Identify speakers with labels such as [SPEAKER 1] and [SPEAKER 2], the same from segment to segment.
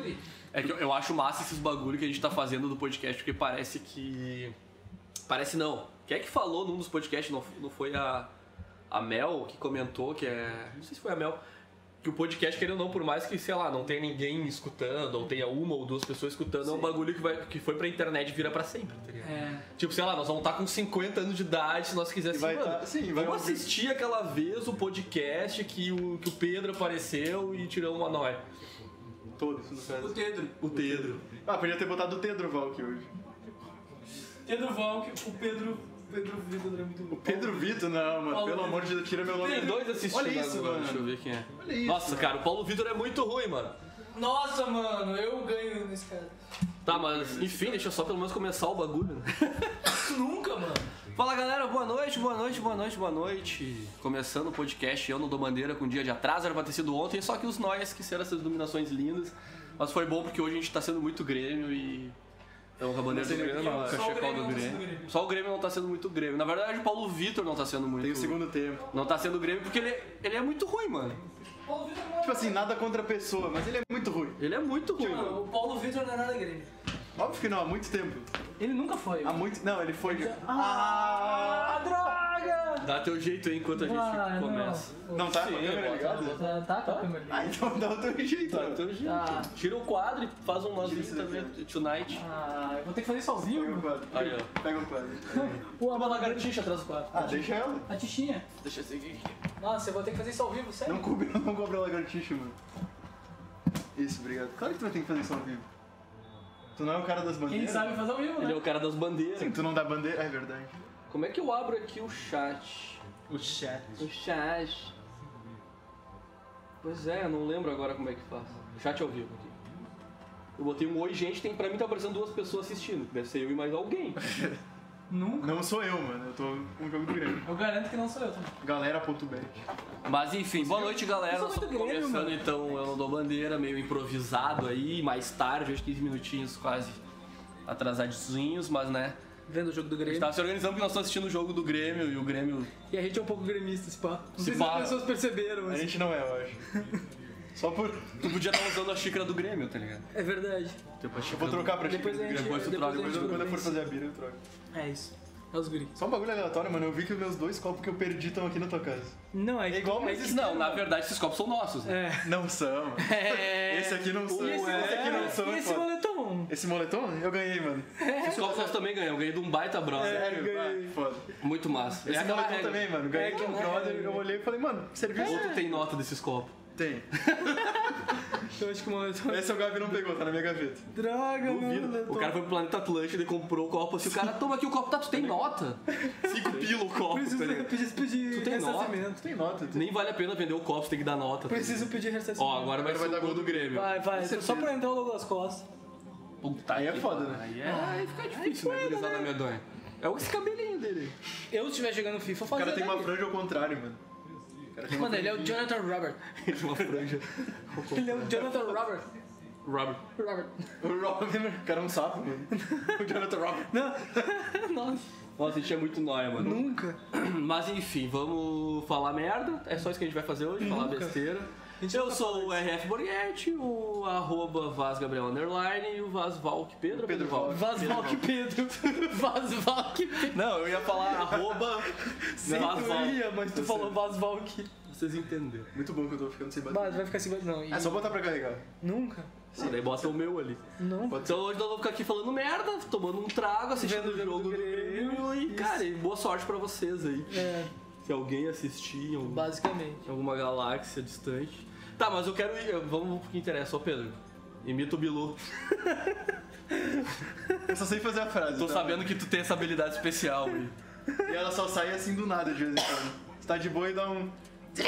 [SPEAKER 1] vi.
[SPEAKER 2] É que eu, eu acho massa esses bagulho que a gente tá fazendo do podcast, porque parece que. Parece não. Quem é que falou num dos podcasts? Não, não foi a, a Mel que comentou que é. Não sei se foi a Mel. Que o podcast, querendo ou não, por mais que, sei lá, não tenha ninguém escutando, ou tenha uma ou duas pessoas escutando, é um
[SPEAKER 1] Sim.
[SPEAKER 2] bagulho que, vai, que foi pra internet e vira pra sempre, tá ligado?
[SPEAKER 1] É.
[SPEAKER 2] Tipo, sei lá, nós vamos estar com 50 anos de idade se nós quiséssemos.
[SPEAKER 3] vai
[SPEAKER 2] mano,
[SPEAKER 3] tá- sim, vai
[SPEAKER 2] vamos
[SPEAKER 3] ouvir.
[SPEAKER 2] assistir aquela vez o podcast que o, que o Pedro apareceu e tirou uma nóia.
[SPEAKER 3] Todos, no
[SPEAKER 1] O
[SPEAKER 3] caso.
[SPEAKER 1] Pedro.
[SPEAKER 2] O Pedro.
[SPEAKER 3] Ah, podia ter botado o Pedro Valk hoje.
[SPEAKER 1] Pedro Valk, o Pedro. O Pedro Vitor é muito
[SPEAKER 3] O
[SPEAKER 1] bom.
[SPEAKER 3] Pedro Vitor, não, mano.
[SPEAKER 1] Paulo
[SPEAKER 3] Pelo amor de Deus, tira meu nome.
[SPEAKER 2] Tem dois assistindo
[SPEAKER 3] Olha isso,
[SPEAKER 2] agora,
[SPEAKER 3] mano.
[SPEAKER 2] deixa eu ver quem é.
[SPEAKER 3] Olha isso,
[SPEAKER 2] Nossa,
[SPEAKER 3] mano.
[SPEAKER 2] cara, o Paulo Vitor é muito ruim, mano.
[SPEAKER 1] Nossa, mano, eu ganho nesse cara.
[SPEAKER 2] Tá, mas enfim, deixa eu só pelo menos começar o bagulho. né?
[SPEAKER 1] Nunca, mano.
[SPEAKER 2] Fala galera, boa noite, boa noite, boa noite, boa noite. Começando o podcast Eu Não Dou Bandeira com um dia de atraso, era pra ter sido ontem, só que os nós que serão essas iluminações lindas. Mas foi bom porque hoje a gente tá sendo muito Grêmio e. Então, com a bandeira do
[SPEAKER 3] Não sei
[SPEAKER 2] Grêmio,
[SPEAKER 3] nem o
[SPEAKER 2] o
[SPEAKER 3] que
[SPEAKER 1] falar.
[SPEAKER 2] cachecol
[SPEAKER 1] Só o Grêmio
[SPEAKER 2] do
[SPEAKER 1] não tá sendo
[SPEAKER 2] Grêmio.
[SPEAKER 1] Grêmio.
[SPEAKER 2] Só o Grêmio não tá sendo muito Grêmio. Na verdade, o Paulo Vitor não tá sendo muito.
[SPEAKER 3] Tem o segundo tempo.
[SPEAKER 2] Não tá sendo Grêmio porque ele, ele é muito ruim, mano.
[SPEAKER 1] O Paulo Vitor não é-
[SPEAKER 3] Tipo assim, nada contra a pessoa, mas ele é muito ruim.
[SPEAKER 2] Ele é muito ruim.
[SPEAKER 1] Mano, o Paulo Vitor não é nada grande.
[SPEAKER 3] Óbvio que não, há muito tempo.
[SPEAKER 1] Ele nunca foi.
[SPEAKER 3] Há muito. Não, ele foi.
[SPEAKER 1] Ah,
[SPEAKER 3] Ah!
[SPEAKER 1] droga!
[SPEAKER 2] Dá teu jeito aí enquanto a gente
[SPEAKER 1] Ah,
[SPEAKER 2] começa.
[SPEAKER 3] Não tá?
[SPEAKER 2] Sim,
[SPEAKER 3] com a câmera
[SPEAKER 2] bota,
[SPEAKER 3] ligada?
[SPEAKER 1] Tá, tá com a câmera
[SPEAKER 3] Ah,
[SPEAKER 1] ligada.
[SPEAKER 3] então dá o teu jeito.
[SPEAKER 2] Dá teu jeito.
[SPEAKER 1] Tá.
[SPEAKER 2] Tira o quadro e faz um nozinho
[SPEAKER 3] Tira isso
[SPEAKER 2] também.
[SPEAKER 3] daqui,
[SPEAKER 2] Tonight.
[SPEAKER 1] Ah, eu vou ter que fazer
[SPEAKER 3] Pega o
[SPEAKER 1] sozinho.
[SPEAKER 3] quadro.
[SPEAKER 2] Aí, ó.
[SPEAKER 3] Pega o quadro.
[SPEAKER 1] Pô,
[SPEAKER 2] Uma lagartixa atrás do quadro.
[SPEAKER 3] Ah, deixa ela.
[SPEAKER 1] A tichinha.
[SPEAKER 2] Deixa eu seguir.
[SPEAKER 1] Nossa, eu vou ter que fazer isso ao vivo, sério?
[SPEAKER 3] Não cobre, não cobra lagartixa, mano. Isso, obrigado. Claro que tu vai ter que fazer isso ao vivo. Tu não é o cara das bandeiras?
[SPEAKER 1] Ele sabe fazer ao vivo,
[SPEAKER 2] Ele é
[SPEAKER 1] né?
[SPEAKER 2] o cara das bandeiras.
[SPEAKER 3] Sim, tu não dá bandeira? É verdade.
[SPEAKER 2] Como é que eu abro aqui o chat?
[SPEAKER 3] O chat.
[SPEAKER 2] O chat. Pois é, eu não lembro agora como é que faz. O chat ao vivo aqui. Eu botei um oi, gente, tem pra mim tá aparecendo duas pessoas assistindo. Deve ser eu e mais alguém.
[SPEAKER 1] Nunca.
[SPEAKER 3] Não sou eu, mano. Eu tô com um jogo do Grêmio.
[SPEAKER 1] Eu garanto que não sou eu. também.
[SPEAKER 3] Galera.bet.
[SPEAKER 2] Mas enfim, boa noite galera.
[SPEAKER 1] Isso é
[SPEAKER 2] Nós estamos
[SPEAKER 1] muito Grêmio,
[SPEAKER 2] começando
[SPEAKER 1] mano.
[SPEAKER 2] então Eu Não Dou Bandeira, meio improvisado aí, mais tarde, acho que 15 minutinhos quase atrasadinhos, mas né.
[SPEAKER 1] Vendo o jogo do
[SPEAKER 2] A gente
[SPEAKER 1] Grêmio.
[SPEAKER 2] tava se organizando porque nós estamos assistindo o jogo do Grêmio e o Grêmio.
[SPEAKER 1] E a gente é um pouco gremista, se pá. Não
[SPEAKER 2] Se
[SPEAKER 1] sei se
[SPEAKER 2] pá.
[SPEAKER 1] as pessoas perceberam,
[SPEAKER 3] A
[SPEAKER 1] mas...
[SPEAKER 3] gente não é, eu acho. Só por.
[SPEAKER 2] Tu podia estar usando a xícara do Grêmio, tá ligado?
[SPEAKER 1] É verdade.
[SPEAKER 3] Eu vou trocar pra ti.
[SPEAKER 1] Depois a gente-
[SPEAKER 2] Depois tu troca,
[SPEAKER 1] depois a
[SPEAKER 3] Depois
[SPEAKER 1] gente
[SPEAKER 3] eu- quando eu for
[SPEAKER 1] providencia.
[SPEAKER 3] fazer a bira, eu troco.
[SPEAKER 1] É isso. É os guri.
[SPEAKER 3] Só um bagulho aleatório, mano. Eu vi que os meus dois copos que eu perdi estão aqui na tua casa.
[SPEAKER 1] Não, é,
[SPEAKER 3] É igual, mas
[SPEAKER 1] é
[SPEAKER 3] isso
[SPEAKER 2] Não, na verdade esses copos são nossos, né?
[SPEAKER 1] É.
[SPEAKER 3] Não são. mano.
[SPEAKER 1] É.
[SPEAKER 3] Esse aqui não são.
[SPEAKER 1] E esse, é.
[SPEAKER 3] Esse aqui não são.
[SPEAKER 1] e esse
[SPEAKER 3] foda.
[SPEAKER 1] moletom?
[SPEAKER 3] Esse moletom? Eu ganhei, mano.
[SPEAKER 2] Esses copos nós também ganhamos, ganhei de um baita brother.
[SPEAKER 3] Sério,
[SPEAKER 1] É, ganhei. É
[SPEAKER 3] vai, foda.
[SPEAKER 2] Muito massa.
[SPEAKER 3] É.
[SPEAKER 2] É
[SPEAKER 3] Esse
[SPEAKER 2] aquela
[SPEAKER 3] moletom
[SPEAKER 2] regra.
[SPEAKER 3] também, mano. Ganhei de um brother, eu olhei e falei, mano, serviu
[SPEAKER 2] Outro tem nota desses copos.
[SPEAKER 3] Tem.
[SPEAKER 1] Eu acho que o moletom...
[SPEAKER 3] Esse o Gabi não pegou, tá na minha gaveta.
[SPEAKER 1] Droga,
[SPEAKER 3] Duvido.
[SPEAKER 1] mano.
[SPEAKER 2] O cara foi pro Planeta Atlântida e comprou o copo assim, o cara, toma aqui o copo, tá, tu tem nota? Cinco pila o copo,
[SPEAKER 1] Preciso
[SPEAKER 2] tá ligado?
[SPEAKER 1] preciso pedir
[SPEAKER 2] Tu tem nota?
[SPEAKER 1] ressarcimento.
[SPEAKER 3] Tem nota, tem.
[SPEAKER 2] Nem vale a pena vender o copo, você tem que dar nota. tá
[SPEAKER 1] Preciso pedir
[SPEAKER 2] ligado?
[SPEAKER 1] ressarcimento.
[SPEAKER 2] Ó, agora vai
[SPEAKER 3] Agora
[SPEAKER 2] ser
[SPEAKER 3] vai
[SPEAKER 2] o
[SPEAKER 3] dar
[SPEAKER 2] gol
[SPEAKER 3] gol
[SPEAKER 2] do
[SPEAKER 3] do
[SPEAKER 2] Grêmio.
[SPEAKER 1] Vai, vai.
[SPEAKER 3] Com
[SPEAKER 1] Só
[SPEAKER 3] certeza.
[SPEAKER 1] pra entrar o logo das costas.
[SPEAKER 2] Puta
[SPEAKER 3] Aí é
[SPEAKER 2] que
[SPEAKER 3] foda,
[SPEAKER 2] pariu.
[SPEAKER 3] né?
[SPEAKER 2] Aí, é... aí fica difícil, né, gurizada medonha. É esse cabelinho dele.
[SPEAKER 1] Eu, se estiver jogando FIFA, eu
[SPEAKER 3] O cara
[SPEAKER 1] fazia
[SPEAKER 3] tem uma
[SPEAKER 1] daí.
[SPEAKER 3] franja ao contrário, mano. O cara tem uma
[SPEAKER 1] Mano, ele é o
[SPEAKER 3] franjinha.
[SPEAKER 1] Jonathan Robert.
[SPEAKER 2] Uma franja.
[SPEAKER 1] Ele é o Jonathan Robert.
[SPEAKER 2] Robert.
[SPEAKER 1] Robert.
[SPEAKER 3] O Robin, o cara é um sapo, mano. O Jonathan Robin.
[SPEAKER 1] Nossa.
[SPEAKER 2] Nossa, a gente é muito nóia, mano.
[SPEAKER 1] Nunca.
[SPEAKER 2] Mas enfim, vamos falar merda. É só isso que a gente vai fazer hoje, falar besteira. Eu sou o RF Borghetti, o arroba Vaz Gabriel Underline e o Vaz Valk Pedro. ou
[SPEAKER 3] Pedro
[SPEAKER 2] Valk?
[SPEAKER 3] Valk.
[SPEAKER 1] Vasvalk Pedro. Vasvalk Pedro.
[SPEAKER 2] Não, eu ia falar arroba
[SPEAKER 1] Não,
[SPEAKER 2] Vaz Valk.
[SPEAKER 1] ia, mas tu
[SPEAKER 3] Eu
[SPEAKER 1] falou Vasvalk.
[SPEAKER 2] Vocês entenderam.
[SPEAKER 3] Muito bom que eu tô ficando sem bateria.
[SPEAKER 1] Mas vai ficar assim, mas não. E
[SPEAKER 3] É só botar pra carregar.
[SPEAKER 1] Nunca.
[SPEAKER 2] Sim, daí bota o meu ali.
[SPEAKER 1] Não.
[SPEAKER 2] Então hoje nós vamos ficar aqui falando merda, tomando um trago, assistindo o jogo do Grêmio e, cara, e boa sorte pra vocês aí.
[SPEAKER 1] É,
[SPEAKER 2] Se alguém assistir em algum-
[SPEAKER 1] basicamente.
[SPEAKER 2] em alguma galáxia distante. Tá, mas eu quero ir. Vamos pro que interessa, ô Pedro. Imita o Bilu.
[SPEAKER 3] Eu só sei fazer a frase.
[SPEAKER 2] Tô
[SPEAKER 3] tá?
[SPEAKER 2] sabendo que tu tem essa habilidade especial aí.
[SPEAKER 3] E ela só sai assim do nada de vez em quando. Você tá de boa e dá um.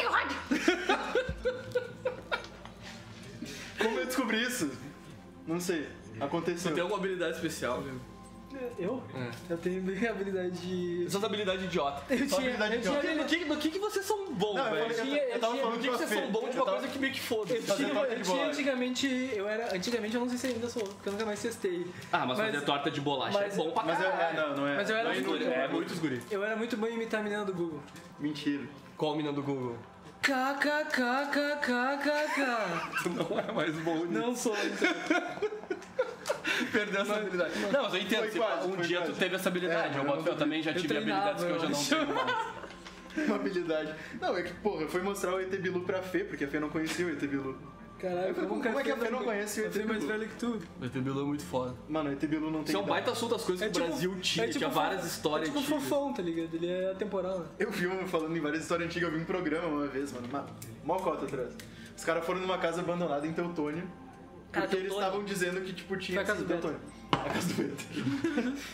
[SPEAKER 3] Como eu descobri isso? Não sei. Aconteceu.
[SPEAKER 2] Tu tem alguma habilidade especial?
[SPEAKER 3] É.
[SPEAKER 1] Eu? Eu tenho habilidade de.
[SPEAKER 2] Essas habilidades é idiota.
[SPEAKER 1] Eu
[SPEAKER 3] Só
[SPEAKER 1] tinha.
[SPEAKER 3] habilidade
[SPEAKER 1] Eu
[SPEAKER 3] de
[SPEAKER 1] tinha,
[SPEAKER 3] jogo. um
[SPEAKER 2] No que, no que, que vocês são bons,
[SPEAKER 3] Não, eu
[SPEAKER 2] velho?
[SPEAKER 3] falei-
[SPEAKER 1] tinha-
[SPEAKER 3] eu tava
[SPEAKER 1] tinha-
[SPEAKER 3] falando
[SPEAKER 2] No que, que
[SPEAKER 3] com a
[SPEAKER 2] vocês
[SPEAKER 3] Fê.
[SPEAKER 2] são bons de uma
[SPEAKER 3] Eu tava-
[SPEAKER 2] coisa que meio que foda.
[SPEAKER 1] Eu tinha,
[SPEAKER 3] torta
[SPEAKER 1] Tipo, eu
[SPEAKER 3] de
[SPEAKER 1] tinha
[SPEAKER 3] bolacha.
[SPEAKER 1] antigamente, eu era, antigamente eu não sei se ainda sou, porque eu nunca mais testei.
[SPEAKER 2] Ah, mas,
[SPEAKER 1] Mas-
[SPEAKER 2] fazer torta de bolacha
[SPEAKER 1] mas-
[SPEAKER 2] é bom pra
[SPEAKER 3] Mas eu,
[SPEAKER 2] caralho.
[SPEAKER 3] é, não, não é.
[SPEAKER 1] Mas eu era
[SPEAKER 3] Não é
[SPEAKER 1] muito-
[SPEAKER 3] inútil,
[SPEAKER 2] É,
[SPEAKER 3] mano.
[SPEAKER 2] muitos guri.
[SPEAKER 1] Eu era muito bom em imitar a menina do Google.
[SPEAKER 3] Mentira.
[SPEAKER 2] Qual a mina do Google?
[SPEAKER 1] KKKKKK.
[SPEAKER 2] Tu não é mais bom nisso.
[SPEAKER 1] Não sou.
[SPEAKER 3] Perdeu essa habilidade.
[SPEAKER 2] Não, mas eu entendo.
[SPEAKER 3] Foi
[SPEAKER 2] se
[SPEAKER 3] quase,
[SPEAKER 2] um
[SPEAKER 3] foi
[SPEAKER 2] dia
[SPEAKER 3] quase.
[SPEAKER 2] tu teve essa habilidade.
[SPEAKER 3] É,
[SPEAKER 2] eu
[SPEAKER 3] eu
[SPEAKER 2] boto
[SPEAKER 3] não
[SPEAKER 2] fé, eu também já
[SPEAKER 1] Eu
[SPEAKER 2] tive
[SPEAKER 1] treinava,
[SPEAKER 2] habilidades que eu já não tenho mais.
[SPEAKER 3] Uma habilidade. Não, é que, porra, eu fui mostrar o ET Bilu pra Fê, porque a Fê não conhecia o ET Bilu.
[SPEAKER 1] Caralho,
[SPEAKER 3] Como-
[SPEAKER 1] um
[SPEAKER 3] como é que a
[SPEAKER 1] café
[SPEAKER 3] Fê não
[SPEAKER 1] da-
[SPEAKER 3] conhece o
[SPEAKER 1] Eu
[SPEAKER 3] ET
[SPEAKER 1] tenho mais
[SPEAKER 3] Bilu?
[SPEAKER 1] velho que tu.
[SPEAKER 2] Mas o Bilu é muito foda.
[SPEAKER 3] Mano, o ET Bilu não um- tem
[SPEAKER 2] Isso é um
[SPEAKER 3] idade.
[SPEAKER 2] baita assunto das coisas
[SPEAKER 1] É
[SPEAKER 2] que
[SPEAKER 1] tipo-
[SPEAKER 2] o Brasil tinha,
[SPEAKER 1] é tipo
[SPEAKER 2] tinha
[SPEAKER 1] fo-
[SPEAKER 2] várias
[SPEAKER 1] É
[SPEAKER 3] um
[SPEAKER 2] histórias.
[SPEAKER 1] tipo
[SPEAKER 2] antigas.
[SPEAKER 1] fofão, tá ligado? Ele é atemporal, né?
[SPEAKER 3] Eu vi um falando em várias histórias antigas, eu vi um programa uma vez, mano, uma, mó cota atrás. Os caras foram numa casa abandonada em Teutônia,
[SPEAKER 1] Ah,
[SPEAKER 3] porque eles
[SPEAKER 1] Teutônia.
[SPEAKER 3] estavam dizendo que, tipo, tinha...
[SPEAKER 1] Foi a casa
[SPEAKER 3] assim,
[SPEAKER 1] do Beto.
[SPEAKER 3] A casa do Beto.
[SPEAKER 2] O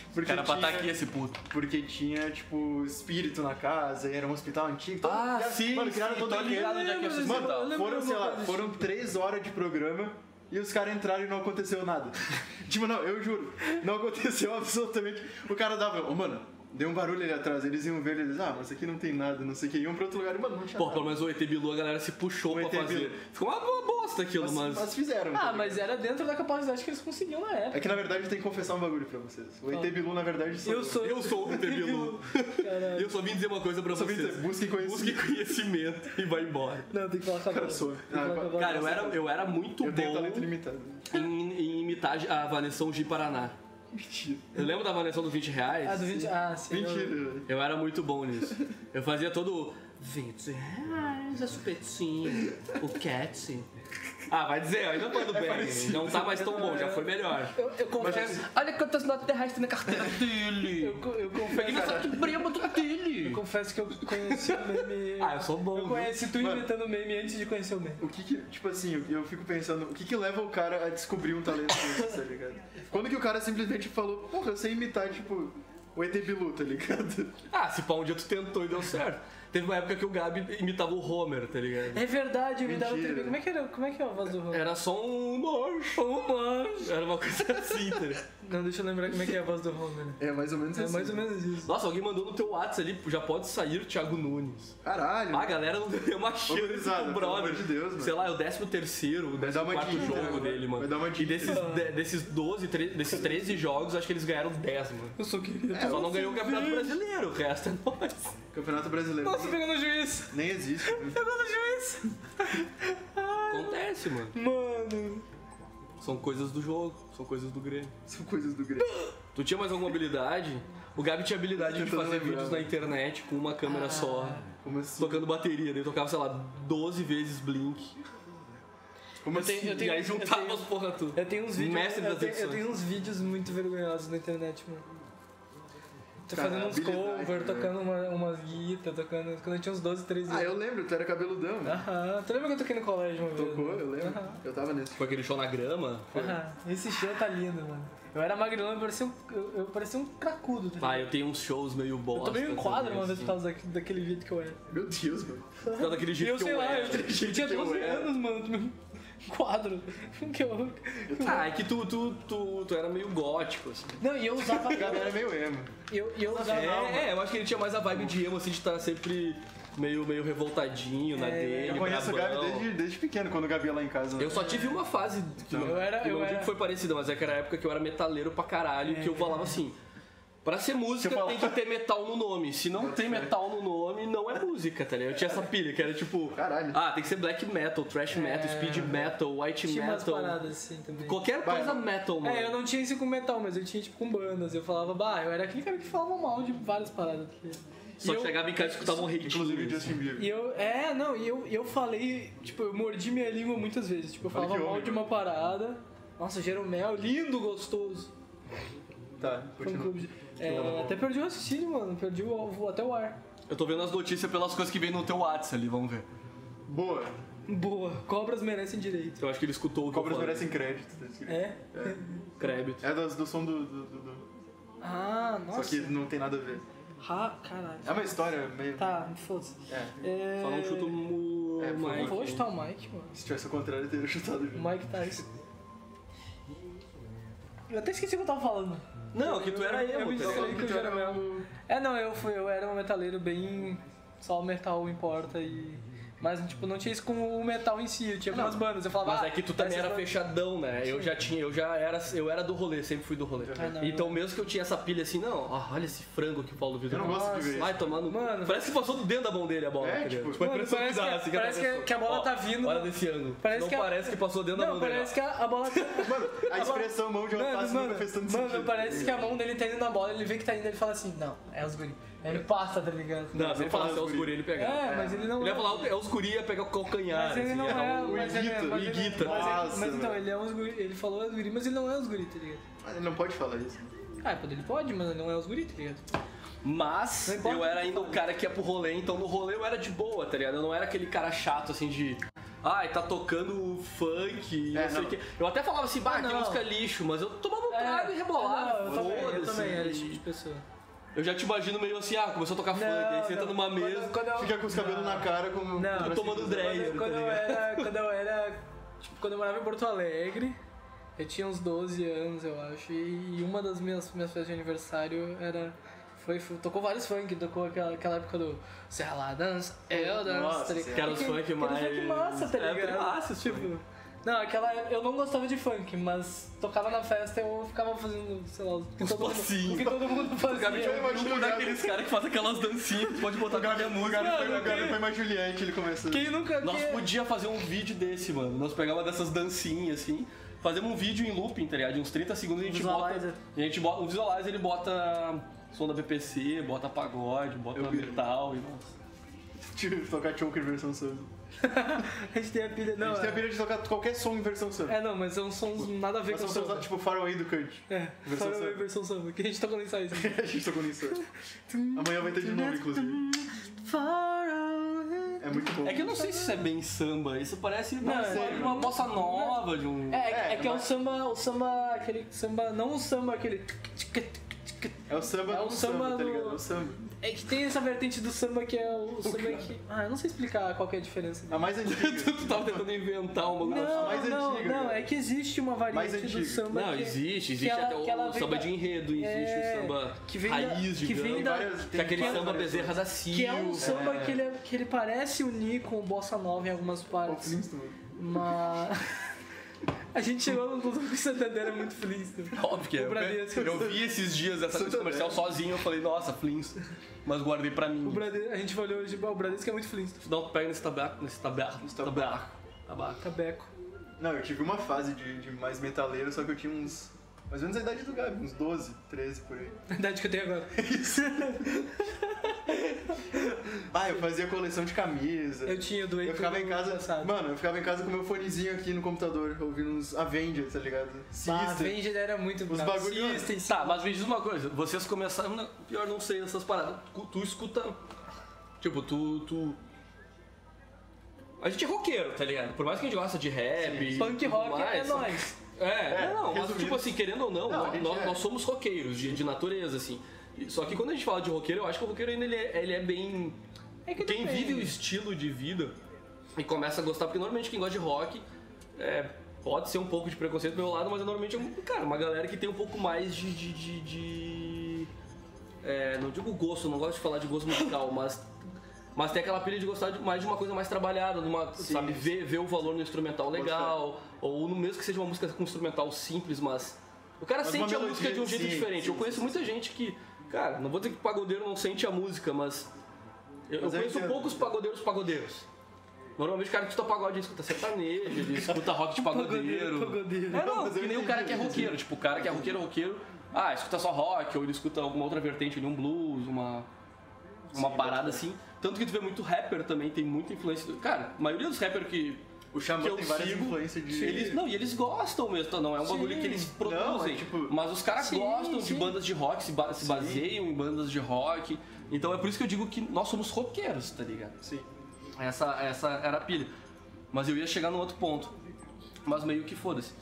[SPEAKER 3] porque,
[SPEAKER 2] cara pra tá aqui
[SPEAKER 3] tinha,
[SPEAKER 2] esse puto.
[SPEAKER 3] porque tinha, tipo, espírito na casa, e era um hospital antigo. todo-
[SPEAKER 2] Ah,
[SPEAKER 3] criaram-
[SPEAKER 2] sim,
[SPEAKER 3] Mano, criaram
[SPEAKER 2] sim,
[SPEAKER 3] todo
[SPEAKER 2] tô
[SPEAKER 3] aquele...
[SPEAKER 2] ligado onde é que é esse
[SPEAKER 3] Mano,
[SPEAKER 2] hospital.
[SPEAKER 1] Eu lembro
[SPEAKER 3] foram,
[SPEAKER 1] de
[SPEAKER 3] sei
[SPEAKER 1] alguma
[SPEAKER 3] lá,
[SPEAKER 1] coisa assim.
[SPEAKER 3] foram três horas de programa e os caras entraram e não aconteceu nada. tipo, não, eu juro, não aconteceu absolutamente. O cara dava, ô, mano, deu um barulho ali atrás, eles iam ver, eles, ah, mas aqui não tem nada, não sei o que, iam pra outro lugar e, mano, não tinha
[SPEAKER 2] Pô,
[SPEAKER 3] nada.
[SPEAKER 2] pelo menos o ET Bilu a galera se puxou
[SPEAKER 3] O
[SPEAKER 2] pra
[SPEAKER 3] ET
[SPEAKER 2] fazer.
[SPEAKER 3] Bilu.
[SPEAKER 2] Ficou uma, uma bosta aquilo,
[SPEAKER 3] Mas,
[SPEAKER 2] mas.
[SPEAKER 3] mas fizeram. tá
[SPEAKER 1] Ah,
[SPEAKER 3] ligado?
[SPEAKER 1] mas era dentro da capacidade que eles conseguiam na época.
[SPEAKER 3] É que na verdade eu tenho que confessar um bagulho pra vocês. O
[SPEAKER 1] Fala.
[SPEAKER 3] ET Bilu, na verdade, sou
[SPEAKER 1] Eu sou.
[SPEAKER 2] Eu sou o ET Bilu.
[SPEAKER 1] Caralho.
[SPEAKER 2] Eu só vim dizer uma coisa pra
[SPEAKER 3] Só vim
[SPEAKER 2] vocês.
[SPEAKER 3] dizer, busquem conhecimento.
[SPEAKER 2] Busque conhecimento e vai embora.
[SPEAKER 1] Não, tem que falar com a
[SPEAKER 3] Cara,
[SPEAKER 1] boca.
[SPEAKER 3] sou.
[SPEAKER 1] Tem que falar
[SPEAKER 3] Ah,
[SPEAKER 1] com a boca.
[SPEAKER 2] Cara, eu era, eu era muito
[SPEAKER 3] Eu tenho talento
[SPEAKER 2] bom
[SPEAKER 3] limitado.
[SPEAKER 2] em, em imitar a Vanessa de Paraná.
[SPEAKER 3] Mentira.
[SPEAKER 2] Eu lembro da Vanessa do 20 reais?
[SPEAKER 1] Ah, do 20. Ah, sim.
[SPEAKER 3] Mentira,
[SPEAKER 1] eu-
[SPEAKER 3] velho.
[SPEAKER 2] Eu era muito bom nisso. Eu fazia todo. 20 reais, a chupetinha, o cat. Ah, vai dizer, ainda foi do bem. não tá mais tão bom, já foi melhor.
[SPEAKER 1] Eu, eu confesso.
[SPEAKER 3] assim-
[SPEAKER 1] Olha quantas notas terrestres na carteira.
[SPEAKER 2] Dele.
[SPEAKER 1] Eu, co- eu confesso.
[SPEAKER 2] que brêmio dele.
[SPEAKER 1] Eu confesso que eu conheci o meme.
[SPEAKER 2] Ah, eu sou bom.
[SPEAKER 1] Eu
[SPEAKER 2] viu?
[SPEAKER 1] conheci tu
[SPEAKER 3] Mano.
[SPEAKER 1] inventando meme antes de conhecer o meme.
[SPEAKER 3] O que que, tipo assim, eu fico pensando, o que que leva o cara a descobrir um talento desse, tá ligado? Quando que o cara simplesmente falou, porra, eu sei imitar, tipo, o ET Bilu, tá ligado?
[SPEAKER 2] Ah, se pá, um dia tu tentou e deu certo. Teve uma época que o Gabi imitava o Homer, tá ligado?
[SPEAKER 1] É verdade, eu me dava
[SPEAKER 3] Mentira.
[SPEAKER 1] TV. Como é que era? Como é que é a voz do Homer?
[SPEAKER 2] Era só um mancho, um mancho. Era uma coisa assim, tá ligado?
[SPEAKER 1] Não, deixa eu lembrar como é que é a voz do Homer.
[SPEAKER 3] É mais ou menos
[SPEAKER 1] É
[SPEAKER 3] assim.
[SPEAKER 1] mais ou menos isso.
[SPEAKER 2] Nossa, alguém mandou no teu WhatsApp ali, já pode sair Thiago Nunes.
[SPEAKER 3] Caralho.
[SPEAKER 2] Ah, a galera não tem uma chance
[SPEAKER 3] gurizada,
[SPEAKER 2] do
[SPEAKER 3] pelo
[SPEAKER 2] brother.
[SPEAKER 3] amor de Deus, mano.
[SPEAKER 2] Sei lá, é o 13 terceiro, o
[SPEAKER 3] Vai dar
[SPEAKER 2] 14
[SPEAKER 3] uma
[SPEAKER 2] quarto
[SPEAKER 3] dica,
[SPEAKER 2] jogo
[SPEAKER 3] né?
[SPEAKER 2] dele, mano.
[SPEAKER 3] Vai dar uma
[SPEAKER 2] E
[SPEAKER 3] dica.
[SPEAKER 2] desses, de- desses 12, tre- desses 13 jogos, acho que eles ganharam 10, mano.
[SPEAKER 1] Eu sou querido.
[SPEAKER 3] É,
[SPEAKER 2] Só não ganhou o Campeonato Brasileiro, o resto é nós.
[SPEAKER 3] Campeonato Brasileiro.
[SPEAKER 1] Nossa, pegou no juiz.
[SPEAKER 3] Nem existe. né?
[SPEAKER 1] Pegou no juiz.
[SPEAKER 2] Acontece, mano.
[SPEAKER 1] Mano.
[SPEAKER 2] São coisas do jogo, são coisas do Grêmio.
[SPEAKER 3] São coisas do Grêmio.
[SPEAKER 2] Tu tinha mais alguma habilidade? O Gabi tinha habilidade de
[SPEAKER 3] Tentando
[SPEAKER 2] fazer
[SPEAKER 3] lembrar,
[SPEAKER 2] vídeos na
[SPEAKER 3] mano.
[SPEAKER 2] internet com uma
[SPEAKER 1] Ah.
[SPEAKER 2] câmera só,
[SPEAKER 3] Como assim?
[SPEAKER 2] tocando bateria. Daí eu tocava, sei lá, 12 vezes Blink.
[SPEAKER 3] Como assim?
[SPEAKER 1] tenho- eu
[SPEAKER 2] e aí juntava
[SPEAKER 1] eu tenho-
[SPEAKER 2] as porra tudo.
[SPEAKER 1] Eu tenho uns vídeos.
[SPEAKER 2] Mestre
[SPEAKER 1] eu,
[SPEAKER 2] das
[SPEAKER 1] tenho, eu
[SPEAKER 2] edições.
[SPEAKER 1] tenho uns vídeos muito vergonhosos na internet, mano. Tô
[SPEAKER 3] Cara,
[SPEAKER 1] fazendo uns
[SPEAKER 3] habilidade,
[SPEAKER 1] cover,
[SPEAKER 3] né?
[SPEAKER 1] tocando uma, umas guitas, tocando. Quando eu tinha uns 12, 13
[SPEAKER 3] Ah,
[SPEAKER 1] anos.
[SPEAKER 3] eu lembro, tu era cabeludão.
[SPEAKER 2] Ah,
[SPEAKER 3] né?
[SPEAKER 1] Aham. Tu lembra que eu toquei no colégio uma vez?
[SPEAKER 3] Tocou, eu lembro.
[SPEAKER 1] Aham.
[SPEAKER 3] Eu tava nesse.
[SPEAKER 2] Foi aquele show na grama? Foi.
[SPEAKER 1] Aham. Esse show tá lindo, mano. Eu era magrelão, eu parecia um, eu, eu parecia um cracudo. Tá?
[SPEAKER 2] Ah, eu tenho uns shows meio
[SPEAKER 1] eu
[SPEAKER 2] bosta.
[SPEAKER 1] tomei um quadro
[SPEAKER 2] também,
[SPEAKER 1] uma vez por
[SPEAKER 2] assim.
[SPEAKER 1] causa daque- daquele vídeo que eu era.
[SPEAKER 3] Meu Deus, mano.
[SPEAKER 2] Por causa daquele jeito
[SPEAKER 1] eu
[SPEAKER 2] que
[SPEAKER 1] sei lá,
[SPEAKER 2] era.
[SPEAKER 1] eu, eu tinha
[SPEAKER 3] que eu
[SPEAKER 1] 12
[SPEAKER 3] era.
[SPEAKER 1] anos, mano, tomei um quadro. Que eu...
[SPEAKER 2] Ah, é que tu, tu, tu, tu era meio gótico, assim.
[SPEAKER 1] Não, e eu usava.
[SPEAKER 3] A galera é meio emo.
[SPEAKER 1] Eu, e eu usava.
[SPEAKER 2] É, é, eu acho que ele tinha mais a vibe de emo, assim, de estar sempre meio, meio revoltadinho na
[SPEAKER 1] É,
[SPEAKER 2] dele.
[SPEAKER 3] Eu conheço o Gabi
[SPEAKER 2] brabão.
[SPEAKER 3] desde, desde pequeno, quando o Gabi ia lá em casa. né?
[SPEAKER 2] Eu só tive uma fase que não,
[SPEAKER 1] É, Eu era-
[SPEAKER 2] que não
[SPEAKER 1] eu
[SPEAKER 2] digo
[SPEAKER 1] era- É,
[SPEAKER 2] que foi parecida, mas é que era a época que eu era metaleiro pra caralho, que eu falava assim. Pra ser música
[SPEAKER 3] Você fala-
[SPEAKER 2] tem que ter metal no nome. Se não tem metal no nome, não é música, tá ligado? Eu tinha essa pilha que era tipo.
[SPEAKER 3] Caralho.
[SPEAKER 2] Ah, tem que ser black metal, thrash metal, speed metal, white
[SPEAKER 1] É. Tinha umas
[SPEAKER 2] metal.
[SPEAKER 1] paradas assim também.
[SPEAKER 2] Qualquer
[SPEAKER 3] Vai,
[SPEAKER 2] coisa
[SPEAKER 3] não.
[SPEAKER 2] metal, mano.
[SPEAKER 1] É, eu não tinha isso com metal, mas eu tinha tipo com bandas. Eu falava, bah, eu era aquele cara que falava mal de várias paradas.
[SPEAKER 2] Só
[SPEAKER 1] E eu-
[SPEAKER 2] chegava em casa e escutava um hate.
[SPEAKER 3] Inclusive o Justin Bieber.
[SPEAKER 1] E eu, é, não, e eu, eu falei, tipo, eu mordi minha língua muitas vezes. Tipo, eu
[SPEAKER 3] Olha
[SPEAKER 1] falava
[SPEAKER 3] que
[SPEAKER 1] mal
[SPEAKER 3] homem,
[SPEAKER 1] de uma parada. Nossa, Jeromel, lindo, gostoso.
[SPEAKER 3] Tá,
[SPEAKER 1] Foi um
[SPEAKER 3] continua.
[SPEAKER 1] clube de- é, até perdi o raciocínio, mano. Perdi o, o- até o ar.
[SPEAKER 2] Eu tô vendo as notícias pelas coisas que vem no teu WhatsApp ali, vamos ver.
[SPEAKER 3] Boa.
[SPEAKER 1] Boa, cobras merecem direito.
[SPEAKER 2] Eu acho que ele escutou o que
[SPEAKER 3] Cobras
[SPEAKER 2] eu falei.
[SPEAKER 3] merecem crédito, tá escrito.
[SPEAKER 1] É?
[SPEAKER 2] Crédito.
[SPEAKER 3] É das- do, som do. do- do- do-
[SPEAKER 1] Ah,
[SPEAKER 3] Só
[SPEAKER 1] nossa.
[SPEAKER 3] que não tem nada a ver.
[SPEAKER 1] Ah, caralho.
[SPEAKER 3] É uma história meio.
[SPEAKER 1] Tá, foda-se.
[SPEAKER 3] É.
[SPEAKER 1] É...
[SPEAKER 2] Só não chuta o.
[SPEAKER 3] É, por
[SPEAKER 2] Mike.
[SPEAKER 1] Não vou chutar o Mike, mano.
[SPEAKER 3] Se tivesse o contrário, eu teria chutado
[SPEAKER 1] O
[SPEAKER 3] já.
[SPEAKER 1] Mike tá isso. Eu até esqueci o que eu tava falando.
[SPEAKER 2] Não, que tu era
[SPEAKER 1] Eu- eu
[SPEAKER 2] emo,
[SPEAKER 1] me
[SPEAKER 2] tá
[SPEAKER 1] distraí.
[SPEAKER 2] ligado?
[SPEAKER 1] que eu já era
[SPEAKER 3] mesmo.
[SPEAKER 1] É, não, eu fui, eu era um metaleiro bem. Só o metal importa e. Mas, tipo, não tinha isso com o metal em si, eu tinha com as bandas. Eu falava,
[SPEAKER 2] Mas
[SPEAKER 1] ah,
[SPEAKER 2] é que tu também
[SPEAKER 1] essas
[SPEAKER 2] era
[SPEAKER 1] bandas-
[SPEAKER 2] fechadão, né? Eu já tinha, eu já era, eu era do rolê, sempre fui do rolê.
[SPEAKER 1] Ah, não,
[SPEAKER 2] então mesmo que eu tinha essa pilha assim, não, ó, olha esse frango que o Paulo Vitor
[SPEAKER 3] Eu não gosto de
[SPEAKER 2] Nossa,
[SPEAKER 3] ver
[SPEAKER 2] Vai tomando.
[SPEAKER 1] Mano.
[SPEAKER 2] parece que passou do dentro da mão dele a bola,
[SPEAKER 3] É,
[SPEAKER 2] tá ligado?
[SPEAKER 3] tipo,
[SPEAKER 2] a
[SPEAKER 1] Mano,
[SPEAKER 2] impressão
[SPEAKER 1] parece
[SPEAKER 2] dá,
[SPEAKER 1] que-
[SPEAKER 2] assim, a
[SPEAKER 1] parece que-
[SPEAKER 2] pessoa,
[SPEAKER 1] que a bola
[SPEAKER 2] ó,
[SPEAKER 1] tá vindo-
[SPEAKER 2] Olha desse ângulo.
[SPEAKER 1] Parece
[SPEAKER 2] não
[SPEAKER 1] que a-
[SPEAKER 2] parece que passou dentro da
[SPEAKER 1] Não,
[SPEAKER 2] mão dele.
[SPEAKER 1] parece que a, a bola tá.
[SPEAKER 3] Mano, a expressão mão de alface
[SPEAKER 1] mano,
[SPEAKER 3] nunca fez tanto
[SPEAKER 1] mano,
[SPEAKER 3] sentido.
[SPEAKER 1] parece que a mão dele tá indo na bola, ele vê que tá indo, ele fala assim, não, é os guri. Aí ele passa, tá ligado?
[SPEAKER 2] Não, se ele falasse
[SPEAKER 3] fala
[SPEAKER 2] é os
[SPEAKER 3] os
[SPEAKER 2] guri, ele
[SPEAKER 1] é,
[SPEAKER 2] pegava.
[SPEAKER 1] mas ele não
[SPEAKER 2] Ele
[SPEAKER 1] é.
[SPEAKER 2] ia falar, é os guri, ia pegar o calcanhar.
[SPEAKER 1] Mas ele
[SPEAKER 2] assim,
[SPEAKER 1] não é,
[SPEAKER 2] o-
[SPEAKER 1] mas ele é-
[SPEAKER 3] Iguita,
[SPEAKER 1] mas ele-
[SPEAKER 2] Iguita.
[SPEAKER 1] mas ele-
[SPEAKER 3] Nossa,
[SPEAKER 1] Mas então,
[SPEAKER 3] velho.
[SPEAKER 1] ele é os guri, ele falou os guri, mas ele não é os guri, tá ligado?
[SPEAKER 3] Mas Ele não pode falar isso.
[SPEAKER 1] Ah, ele pode, mas ele não é os guri, tá ligado?
[SPEAKER 2] Mas
[SPEAKER 1] Não importa
[SPEAKER 2] eu
[SPEAKER 1] o que
[SPEAKER 2] era
[SPEAKER 1] tu
[SPEAKER 2] ainda o
[SPEAKER 1] fale.
[SPEAKER 2] cara que ia pro rolê, então no rolê eu era de boa, tá ligado? Eu não era aquele cara chato assim de. Ai, tá tocando funk e
[SPEAKER 3] É,
[SPEAKER 2] não sei o
[SPEAKER 3] não.
[SPEAKER 2] quê. Eu até falava assim, bah,
[SPEAKER 1] Ah,
[SPEAKER 2] que
[SPEAKER 1] não.
[SPEAKER 2] música lixo, mas eu tomava um trago e
[SPEAKER 1] É, não,
[SPEAKER 2] rebolava.
[SPEAKER 1] eu também, eu
[SPEAKER 2] foda-se.
[SPEAKER 1] também era esse tipo de pessoa.
[SPEAKER 2] Eu já te imagino meio assim, ah, começou a tocar funk, aí senta
[SPEAKER 1] não.
[SPEAKER 2] numa
[SPEAKER 1] Quando-
[SPEAKER 2] mesa.
[SPEAKER 1] quando eu-
[SPEAKER 3] Fica com os cabelos na cara como...
[SPEAKER 1] Não,
[SPEAKER 3] como
[SPEAKER 2] tomando
[SPEAKER 3] assim,
[SPEAKER 2] dread.
[SPEAKER 1] Quando,
[SPEAKER 2] Ele, tá
[SPEAKER 1] quando eu era.
[SPEAKER 2] ligado?
[SPEAKER 1] Quando eu era. Tipo, quando eu morava em Porto Alegre, eu tinha uns 12 anos, eu acho, e uma das minhas, minhas festas de aniversário era. Foi, foi- tocou vários funk, tocou aquela, aquela época do Se ela dança, eu danço,
[SPEAKER 3] Nossa,
[SPEAKER 1] tá ligado?
[SPEAKER 2] que era os
[SPEAKER 1] Aquele-
[SPEAKER 2] funk
[SPEAKER 1] aquele
[SPEAKER 2] mais-
[SPEAKER 1] funk massa, tá
[SPEAKER 2] É,
[SPEAKER 1] ligado?
[SPEAKER 2] massa esse
[SPEAKER 1] tipo.
[SPEAKER 2] funk.
[SPEAKER 1] Não, aquela. Eu não gostava de funk, mas tocava na festa eu ficava fazendo, sei lá, o que,
[SPEAKER 2] Os
[SPEAKER 1] todo mundo,
[SPEAKER 2] passinhos.
[SPEAKER 1] o que todo mundo fazia.
[SPEAKER 2] Gabi,
[SPEAKER 3] Eu imagino
[SPEAKER 2] um
[SPEAKER 3] o Gabi-
[SPEAKER 2] daqueles caras que faz aquelas dancinhas, pode botar qualquer
[SPEAKER 3] O
[SPEAKER 2] música.
[SPEAKER 3] cara foi,
[SPEAKER 1] Não,
[SPEAKER 3] o cara
[SPEAKER 1] que-
[SPEAKER 3] foi mais Juliette, ele começa...
[SPEAKER 1] Quem nunca.
[SPEAKER 2] Nós
[SPEAKER 1] quem-
[SPEAKER 2] podíamos fazer um vídeo desse, mano. Nós pegávamos dessas dancinhas assim. Fazemos um vídeo em looping, tá ligado? De uns 30 segundos e a gente
[SPEAKER 1] Visualizer.
[SPEAKER 2] bota. A gente bota. O visualizer ele bota som da PPC, bota pagode, bota
[SPEAKER 3] Eu vi.
[SPEAKER 2] metal e nossa.
[SPEAKER 3] Tipo, tocar choker em versão sub.
[SPEAKER 1] A gente tem a pilha. Não,
[SPEAKER 3] A gente tem a
[SPEAKER 1] é-
[SPEAKER 3] pira de tocar qualquer som em versão sub.
[SPEAKER 1] É, não, mas são sons nada a ver
[SPEAKER 3] Mas
[SPEAKER 1] com
[SPEAKER 3] são sons,
[SPEAKER 1] samba.
[SPEAKER 3] tipo, faraway do Kurt.
[SPEAKER 1] É,
[SPEAKER 3] versão
[SPEAKER 1] versão samba.
[SPEAKER 3] samba.
[SPEAKER 1] versão samba, que a gente tocou no ensaio. assim.
[SPEAKER 3] A gente tocou nisso. Amanhã vai ter de novo, inclusive. É muito bom.
[SPEAKER 2] É que eu não sei se isso é bem samba, isso parece
[SPEAKER 1] Não,
[SPEAKER 2] uma,
[SPEAKER 1] é-
[SPEAKER 2] uma bossa nova de um.
[SPEAKER 1] É, é,
[SPEAKER 3] É,
[SPEAKER 1] que é o
[SPEAKER 3] mas-
[SPEAKER 1] samba, o samba, aquele samba, não o samba, aquele...
[SPEAKER 3] É o samba
[SPEAKER 1] É o
[SPEAKER 3] do
[SPEAKER 1] samba
[SPEAKER 3] samba, tá
[SPEAKER 1] do-
[SPEAKER 3] ligado? É o samba.
[SPEAKER 1] É que tem essa vertente do samba que é o samba que... Ah, eu não sei explicar qual que é a diferença.
[SPEAKER 3] A mais antiga.
[SPEAKER 2] tu tava tentando inventar uma
[SPEAKER 1] Não,
[SPEAKER 2] coisa.
[SPEAKER 3] mais
[SPEAKER 1] não,
[SPEAKER 3] antiga,
[SPEAKER 1] não,
[SPEAKER 3] cara.
[SPEAKER 1] é que existe uma
[SPEAKER 3] Mais
[SPEAKER 1] variante
[SPEAKER 3] antiga.
[SPEAKER 1] do samba
[SPEAKER 2] Não,
[SPEAKER 1] que...
[SPEAKER 2] existe, existe
[SPEAKER 1] ela-
[SPEAKER 2] até o,
[SPEAKER 1] que ela vem
[SPEAKER 2] samba
[SPEAKER 1] da-
[SPEAKER 2] de enredo, existe
[SPEAKER 1] É,
[SPEAKER 2] o samba
[SPEAKER 1] que vem da-
[SPEAKER 2] raiz,
[SPEAKER 1] que vem
[SPEAKER 2] digamos.
[SPEAKER 1] da- um-
[SPEAKER 3] várias-
[SPEAKER 2] Que é aquele
[SPEAKER 3] várias
[SPEAKER 2] samba
[SPEAKER 3] versões.
[SPEAKER 2] Bezerra da Silva.
[SPEAKER 1] Que é um samba que, ele, é- que ele parece unir com o bossa nova em algumas
[SPEAKER 3] É o
[SPEAKER 1] partes,
[SPEAKER 3] Flintstone.
[SPEAKER 1] mas... A gente chegou no conclusão que o Santander é muito feliz. né?
[SPEAKER 2] Óbvio que é.
[SPEAKER 1] O Bradesco.
[SPEAKER 2] Eu, eu vi esses dias essa
[SPEAKER 3] Santander.
[SPEAKER 2] esse comercial sozinho, eu falei, nossa, Flins. Mas guardei pra mim.
[SPEAKER 1] O Brade- a gente olhou hoje, "Bah, o Bradesco é muito Flintstone.
[SPEAKER 2] Não, tu pega nesse tabaco, nesse tabaco, nesse
[SPEAKER 1] Tá
[SPEAKER 3] tabaco.
[SPEAKER 2] tabaco. Tabaco.
[SPEAKER 1] Tabeco.
[SPEAKER 3] Não, eu tive uma fase de, de mais metaleiro, só que eu tinha uns. Mais ou menos a idade do Gabi, uns 12, 13 por aí.
[SPEAKER 1] A idade que eu tenho agora.
[SPEAKER 3] Ah, eu fazia coleção de camisa.
[SPEAKER 1] Eu tinha doente.
[SPEAKER 3] Eu ficava em casa.
[SPEAKER 1] Passado.
[SPEAKER 3] Mano, eu ficava em casa com meu fonezinho aqui no computador, ouvindo uns Avengers, tá ligado?
[SPEAKER 2] Ah,
[SPEAKER 1] Bah,
[SPEAKER 3] System.
[SPEAKER 1] Avenger era muito
[SPEAKER 3] Os
[SPEAKER 1] bravo.
[SPEAKER 3] bagulho-
[SPEAKER 1] System, sim.
[SPEAKER 2] Tá, mas me diz uma coisa, vocês começaram. na- Pior não sei essas paradas. Tu, tu escuta. Tipo, tu. tu. A gente é roqueiro, tá ligado? Por mais que a gente gosta de rap. e
[SPEAKER 1] Punk
[SPEAKER 2] tudo
[SPEAKER 1] rock é
[SPEAKER 2] mais,
[SPEAKER 1] nóis.
[SPEAKER 2] É, é, não, mas
[SPEAKER 3] resumindo.
[SPEAKER 2] tipo assim, querendo ou não,
[SPEAKER 3] Não,
[SPEAKER 2] nó-
[SPEAKER 3] a
[SPEAKER 2] nós,
[SPEAKER 3] gente é.
[SPEAKER 2] nós somos roqueiros de, de natureza, assim. E- Só que quando a gente fala de roqueiro, eu acho que o roqueiro ainda ele é, ele é bem.
[SPEAKER 1] É que
[SPEAKER 2] quem
[SPEAKER 1] depende.
[SPEAKER 2] vive
[SPEAKER 3] né?
[SPEAKER 2] o estilo de vida e começa a gostar, porque normalmente quem gosta de rock é, pode ser um pouco de preconceito do meu lado, mas é normalmente é um- cara, uma galera que tem um pouco mais de. de, de- de- é, não digo gosto, não gosto de falar de gosto musical, mas. Mas tem aquela pilha de gostar de mais de uma coisa mais trabalhada, de uma, sabe, ver, ver o valor no instrumental legal, ou no mesmo que seja uma música com instrumental simples, mas. O cara
[SPEAKER 3] Mas uma
[SPEAKER 2] sente a
[SPEAKER 3] melodia,
[SPEAKER 2] música de um jeito
[SPEAKER 3] sim,
[SPEAKER 2] diferente.
[SPEAKER 3] sim,
[SPEAKER 2] Eu conheço muita gente que. Cara, não vou dizer que pagodeiro não sente a música, mas. Eu, eu
[SPEAKER 3] Mas eu
[SPEAKER 2] conheço
[SPEAKER 3] entendo.
[SPEAKER 2] poucos pagodeiros pagodeiros. Normalmente o cara que escuta pagode, ele escuta sertanejo, ele escuta rock de
[SPEAKER 3] Um
[SPEAKER 2] pagodeiro.
[SPEAKER 1] Pagodeiro.
[SPEAKER 2] É, não,
[SPEAKER 3] Mas eu
[SPEAKER 2] que nem o
[SPEAKER 3] entendi,
[SPEAKER 2] cara que é
[SPEAKER 3] eu entendi.
[SPEAKER 2] roqueiro. Tipo, o cara que é roqueiro, roqueiro, ah, escuta só rock, ou ele escuta alguma outra vertente ali, um blues, uma. Uma parada assim. Tanto que tu vê muito rapper também, tem muita influência. do- Cara, a maioria dos rappers que.
[SPEAKER 3] O Xamã
[SPEAKER 2] que eu
[SPEAKER 3] tem várias
[SPEAKER 2] sigo,
[SPEAKER 3] influências de.
[SPEAKER 2] Eles, não, e eles gostam mesmo, tá? não é um
[SPEAKER 1] Sim.
[SPEAKER 2] bagulho que eles produzem.
[SPEAKER 3] Não, é tipo-
[SPEAKER 2] Mas os caras
[SPEAKER 1] Sim,
[SPEAKER 2] gostam de
[SPEAKER 1] sim.
[SPEAKER 2] bandas de rock, se, ba- se baseiam em bandas de rock. Então é por isso que eu digo que nós somos roqueiros, tá ligado?
[SPEAKER 3] Sim.
[SPEAKER 2] Essa, essa era a pilha. Mas eu ia chegar num outro ponto. Mas meio que foda-se.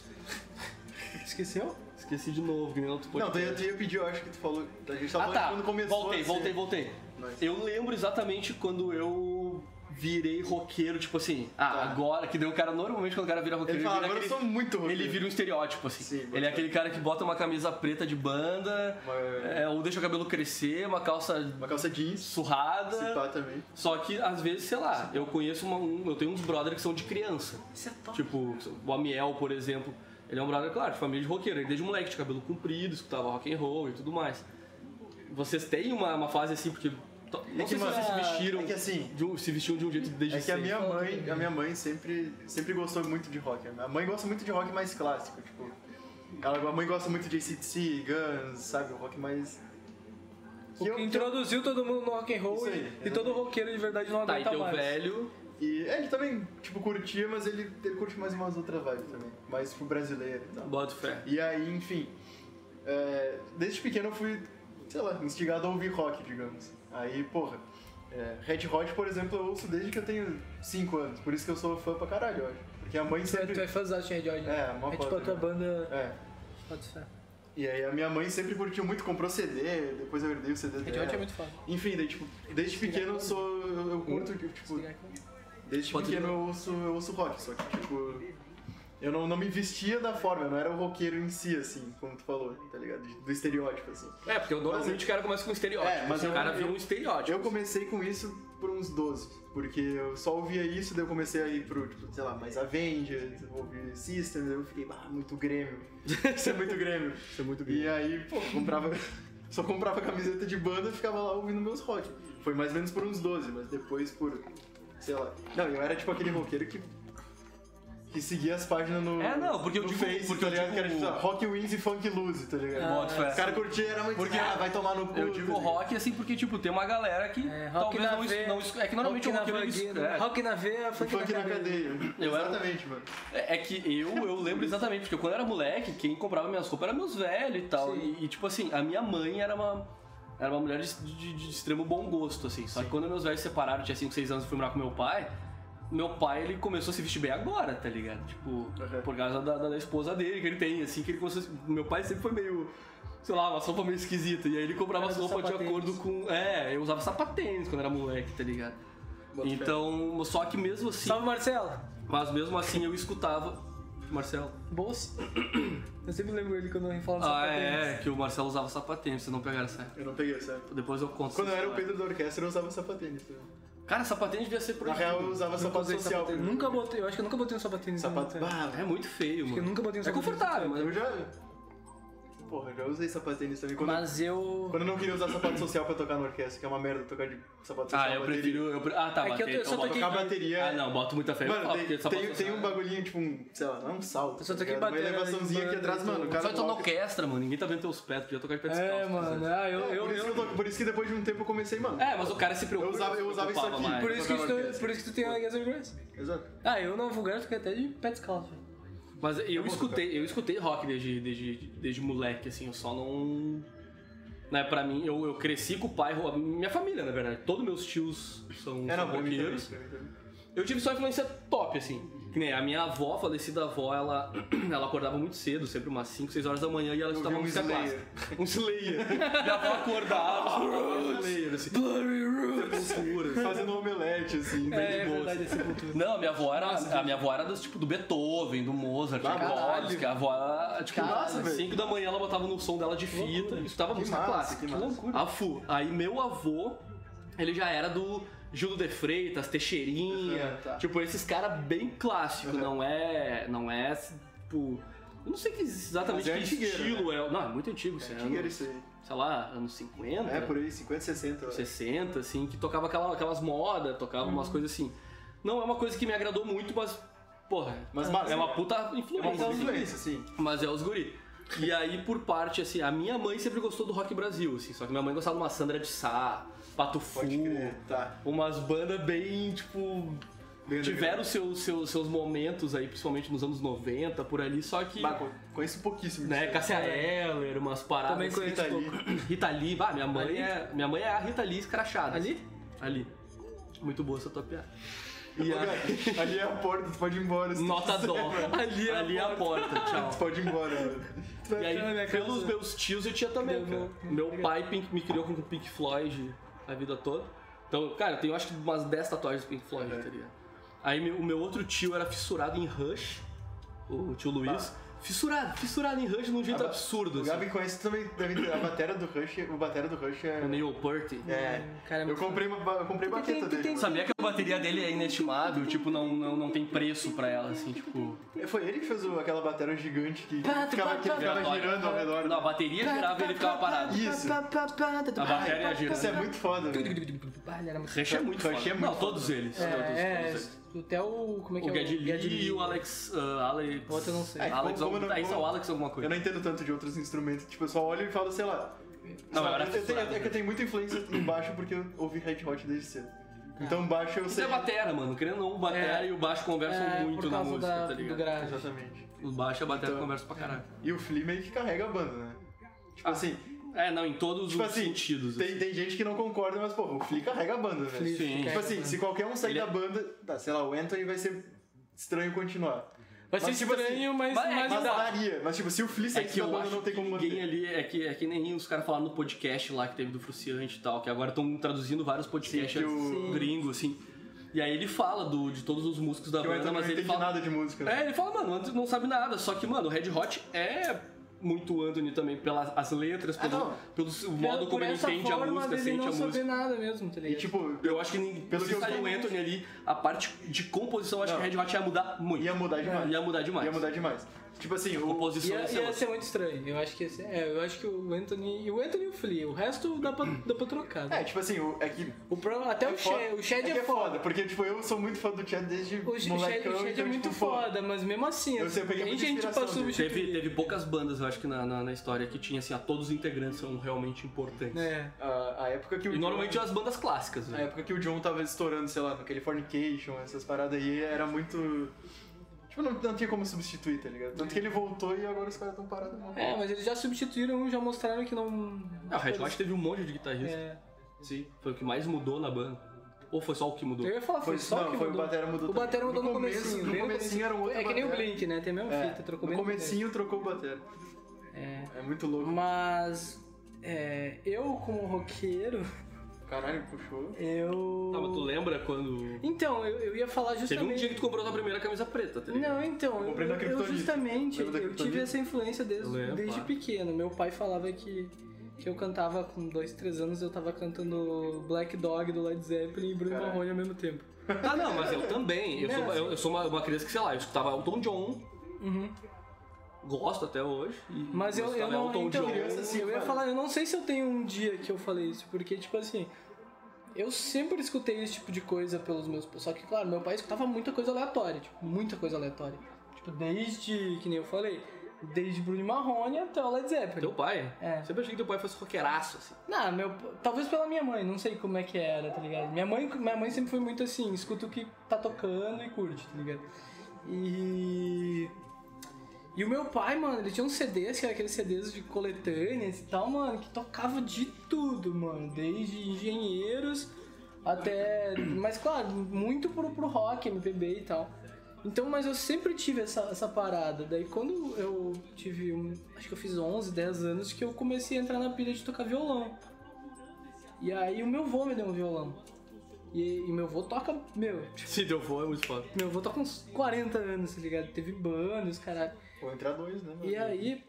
[SPEAKER 1] Esqueceu?
[SPEAKER 2] Esqueci de novo, que nem outro
[SPEAKER 3] Não,
[SPEAKER 2] podcast.
[SPEAKER 3] tu ia, tu ia pedir, eu acho que tu falou. A gente tava
[SPEAKER 2] Ah
[SPEAKER 3] falando
[SPEAKER 2] tá,
[SPEAKER 3] quando começou.
[SPEAKER 2] voltei,
[SPEAKER 3] assim.
[SPEAKER 2] voltei, voltei.
[SPEAKER 3] Mas-
[SPEAKER 2] Eu lembro exatamente quando eu virei roqueiro, tipo assim, ah, agora, que deu o cara normalmente quando o cara vira roqueiro,
[SPEAKER 3] Tá. Ele fala,
[SPEAKER 2] vira
[SPEAKER 3] agora eu
[SPEAKER 2] aquele-
[SPEAKER 3] sou muito né?" roqueiro.
[SPEAKER 2] ele vira um estereótipo, assim.
[SPEAKER 3] Sim,
[SPEAKER 2] ele
[SPEAKER 3] bota-
[SPEAKER 2] é aquele cara que bota uma camisa preta de banda,
[SPEAKER 3] Uma-
[SPEAKER 2] é, ou deixa o cabelo crescer, uma calça
[SPEAKER 3] Uma calça jeans, se
[SPEAKER 2] surrada.
[SPEAKER 3] pá também.
[SPEAKER 2] Só que, às vezes, sei lá, eu conheço uma- um, eu tenho uns brothers que são de criança.
[SPEAKER 1] Isso é top.
[SPEAKER 2] Tipo, o Amiel, por exemplo, ele é um brother, claro, de família de roqueiro. Ele desde moleque, de cabelo comprido, escutava rock and roll e tudo mais. Vocês têm uma, uma fase assim, porque... to- Não sei se
[SPEAKER 3] mano,
[SPEAKER 2] vocês se vestiram,
[SPEAKER 3] é que assim,
[SPEAKER 2] de um- se vestiam de um jeito desde
[SPEAKER 3] É que a
[SPEAKER 2] sempre.
[SPEAKER 3] minha mãe, a minha mãe sempre, sempre gostou muito de rock. A mãe gosta muito de rock mais clássico, tipo. Ela, a mãe gosta muito de ACDC, Guns, sabe? O rock mais.
[SPEAKER 1] O que
[SPEAKER 3] eu-
[SPEAKER 1] introduziu todo mundo no rock and roll
[SPEAKER 3] Isso
[SPEAKER 1] e,
[SPEAKER 3] aí,
[SPEAKER 1] e todo roqueiro de verdade não
[SPEAKER 2] Tá, e
[SPEAKER 1] aguenta
[SPEAKER 2] teu
[SPEAKER 1] mais.
[SPEAKER 2] velho...
[SPEAKER 3] E é, ele também, tipo, curtia, mas ele, ele curte mais umas outras vibes também. Mais, tipo, brasileiro e tal.
[SPEAKER 2] Bota fé.
[SPEAKER 3] E aí, enfim. é, desde pequeno eu fui, sei lá, instigado a ouvir rock, digamos. Aí, porra. é, Red Hot, por exemplo, eu ouço desde que eu tenho 5 anos. Por isso que eu sou fã pra caralho, eu acho. Porque a mãe
[SPEAKER 1] Tu é,
[SPEAKER 3] sempre.
[SPEAKER 1] tu é fãzão de Red Hot, né?
[SPEAKER 3] É, mó
[SPEAKER 1] É tipo
[SPEAKER 3] foda,
[SPEAKER 1] a tua
[SPEAKER 3] né?
[SPEAKER 1] banda...
[SPEAKER 3] É.
[SPEAKER 1] Pode ser.
[SPEAKER 3] E aí a minha mãe sempre curtiu muito, comprou CD, depois eu herdei o CD
[SPEAKER 1] Red
[SPEAKER 3] dela.
[SPEAKER 1] Hot é muito é foda.
[SPEAKER 3] Enfim, daí, tipo, desde pequeno eu sou. Eu, eu curto, tipo, desde
[SPEAKER 2] Pode
[SPEAKER 3] pequeno
[SPEAKER 2] ligar.
[SPEAKER 3] eu ouço, eu ouço rock, só que tipo. Eu não, não me vestia da forma, eu não era o roqueiro em si, assim, como tu falou, tá ligado? De- Do estereótipo, assim.
[SPEAKER 2] É, porque normalmente o cara começa com um estereótipo.
[SPEAKER 3] É, mas
[SPEAKER 2] assim, o
[SPEAKER 3] eu-
[SPEAKER 2] cara
[SPEAKER 3] eu-
[SPEAKER 2] viu um estereótipo.
[SPEAKER 3] Eu comecei com isso por uns 12, porque eu só ouvia isso, daí eu comecei a ir pro, tipo, sei lá, mais Avengers, ouvir System, daí eu fiquei, ah, muito Grêmio. Isso é muito Grêmio. Isso é muito Grêmio. E aí, pô, comprava. Só comprava camiseta de banda e ficava lá ouvindo meus rock. Foi mais ou menos por uns 12, mas depois por. sei lá. Não, eu era tipo aquele roqueiro que. que seguia as páginas no.
[SPEAKER 2] É, não, porque eu
[SPEAKER 3] no
[SPEAKER 2] digo-
[SPEAKER 3] Face,
[SPEAKER 2] porque
[SPEAKER 3] tá
[SPEAKER 2] eu
[SPEAKER 3] ligado? Que era
[SPEAKER 2] digo-
[SPEAKER 3] tipo, ah, rock wins e funk lose, tá ligado?
[SPEAKER 2] Boto fé.
[SPEAKER 3] Os caras curtiam, era muito.
[SPEAKER 2] Porque-
[SPEAKER 3] ah, vai tomar no cu.
[SPEAKER 2] Eu
[SPEAKER 3] tá
[SPEAKER 2] digo
[SPEAKER 3] ligado?
[SPEAKER 2] rock assim porque, tipo, tem uma galera que
[SPEAKER 1] É, rock
[SPEAKER 2] talvez
[SPEAKER 1] na
[SPEAKER 2] não, es-
[SPEAKER 1] veia.
[SPEAKER 2] não es- É que normalmente o
[SPEAKER 1] rock
[SPEAKER 2] roqueiro
[SPEAKER 1] na né?
[SPEAKER 2] ele
[SPEAKER 1] vagina,
[SPEAKER 2] escuta.
[SPEAKER 1] Rock na veia, é funk,
[SPEAKER 3] Funk na cadeia.
[SPEAKER 2] Eu era-
[SPEAKER 3] Exatamente, mano.
[SPEAKER 2] É, é que eu, eu lembro exatamente, porque quando eu era moleque, quem comprava minhas roupas era meus velhos e tal.
[SPEAKER 1] Sim.
[SPEAKER 2] E, e, tipo assim, a minha mãe era uma. Era uma mulher de, de- de extremo bom gosto, assim. Só que quando meus velhos se separaram, eu tinha 5, 6 anos, eu fui morar com meu pai. Meu pai, ele começou a se vestir bem agora, tá ligado? Tipo, por causa da, da- da esposa dele, que ele tem, assim, que ele começou a se- Meu pai sempre foi meio, sei lá, uma roupa meio esquisita. E aí ele comprava
[SPEAKER 1] Cara
[SPEAKER 2] as
[SPEAKER 1] do
[SPEAKER 2] roupas de
[SPEAKER 1] sapatênis.
[SPEAKER 2] acordo com... É, eu usava sapatênis quando era moleque, tá ligado? Então, só que mesmo assim...
[SPEAKER 1] Salve, Marcelo.
[SPEAKER 2] Mas mesmo assim eu escutava... Marcelo...
[SPEAKER 1] Bolso. Eu sempre lembro ele quando eu falo
[SPEAKER 3] Um
[SPEAKER 1] de
[SPEAKER 2] Ah,
[SPEAKER 1] sapatênis.
[SPEAKER 2] é, que o Marcelo usava sapatênis, vocês não pegaram essa época.
[SPEAKER 3] Eu não peguei essa. época.
[SPEAKER 2] Depois eu conto.
[SPEAKER 3] Quando eu
[SPEAKER 2] essa
[SPEAKER 3] era um o
[SPEAKER 2] história.
[SPEAKER 3] Pedro da orquestra, eu usava sapatênis. né?
[SPEAKER 2] Cara, sapatênis devia ser
[SPEAKER 3] Na
[SPEAKER 2] proibido.
[SPEAKER 3] real, eu usava
[SPEAKER 1] Nunca
[SPEAKER 3] sapato
[SPEAKER 1] usei
[SPEAKER 3] social.
[SPEAKER 1] sapatênis. Nunca botei, eu acho que eu nunca botei um sapatênis. na
[SPEAKER 3] Sapato.
[SPEAKER 1] minha vida.
[SPEAKER 3] Bah, né,
[SPEAKER 2] É muito feio,
[SPEAKER 1] Acho que
[SPEAKER 2] mano.
[SPEAKER 1] eu nunca botei um
[SPEAKER 2] É confortável,
[SPEAKER 1] sapatênis.
[SPEAKER 2] mas...
[SPEAKER 3] eu já. Porra, eu já usei sapatênis também. Quando,
[SPEAKER 1] Mas eu...
[SPEAKER 3] quando eu não queria usar sapato social pra tocar na orquestra, que é uma merda tocar de sapato social.
[SPEAKER 2] Ah, eu
[SPEAKER 3] bateria.
[SPEAKER 2] prefiro... Eu... pre- Ah, tá,
[SPEAKER 1] É que eu
[SPEAKER 2] bater,
[SPEAKER 1] tô- eu só
[SPEAKER 2] então boto-
[SPEAKER 1] toquei-
[SPEAKER 3] Tocar bateria.
[SPEAKER 2] Ah, não, boto muita fé.
[SPEAKER 3] Mano,
[SPEAKER 2] Ah,
[SPEAKER 3] tem,
[SPEAKER 2] porque só
[SPEAKER 3] tem,
[SPEAKER 2] posso-
[SPEAKER 3] tem um bagulhinho, tipo um, sei lá, não um salto.
[SPEAKER 1] só
[SPEAKER 3] tá
[SPEAKER 1] toquei
[SPEAKER 3] ligado? Uma
[SPEAKER 1] bateria,
[SPEAKER 3] elevaçãozinha aqui
[SPEAKER 1] banda,
[SPEAKER 3] atrás, mano. O cara
[SPEAKER 2] Só de tocar na
[SPEAKER 3] toca.
[SPEAKER 2] orquestra, mano. Ninguém tá vendo teus pés, podia tocar de pé descalço.
[SPEAKER 1] É,
[SPEAKER 2] tá
[SPEAKER 1] mano,
[SPEAKER 2] ligado?
[SPEAKER 1] ah, eu...
[SPEAKER 3] É,
[SPEAKER 1] eu,
[SPEAKER 3] por, isso que eu
[SPEAKER 1] eu...
[SPEAKER 3] toco- por isso que depois de um tempo eu comecei, mano.
[SPEAKER 2] É, mas o cara se preocupa.
[SPEAKER 3] Eu usava- Ah, eu usava isso
[SPEAKER 2] preocupava
[SPEAKER 3] aqui.
[SPEAKER 2] mais.
[SPEAKER 1] Por isso que
[SPEAKER 3] Tocar na
[SPEAKER 1] tu, por isso que tu tem a Guess of Grace.
[SPEAKER 3] Exato.
[SPEAKER 1] Ah, eu não vulgar, eu fiquei até de pé descalço. velho.
[SPEAKER 2] Mas
[SPEAKER 3] É
[SPEAKER 2] eu escutei, eu escutei rock desde, desde, desde moleque, assim, eu só não. Né, pra mim, eu, eu cresci com o pai, a minha família, na verdade. Todos meus tios são, são
[SPEAKER 3] É, não, pra mim também,
[SPEAKER 2] roqueiros.
[SPEAKER 3] pra mim também.
[SPEAKER 2] Eu tive só influência top, assim. Que nem a minha avó, a falecida avó, ela, ela acordava muito cedo, sempre umas 5, 6 horas da manhã, e ela
[SPEAKER 3] Eu
[SPEAKER 2] escutava
[SPEAKER 3] vi um
[SPEAKER 2] música
[SPEAKER 3] Slayer.
[SPEAKER 2] clássica. Um Slayer. minha avó acordava, um Slayer, assim. Blurry Roots.
[SPEAKER 3] Fazendo omelete, assim, bem
[SPEAKER 1] É,
[SPEAKER 3] de
[SPEAKER 1] é
[SPEAKER 3] boa.
[SPEAKER 1] verdade, esse cultura.
[SPEAKER 2] Não, a minha avó era, a minha avó era dos, tipo, do Beethoven, do Mozart,
[SPEAKER 3] Ah,
[SPEAKER 2] do
[SPEAKER 1] caralho.
[SPEAKER 2] Borges, que a avó, era, tipo,
[SPEAKER 1] Caralho,
[SPEAKER 2] às
[SPEAKER 3] velho.
[SPEAKER 2] 5 da manhã ela botava no som dela de fita, e escutava música
[SPEAKER 3] massa,
[SPEAKER 2] clássica.
[SPEAKER 3] que massa.
[SPEAKER 2] loucura. A Fu. Aí meu avô, ele já era do Gildo de Freitas, Teixeirinha,
[SPEAKER 3] Uhum, tá.
[SPEAKER 2] tipo, esses caras bem clássicos,
[SPEAKER 3] Uhum.
[SPEAKER 2] não é, não é, tipo... Eu não sei que exatamente
[SPEAKER 3] Mas é
[SPEAKER 2] que
[SPEAKER 3] antigueiro,
[SPEAKER 2] estilo é. Não, é muito antigo. isso é
[SPEAKER 3] Que era
[SPEAKER 2] ano,
[SPEAKER 3] isso aí?
[SPEAKER 2] sei lá, anos 50.
[SPEAKER 3] É, por aí, 50, 60. eu acho.
[SPEAKER 2] 60, assim, que tocava aquela- aquelas modas, tocava
[SPEAKER 3] Uhum.
[SPEAKER 2] umas coisas assim. Não é uma coisa que me agradou muito, mas, porra,
[SPEAKER 3] Mas massa,
[SPEAKER 2] é uma
[SPEAKER 3] né?
[SPEAKER 2] puta influência.
[SPEAKER 3] Uma
[SPEAKER 2] assim.
[SPEAKER 3] influência, assim.
[SPEAKER 2] Mas é os guri. E aí, por parte, assim, a minha mãe sempre gostou do rock Brasil, assim, só que minha mãe gostava de uma Sandra de Sá, Pato Fu,
[SPEAKER 3] Pode crer. Tá.
[SPEAKER 2] umas bandas bem, tipo...
[SPEAKER 3] Bem
[SPEAKER 2] tiveram seus, seus, seus momentos aí, principalmente nos anos 90, por ali, só que...
[SPEAKER 3] Bah, co- conheço pouquíssimo.
[SPEAKER 2] Né,
[SPEAKER 3] disso.
[SPEAKER 2] Cassia Eller, umas paradas. assim.
[SPEAKER 1] Também conheço
[SPEAKER 3] Rita Lee.
[SPEAKER 2] Rita Lee, bah, minha mãe
[SPEAKER 1] Ali?
[SPEAKER 2] é. Minha mãe é a Rita Lee escrachada.
[SPEAKER 1] Ali?
[SPEAKER 2] Ali. Muito boa essa tua piada.
[SPEAKER 3] Ô, cara, Ali é a porta, tu pode ir embora. se tu
[SPEAKER 2] Nota
[SPEAKER 3] quiser,
[SPEAKER 2] dó.
[SPEAKER 3] mano.
[SPEAKER 2] Ali é, a porta,
[SPEAKER 3] Tu
[SPEAKER 2] tchau.
[SPEAKER 3] pode ir embora, mano.
[SPEAKER 2] E
[SPEAKER 1] entrar na minha
[SPEAKER 2] aí,
[SPEAKER 1] casa.
[SPEAKER 2] pelos meus tios eu tinha
[SPEAKER 1] Meu-
[SPEAKER 2] também, cara.
[SPEAKER 1] meu-
[SPEAKER 2] Meu
[SPEAKER 1] obrigado.
[SPEAKER 2] pai pink- me criou com Pink Floyd a vida toda. Então, cara, eu tenho acho que umas 10 tatuagens do Pink Floyd,
[SPEAKER 3] É.
[SPEAKER 2] tá ligado? Aí meu- o meu outro tio era fissurado em Rush, o tio Luiz. Fissurado, fissurado em Rush de um jeito
[SPEAKER 3] Ah,
[SPEAKER 2] absurdo.
[SPEAKER 3] O
[SPEAKER 2] Assim.
[SPEAKER 3] Gabi conhece também deve ter a bateria do Rush. O bateria do Rush é.
[SPEAKER 2] O Neil Peart.
[SPEAKER 3] É.
[SPEAKER 1] Cara, é
[SPEAKER 3] Eu
[SPEAKER 1] muito-
[SPEAKER 3] comprei, uma, ba- eu comprei
[SPEAKER 1] Tu tem-
[SPEAKER 3] baqueta
[SPEAKER 1] tu
[SPEAKER 3] dele.
[SPEAKER 1] tem-
[SPEAKER 3] mano.
[SPEAKER 2] Sabia que a bateria dele é inestimável, tipo, não, não, não tem preço pra ela, assim, tipo.
[SPEAKER 3] Foi ele que fez o- aquela bateria gigante que
[SPEAKER 1] Pá,
[SPEAKER 3] ficava,
[SPEAKER 1] pá,
[SPEAKER 3] que
[SPEAKER 1] pá,
[SPEAKER 3] ficava
[SPEAKER 2] pá,
[SPEAKER 3] girando ao redor.
[SPEAKER 2] Não, a bateria girava e ele ficava parado.
[SPEAKER 3] Isso.
[SPEAKER 2] A bateria
[SPEAKER 3] Isso é
[SPEAKER 2] girando.
[SPEAKER 3] muito foda. velho.
[SPEAKER 1] Ah, ele era muito-
[SPEAKER 2] Rush é muito
[SPEAKER 3] Rush
[SPEAKER 2] foda.
[SPEAKER 3] é muito
[SPEAKER 2] Não,
[SPEAKER 3] foda.
[SPEAKER 2] todos eles.
[SPEAKER 1] É,
[SPEAKER 2] todos,
[SPEAKER 1] é,
[SPEAKER 2] todos eles.
[SPEAKER 1] até o. Como é que
[SPEAKER 2] O
[SPEAKER 1] é
[SPEAKER 2] Gad Lee e o
[SPEAKER 1] Lee.
[SPEAKER 2] Alex. ah, Alex
[SPEAKER 1] Outro eu não sei.
[SPEAKER 3] Ai,
[SPEAKER 2] Alex
[SPEAKER 3] como- como
[SPEAKER 2] algum-
[SPEAKER 3] não-
[SPEAKER 2] ah, isso é o
[SPEAKER 3] como-
[SPEAKER 2] Alex alguma
[SPEAKER 3] Eu
[SPEAKER 2] coisa.
[SPEAKER 3] não entendo tanto de outros instrumentos. Tipo, eu só olho e falo, sei lá.
[SPEAKER 2] Não, eu era né?
[SPEAKER 3] eu tenho,
[SPEAKER 2] fissurado,
[SPEAKER 3] é que eu tenho muita influência em baixo porque eu ouvi Red Hot desde cedo. Então baixo eu
[SPEAKER 2] Isso
[SPEAKER 3] sei.
[SPEAKER 2] é batera, mano. Querendo ou não, o batera
[SPEAKER 1] É.
[SPEAKER 2] e o baixo conversam
[SPEAKER 1] É,
[SPEAKER 2] muito
[SPEAKER 1] por
[SPEAKER 2] na
[SPEAKER 1] causa
[SPEAKER 2] música,
[SPEAKER 1] da-
[SPEAKER 2] tá
[SPEAKER 1] do
[SPEAKER 2] ligado?
[SPEAKER 1] grave.
[SPEAKER 3] Exatamente.
[SPEAKER 2] O baixo e a batera
[SPEAKER 3] Então-
[SPEAKER 2] conversam pra caralho.
[SPEAKER 3] E o Flea meio que carrega a banda, né? Tipo
[SPEAKER 2] Ah,
[SPEAKER 3] assim,
[SPEAKER 2] É, não, em todos
[SPEAKER 3] Tipo
[SPEAKER 2] os
[SPEAKER 3] assim,
[SPEAKER 2] sentidos.
[SPEAKER 3] tem,
[SPEAKER 2] assim.
[SPEAKER 3] tem gente que não concorda, mas pô, o Flea carrega a banda, velho.
[SPEAKER 1] Flea
[SPEAKER 2] Sim.
[SPEAKER 1] fica
[SPEAKER 3] Tipo
[SPEAKER 1] aí,
[SPEAKER 3] assim,
[SPEAKER 1] né?
[SPEAKER 3] se qualquer um sair
[SPEAKER 2] Ele- é-
[SPEAKER 3] da banda, tá, sei lá, o Anthony vai ser estranho continuar.
[SPEAKER 1] Vai ser
[SPEAKER 3] mas, tipo
[SPEAKER 1] estranho, mas. um
[SPEAKER 2] mas é
[SPEAKER 1] mas
[SPEAKER 2] que-
[SPEAKER 3] Mas
[SPEAKER 2] dá.
[SPEAKER 3] daria. Mas tipo, se o Flea
[SPEAKER 2] É
[SPEAKER 3] sair
[SPEAKER 2] que
[SPEAKER 3] da
[SPEAKER 2] eu
[SPEAKER 3] banda,
[SPEAKER 2] acho
[SPEAKER 3] não tem
[SPEAKER 2] que
[SPEAKER 3] como
[SPEAKER 2] ninguém
[SPEAKER 3] manter.
[SPEAKER 2] ali. É que, é que nem os caras falaram no podcast lá que teve do Fruciante e tal, que agora estão traduzindo vários podcasts
[SPEAKER 3] que o-
[SPEAKER 2] gringos, assim. E aí ele fala do, de todos os músicos da
[SPEAKER 3] Que o
[SPEAKER 2] banda,
[SPEAKER 3] Anthony não
[SPEAKER 2] mas ele
[SPEAKER 3] entende
[SPEAKER 2] fala.
[SPEAKER 3] nada de música.
[SPEAKER 2] É,
[SPEAKER 3] né?
[SPEAKER 2] ele fala, mano, o Anthony não sabe nada. Só que, mano, o Red Hot é muito Anthony também, pelas as letras,
[SPEAKER 3] Ah,
[SPEAKER 2] pelo,
[SPEAKER 3] não.
[SPEAKER 2] pelo modo
[SPEAKER 1] por
[SPEAKER 2] como ele
[SPEAKER 1] essa
[SPEAKER 2] entende a
[SPEAKER 1] forma
[SPEAKER 2] música,
[SPEAKER 1] dele
[SPEAKER 2] sente a
[SPEAKER 1] não
[SPEAKER 2] música.
[SPEAKER 1] saber nada mesmo, tá
[SPEAKER 3] E
[SPEAKER 1] ligado?
[SPEAKER 3] tipo,
[SPEAKER 2] Eu acho que nem-
[SPEAKER 3] Pelo
[SPEAKER 2] se
[SPEAKER 3] que eu
[SPEAKER 2] sair o
[SPEAKER 3] sei-
[SPEAKER 2] Anthony ali, a parte de composição, eu acho
[SPEAKER 3] Não.
[SPEAKER 2] que o Red Hot ia mudar muito.
[SPEAKER 3] ia mudar demais.
[SPEAKER 2] É, Ia mudar demais.
[SPEAKER 3] Ia mudar demais. Tipo assim, o,
[SPEAKER 2] Composição
[SPEAKER 1] Ia,
[SPEAKER 2] ia ser
[SPEAKER 1] ia
[SPEAKER 2] outra.
[SPEAKER 1] ser muito estranho. Eu acho que ia ser- é, eu acho que o Anthony. E o Anthony e o Flea. O resto dá pra, dá pra trocar. né?
[SPEAKER 3] É, tipo assim, o, é que.
[SPEAKER 1] O pro- até o,
[SPEAKER 3] é
[SPEAKER 1] Chad,
[SPEAKER 3] foda-
[SPEAKER 1] o Chad é,
[SPEAKER 3] que
[SPEAKER 1] foda.
[SPEAKER 3] porque tipo, eu sou muito fã do Chad desde
[SPEAKER 1] O Ch- o Chad,
[SPEAKER 3] molecão,
[SPEAKER 1] o Chad é
[SPEAKER 3] então,
[SPEAKER 1] muito
[SPEAKER 3] tipo, pô,
[SPEAKER 1] foda, mas mesmo assim,
[SPEAKER 3] Eu sei, eu peguei
[SPEAKER 1] tem
[SPEAKER 3] muita
[SPEAKER 1] gente pra
[SPEAKER 3] inspiração dele.
[SPEAKER 1] substituir.
[SPEAKER 2] Teve, teve poucas bandas, eu acho que na, na, na história que tinha assim, ah, todos os integrantes são realmente importantes.
[SPEAKER 1] É.
[SPEAKER 3] A, a época que o
[SPEAKER 2] E
[SPEAKER 3] John-
[SPEAKER 2] normalmente as bandas clássicas,
[SPEAKER 3] A
[SPEAKER 2] né?
[SPEAKER 3] época que o John tava estourando, sei lá, no Californication, essas paradas aí, era muito. Tipo, não, não tinha como substituir, tá ligado? Tanto que ele voltou e agora os caras tão parados não.
[SPEAKER 1] É, mas eles já substituíram um, já mostraram que não.
[SPEAKER 3] É,
[SPEAKER 2] Ah, o Red Hot teve um monte de guitarristas.
[SPEAKER 1] É.
[SPEAKER 2] Sim. Foi o que mais mudou na banda. Ou foi só o que mudou?
[SPEAKER 1] Eu ia falar, foi,
[SPEAKER 3] Foi-
[SPEAKER 1] só
[SPEAKER 3] não,
[SPEAKER 1] que
[SPEAKER 3] foi o
[SPEAKER 1] mudou.
[SPEAKER 3] Batera mudou
[SPEAKER 1] O Batera
[SPEAKER 3] também.
[SPEAKER 1] mudou no,
[SPEAKER 3] No começo-
[SPEAKER 1] comecinho.
[SPEAKER 3] no
[SPEAKER 1] bem
[SPEAKER 3] comecinho era um outro
[SPEAKER 1] É que nem o
[SPEAKER 3] Batera. É,
[SPEAKER 1] Blink, né? Tem a mesma fita, trocou
[SPEAKER 3] no
[SPEAKER 1] bem
[SPEAKER 3] comecinho trocou o batera.
[SPEAKER 1] É.
[SPEAKER 3] É muito louco.
[SPEAKER 1] Mas é, eu como roqueiro,
[SPEAKER 3] Caralho, puxou.
[SPEAKER 1] eu.
[SPEAKER 2] Ah, mas tu lembra quando.
[SPEAKER 1] Então, eu, eu ia falar
[SPEAKER 2] Teve um dia que
[SPEAKER 1] justamente.
[SPEAKER 2] tu comprou tua primeira camisa preta, tá ligado?
[SPEAKER 1] Não, então,
[SPEAKER 3] Eu
[SPEAKER 1] eu,
[SPEAKER 3] comprei na
[SPEAKER 1] eu
[SPEAKER 3] Kryptonita.
[SPEAKER 1] justamente
[SPEAKER 3] Lembra da
[SPEAKER 1] eu tive
[SPEAKER 3] Kryptonita?
[SPEAKER 1] essa influência desde,
[SPEAKER 2] Eu lembro,
[SPEAKER 1] desde
[SPEAKER 2] claro.
[SPEAKER 1] pequeno. Meu pai falava que, que eu cantava com dois, três anos, eu tava cantando Black Dog do Led Zeppelin e Bruno
[SPEAKER 3] Caralho.
[SPEAKER 1] Marrone ao mesmo tempo.
[SPEAKER 2] Ah, não, mas eu também. Eu sou,
[SPEAKER 1] Não, assim.
[SPEAKER 2] eu, eu sou uma, uma criança que, sei lá, eu escutava Elton John,
[SPEAKER 1] Uhum.
[SPEAKER 2] gosto até hoje. e
[SPEAKER 1] Mas eu, eu
[SPEAKER 2] escutava
[SPEAKER 1] não.
[SPEAKER 2] Elton
[SPEAKER 1] Então,
[SPEAKER 2] John.
[SPEAKER 3] criança, assim,
[SPEAKER 1] eu ia
[SPEAKER 3] mano.
[SPEAKER 1] falar, eu não sei se eu tenho um dia que eu falei isso, porque, tipo assim. Eu sempre escutei esse tipo de coisa pelos meus. Só que, claro, meu pai escutava muita coisa aleatória, tipo, muita coisa aleatória. Tipo, desde. Que nem eu falei. Desde Bruno Marrone até o Led Zeppelin.
[SPEAKER 2] Teu pai?
[SPEAKER 1] É.
[SPEAKER 2] Sempre achei que teu pai fosse roqueiraço, assim.
[SPEAKER 1] Não, meu, talvez pela minha mãe, não sei como é que era, tá ligado? Minha mãe, minha mãe sempre foi muito assim, escuta o que tá tocando e curte, tá ligado? E. E o meu pai, mano, ele tinha um uns CDs, que era aqueles CDs de coletâneas e tal, mano, que tocava de tudo, mano. Desde engenheiros até. Mas claro, muito pro, pro rock, MPB e tal. Então, mas eu sempre tive essa, essa parada. Daí quando eu tive, um, acho que eu fiz 11, 10 anos, que eu comecei a entrar na pilha de tocar violão. E aí o meu vô me deu um violão. E, e meu vô toca, meu,
[SPEAKER 2] Se teu for, é muito foda.
[SPEAKER 1] meu vô toca uns 40 anos, tá ligado? Teve banda, os caralho.
[SPEAKER 3] Vou entrar dois, né? mano?
[SPEAKER 1] E aí.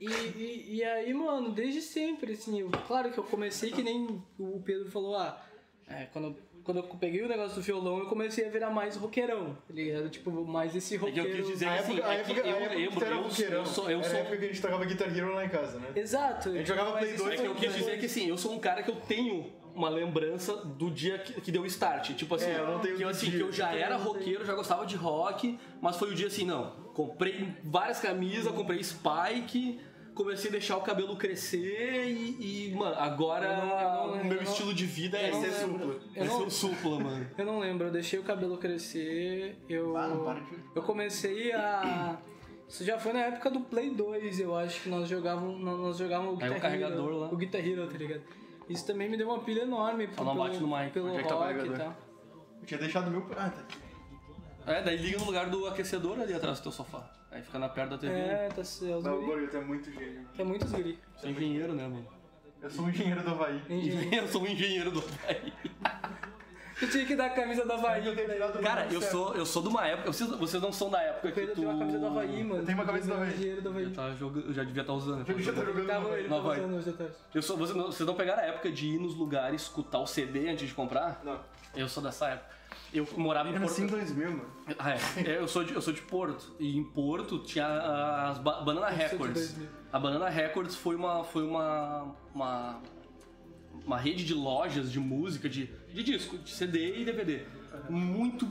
[SPEAKER 1] E, e, e aí, mano, desde sempre, assim, eu- claro que eu comecei que nem o Pedro falou, ah, é, quando, quando eu peguei o negócio do violão, eu comecei a virar mais roqueirão, tá ligado? Tipo, mais esse
[SPEAKER 2] É que
[SPEAKER 1] roqueiro.
[SPEAKER 2] eu quis dizer
[SPEAKER 3] A
[SPEAKER 2] assim,
[SPEAKER 3] época, a
[SPEAKER 2] é que
[SPEAKER 3] época, a
[SPEAKER 2] eu
[SPEAKER 3] época que
[SPEAKER 2] lembro,
[SPEAKER 3] tu era
[SPEAKER 2] eu,
[SPEAKER 3] roqueirão.
[SPEAKER 2] eu sou. Eu
[SPEAKER 3] era
[SPEAKER 2] sou
[SPEAKER 3] a época que a gente tocava Guitar Hero lá em casa, né?
[SPEAKER 1] Exato.
[SPEAKER 3] gente jogava
[SPEAKER 1] Mas
[SPEAKER 3] Play
[SPEAKER 1] isso
[SPEAKER 3] dois,
[SPEAKER 2] é que eu
[SPEAKER 1] foi-
[SPEAKER 2] quis dizer que assim, eu sou um cara que eu tenho uma lembrança do dia que, que deu o start. Tipo assim,
[SPEAKER 3] É, eu não tenho
[SPEAKER 2] que, eu, assim,
[SPEAKER 3] dia.
[SPEAKER 2] que eu já era roqueiro, já gostava de rock, mas foi o dia assim, não. Comprei várias camisas, comprei spike, comecei a deixar o cabelo crescer e, e,
[SPEAKER 1] Eu
[SPEAKER 2] mano,
[SPEAKER 1] não- eu
[SPEAKER 2] agora
[SPEAKER 1] não-
[SPEAKER 2] o
[SPEAKER 1] eu
[SPEAKER 2] meu
[SPEAKER 1] não-
[SPEAKER 2] estilo de vida
[SPEAKER 1] eu
[SPEAKER 2] é
[SPEAKER 1] não
[SPEAKER 2] ser
[SPEAKER 1] lembro.
[SPEAKER 2] supla.
[SPEAKER 1] Eu
[SPEAKER 2] É
[SPEAKER 1] não-
[SPEAKER 2] ser o supla, mano.
[SPEAKER 1] Eu não lembro, eu deixei o cabelo crescer, eu.
[SPEAKER 3] Ah, não para de-
[SPEAKER 1] Eu comecei a. Isso já foi na época do Play 2, eu acho que nós jogávamos, nós nós jogávamos o
[SPEAKER 2] Aí o
[SPEAKER 1] Guitar Hero,
[SPEAKER 2] carregador lá.
[SPEAKER 1] O Guitar Hero, tá ligado? Isso também me deu uma pilha enorme
[SPEAKER 2] Só não bate no mic.
[SPEAKER 1] pelo
[SPEAKER 2] Onde
[SPEAKER 3] é que tá o
[SPEAKER 1] rock e
[SPEAKER 3] carregador?
[SPEAKER 1] tal.
[SPEAKER 3] Eu tinha deixado meu. Ah, tá aqui.
[SPEAKER 2] É, daí liga no lugar do aquecedor ali atrás do teu sofá. Aí fica na perna da TV.
[SPEAKER 1] É, tá certo.
[SPEAKER 3] Mas o Borgata é muito gênio.
[SPEAKER 1] É muitos guri.
[SPEAKER 2] Sem dinheiro, né, mano?
[SPEAKER 3] Eu sou um engenheiro do Havaí.
[SPEAKER 1] Engenheiro.
[SPEAKER 2] Eu sou um engenheiro do Havaí.
[SPEAKER 1] Tu tinha que dar a camisa da Havaí.
[SPEAKER 3] Eu tenho
[SPEAKER 1] pra ele.
[SPEAKER 3] tirado-
[SPEAKER 2] Cara, eu sou, eu sou de uma época. Vocês, vocês não são da época
[SPEAKER 1] O
[SPEAKER 2] que
[SPEAKER 1] Pedro
[SPEAKER 2] tu.
[SPEAKER 1] tem uma camisa da Havaí, mano.
[SPEAKER 3] Eu tenho uma camisa do Havaí.
[SPEAKER 1] Engenheiro da
[SPEAKER 2] Eu,
[SPEAKER 1] Havaí.
[SPEAKER 2] tava jogando- eu já devia estar usando.
[SPEAKER 3] Eu já tô jogando no
[SPEAKER 1] Tava
[SPEAKER 3] Havaí.
[SPEAKER 1] ele
[SPEAKER 2] Não,
[SPEAKER 1] tava
[SPEAKER 2] vai.
[SPEAKER 1] usando hoje à tarde.
[SPEAKER 2] Eu sou, vocês, não, vocês não pegaram a época de ir nos lugares, escutar o CD antes de comprar?
[SPEAKER 3] Não.
[SPEAKER 2] Eu sou dessa época. Eu morava em
[SPEAKER 3] Eu
[SPEAKER 2] Porto.
[SPEAKER 3] nasci em 2000, mano.
[SPEAKER 2] Ah, é. Eu sou, de, eu sou de Porto. E em Porto tinha as ba Banana
[SPEAKER 1] sou de
[SPEAKER 2] Records.
[SPEAKER 1] 2000.
[SPEAKER 2] A Banana Records foi uma. Foi uma. uma uma rede de lojas de música, de, de disco, de CD e DVD. Muito,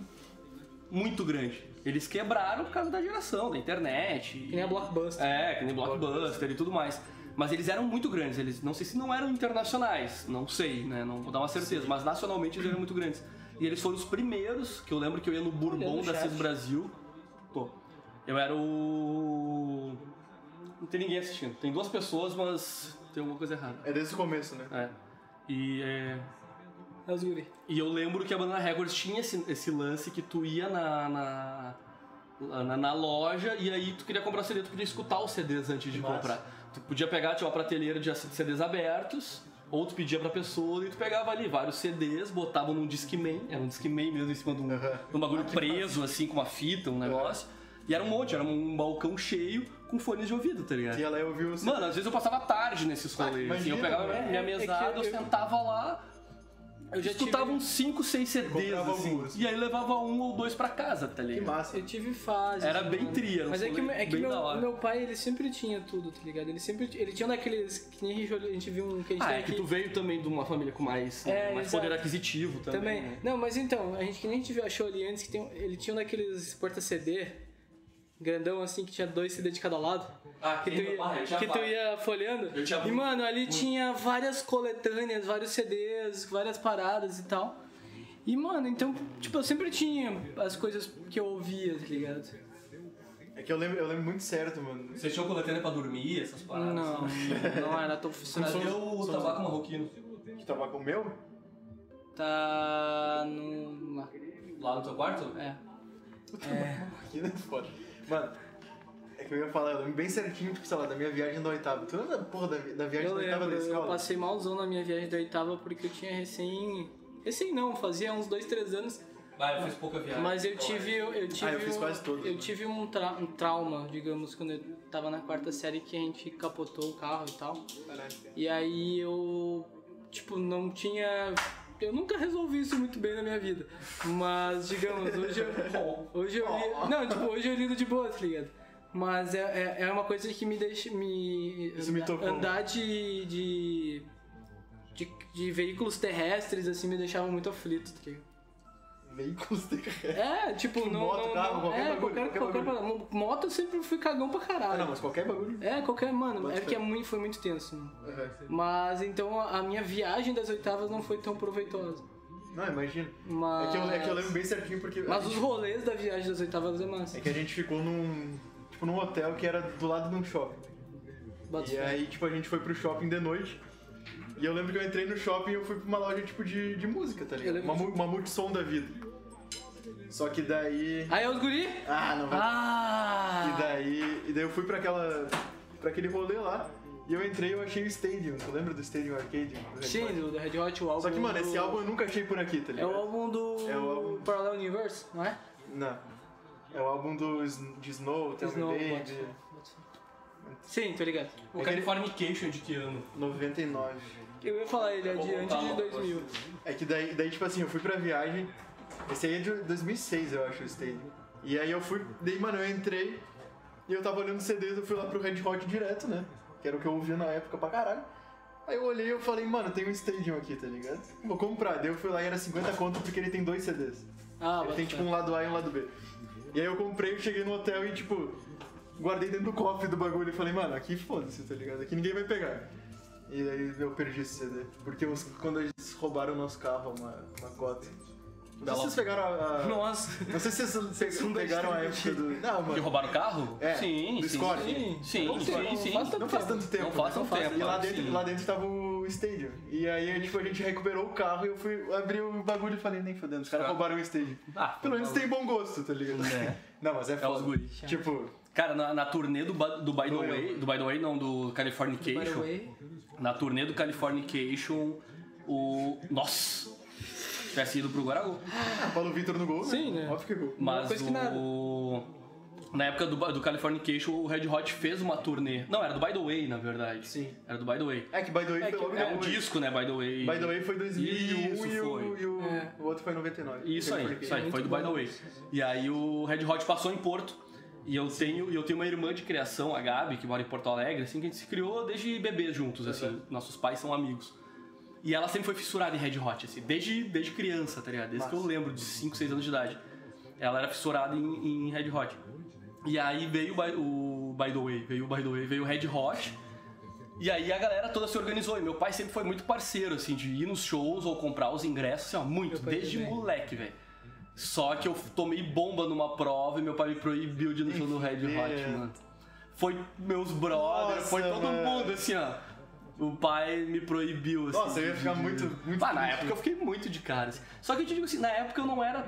[SPEAKER 2] muito grande. Eles quebraram por causa da geração, da internet.
[SPEAKER 1] Que nem a Blockbuster.
[SPEAKER 2] É, que nem Blockbuster e tudo mais. Mas eles eram muito grandes, eles não sei se não eram internacionais, não sei, né? Não vou dar uma certeza, mas nacionalmente eles eram muito grandes. E eles foram os primeiros, que eu lembro que eu ia no Bourbon
[SPEAKER 1] Olhando
[SPEAKER 2] da
[SPEAKER 1] o
[SPEAKER 2] Cis
[SPEAKER 1] chat.
[SPEAKER 2] Brasil. Pô, eu era o. Não tem ninguém assistindo. Tem duas pessoas, mas tem alguma coisa errada.
[SPEAKER 3] É desde o começo, né?
[SPEAKER 2] É. E é,
[SPEAKER 1] É os guri.
[SPEAKER 2] e eu lembro que a Banana Records tinha esse, esse lance que tu ia na, na, na, na loja e aí tu queria comprar CD, tu podia escutar os CDs antes de
[SPEAKER 3] Massa.
[SPEAKER 2] comprar. Tu podia pegar, tinha uma prateleira de CDs abertos, ou tu pedia pra pessoa e tu pegava ali vários CDs, botava num Discman, era um Discman mesmo em cima de um, de um bagulho preso, assim, com uma fita, um negócio. E era um monte, era um balcão cheio com fones de ouvido, tá ligado?
[SPEAKER 3] E ela ouviu o
[SPEAKER 2] Mano, às vezes eu passava tarde nesses rolês. assim,
[SPEAKER 3] imagina,
[SPEAKER 2] eu pegava
[SPEAKER 3] né?
[SPEAKER 2] minha
[SPEAKER 1] É que
[SPEAKER 2] mesada,
[SPEAKER 1] eu-
[SPEAKER 2] eu, sentava lá, eu
[SPEAKER 1] Eu já
[SPEAKER 2] já escutava
[SPEAKER 1] tive-
[SPEAKER 2] uns 5, 6 CDs,
[SPEAKER 3] comprava
[SPEAKER 2] assim,
[SPEAKER 3] alguns.
[SPEAKER 2] e aí levava um ou dois pra casa, tá
[SPEAKER 3] Que
[SPEAKER 2] ligado?
[SPEAKER 3] massa.
[SPEAKER 1] Eu tive fase.
[SPEAKER 2] Era bem tri, era um
[SPEAKER 1] Mas é que,
[SPEAKER 2] rolê
[SPEAKER 1] é que
[SPEAKER 2] bem
[SPEAKER 1] meu,
[SPEAKER 2] da hora.
[SPEAKER 1] meu pai, ele sempre tinha tudo, tá ligado? Ele sempre. Ele tinha um daqueles. Que nem a gente viu um que a gente
[SPEAKER 2] Ah,
[SPEAKER 1] tem
[SPEAKER 2] é que
[SPEAKER 1] aqui.
[SPEAKER 2] tu veio também de uma família com mais, né,
[SPEAKER 1] É,
[SPEAKER 2] mais
[SPEAKER 1] exato.
[SPEAKER 2] poder aquisitivo também.
[SPEAKER 1] Também.
[SPEAKER 2] né?
[SPEAKER 1] Não, mas então, a gente que nem a gente viu- achou ali antes que tem, um- ele tinha um daqueles porta-CD grandão assim que tinha dois CD de cada lado.
[SPEAKER 2] Ah,
[SPEAKER 1] Que tu ia, que tu ia folheando.
[SPEAKER 2] Eu tinha
[SPEAKER 1] e
[SPEAKER 2] muito,
[SPEAKER 1] mano, ali tinha várias coletâneas, vários CDs, várias paradas e tal. E mano, então, tipo, eu sempre tinha as coisas que eu ouvia, tá ligado?
[SPEAKER 3] É que eu lembro, eu lembro muito certo, mano.
[SPEAKER 2] Vocês tinham coletânea pra dormir, essas paradas?
[SPEAKER 1] Não, não era tão
[SPEAKER 2] Cadê
[SPEAKER 1] funcional.
[SPEAKER 2] o tabaco marroquino?
[SPEAKER 3] Que tava com o meu?
[SPEAKER 1] Tá no. lá.
[SPEAKER 2] Lá no teu quarto?
[SPEAKER 1] É.
[SPEAKER 3] Aqui não é foda. Mano, é que eu ia falar, eu lembro bem certinho, tipo, sei lá, da minha viagem da oitava. Tu lembra, porra, da, vi- da viagem
[SPEAKER 1] Eu
[SPEAKER 3] da oitava
[SPEAKER 1] lembro,
[SPEAKER 3] da escola?
[SPEAKER 1] eu passei malzão na minha viagem da oitava porque eu tinha recém. Recém não, fazia uns dois, três anos.
[SPEAKER 2] Vai, eu fiz pouca viagem. É
[SPEAKER 1] Mas eu tive. Eu, eu tive
[SPEAKER 3] Ah, eu fiz quase todas,
[SPEAKER 1] eu
[SPEAKER 3] né?
[SPEAKER 1] tive um, tra- um trauma, digamos, quando eu tava na quarta série que a gente capotou o carro e tal.
[SPEAKER 3] Caralho.
[SPEAKER 1] E aí eu. Tipo, não tinha. Eu nunca resolvi isso muito bem na minha vida. Mas, digamos, hoje eu. Hoje eu li- Não, tipo, hoje eu lido de boa, tá ligado? Mas é, é, é uma coisa que me deixa. Me,
[SPEAKER 3] Isso me tocou.
[SPEAKER 1] Andar de, de. de. de veículos terrestres, assim, me deixava muito aflito, tá ligado?
[SPEAKER 3] Veículos terrestres.
[SPEAKER 1] É, tipo,
[SPEAKER 3] Tipo,
[SPEAKER 1] não.
[SPEAKER 3] moto,
[SPEAKER 1] não,
[SPEAKER 3] carro,
[SPEAKER 1] não-
[SPEAKER 3] qualquer
[SPEAKER 1] é,
[SPEAKER 3] bagulho,
[SPEAKER 1] qualquer,
[SPEAKER 3] qualquer
[SPEAKER 1] qualquer
[SPEAKER 3] bagulho.
[SPEAKER 1] bagulho. Moto eu sempre fui cagão pra
[SPEAKER 3] Ah,
[SPEAKER 1] caralho.
[SPEAKER 3] não, mas qualquer bagulho.
[SPEAKER 1] É, qualquer, mano.
[SPEAKER 3] Pode
[SPEAKER 1] É
[SPEAKER 3] ser.
[SPEAKER 1] porque é muito, foi muito tenso, mano.
[SPEAKER 3] Uhum.
[SPEAKER 1] Mas então a a minha viagem das oitavas não foi tão proveitosa.
[SPEAKER 3] Não, imagina.
[SPEAKER 1] Mas,
[SPEAKER 3] É que, eu, é que eu lembro bem certinho porque. a
[SPEAKER 1] mas
[SPEAKER 3] gente-
[SPEAKER 1] os rolês da viagem das oitavas é massa.
[SPEAKER 3] É que a gente ficou num. Tipo, num hotel que era do lado de um shopping.
[SPEAKER 1] Bota
[SPEAKER 3] E
[SPEAKER 1] fé.
[SPEAKER 3] aí, tipo, a gente foi pro shopping de noite. E eu lembro que eu entrei no shopping e eu fui pra uma loja, tipo, de, de música, tá
[SPEAKER 1] Eu
[SPEAKER 3] ligado?
[SPEAKER 1] lembro
[SPEAKER 3] Uma, mu- uma multissom da vida. Só que daí.
[SPEAKER 1] Aí é os guri?
[SPEAKER 3] Ah, não vai.
[SPEAKER 1] Ah!
[SPEAKER 3] E daí. E daí eu fui pra aquela. pra aquele rolê lá. E eu entrei e eu achei o Stadium. Tu lembra do Stadium Arcade? Do Red
[SPEAKER 1] Sim,
[SPEAKER 3] Hot?
[SPEAKER 1] do do Red Hot, o álbum.
[SPEAKER 3] Só que, mano,
[SPEAKER 1] do-
[SPEAKER 3] esse álbum eu nunca achei por aqui, tá
[SPEAKER 1] É
[SPEAKER 3] ligado?
[SPEAKER 1] o álbum do.
[SPEAKER 3] É o álbum-
[SPEAKER 1] Parallel Universe, não é?
[SPEAKER 3] Não. É o álbum do, Sn- de Snow, Tell
[SPEAKER 1] Snow,
[SPEAKER 3] Me
[SPEAKER 1] bota
[SPEAKER 3] Baby,
[SPEAKER 1] fé, bota fé. Sim, tô ligado.
[SPEAKER 2] O Californication de que ano?
[SPEAKER 3] 99.
[SPEAKER 1] Eu ia falar ele, é de
[SPEAKER 2] Vou
[SPEAKER 1] antes
[SPEAKER 2] voltar
[SPEAKER 1] de
[SPEAKER 2] lá,
[SPEAKER 1] 2000.
[SPEAKER 3] É que daí, daí, tipo assim, eu fui pra viagem. Esse aí é de 2006, eu acho, o Stadium. E aí eu fui, daí, mano, eu entrei e eu tava olhando CDs, eu fui lá pro Red Hot direto, né? Que era o que eu ouvia na época pra caralho. Aí eu olhei e eu falei, mano, tem um Stadium aqui, tá ligado? Vou comprar. Daí eu fui lá e era 50 conto porque ele tem dois CDs.
[SPEAKER 1] Ah,
[SPEAKER 3] ele
[SPEAKER 1] bota
[SPEAKER 3] tem, tipo,
[SPEAKER 1] fé.
[SPEAKER 3] um lado A e um lado B. E aí eu comprei, eu cheguei no hotel e, tipo, guardei dentro do cofre do bagulho e falei, mano, aqui foda-se, tá ligado? Aqui ninguém vai pegar. E aí eu perdi esse CD. Porque os- quando eles roubaram o nosso carro, uma, uma cota. Não sei
[SPEAKER 2] Bela-
[SPEAKER 3] se vocês pegaram a. a-
[SPEAKER 1] Nossa.
[SPEAKER 3] Não sei se vocês pe- pegaram a época do. Não,
[SPEAKER 2] Que
[SPEAKER 3] mano.
[SPEAKER 2] roubaram o carro?
[SPEAKER 3] É,
[SPEAKER 2] sim,
[SPEAKER 3] do
[SPEAKER 2] sim,
[SPEAKER 3] Score.
[SPEAKER 2] sim. Sim,
[SPEAKER 1] Não sei,
[SPEAKER 2] sim,
[SPEAKER 1] não
[SPEAKER 2] sim.
[SPEAKER 1] faz tanto
[SPEAKER 3] Não faz tanto tempo.
[SPEAKER 2] Não faz tanto
[SPEAKER 3] né?
[SPEAKER 2] tempo,
[SPEAKER 3] E lá
[SPEAKER 2] sim.
[SPEAKER 3] dentro, lá dentro tava o Stadium. E aí, tipo, a gente recuperou o carro e eu fui abrir o bagulho e falei, nem fodendo, os caras
[SPEAKER 2] Ah.
[SPEAKER 3] roubaram o Stadium.
[SPEAKER 2] Ah,
[SPEAKER 3] Pelo menos tem bom gosto, tá ligado?
[SPEAKER 2] É.
[SPEAKER 3] Não, mas é
[SPEAKER 2] É os
[SPEAKER 3] foda.
[SPEAKER 2] guri.
[SPEAKER 3] Tipo,
[SPEAKER 2] Cara, na, na turnê do, Ba- do By The
[SPEAKER 3] Doeu.
[SPEAKER 2] Way, do By The Way não, do Californication,
[SPEAKER 1] By the way,
[SPEAKER 2] na turnê do Californication, o... Nossa! Tivesse ido pro Guaraú.
[SPEAKER 3] Ah, Paulo Vitor no gol, né?
[SPEAKER 1] Sim, né?
[SPEAKER 3] Óbvio que é gol.
[SPEAKER 2] Mas
[SPEAKER 1] coisa
[SPEAKER 2] o...
[SPEAKER 1] que nada.
[SPEAKER 2] Na época do, do Californication, o Red Hot fez uma turnê. Não, era do By The Way, na verdade.
[SPEAKER 1] Sim.
[SPEAKER 2] Era do By The Way.
[SPEAKER 3] É que By The Way
[SPEAKER 1] É
[SPEAKER 3] foi
[SPEAKER 1] que-
[SPEAKER 3] logo
[SPEAKER 2] É um
[SPEAKER 3] depois.
[SPEAKER 2] disco, né, By The Way.
[SPEAKER 3] By The Way foi 2001
[SPEAKER 2] Isso
[SPEAKER 3] e, o,
[SPEAKER 2] foi.
[SPEAKER 3] e o,
[SPEAKER 1] É.
[SPEAKER 3] o outro foi em 99.
[SPEAKER 2] Isso aí, isso aí,
[SPEAKER 1] Muito
[SPEAKER 2] foi do By The
[SPEAKER 1] bom.
[SPEAKER 2] Way. E aí o Red Hot passou em Porto. E eu tenho, e eu tenho uma irmã de criação, a Gabi, que mora em Porto Alegre, assim, que a gente se criou desde bebê juntos,
[SPEAKER 1] Uhum.
[SPEAKER 2] assim. Nossos pais são amigos. E ela sempre foi fissurada em Red Hot, assim, desde, desde criança, tá ligado? Desde que eu lembro, de 5, 6 anos de idade. Ela era fissurada em, em Red Hot. E aí veio o By- o By The Way, veio o By The Way, veio o Red Hot. E aí a galera toda se organizou. E meu pai sempre foi muito parceiro, assim, de ir nos shows ou comprar os ingressos, assim, ó, muito,
[SPEAKER 1] Meu pai
[SPEAKER 2] desde
[SPEAKER 1] também.
[SPEAKER 2] moleque, velho. Só que eu tomei bomba numa prova e meu pai me proibiu de ir no show do Red Hot,
[SPEAKER 3] É.
[SPEAKER 2] mano. Foi meus brothers,
[SPEAKER 3] Nossa,
[SPEAKER 2] foi todo
[SPEAKER 3] mano.
[SPEAKER 2] mundo, assim, ó. O pai me proibiu, assim.
[SPEAKER 3] Nossa, eu ia
[SPEAKER 2] de-
[SPEAKER 3] ficar
[SPEAKER 2] de-
[SPEAKER 3] muito, muito
[SPEAKER 2] Pá, na
[SPEAKER 3] triste.
[SPEAKER 2] época eu fiquei muito de cara. assim. Só que eu te digo assim, na época eu não era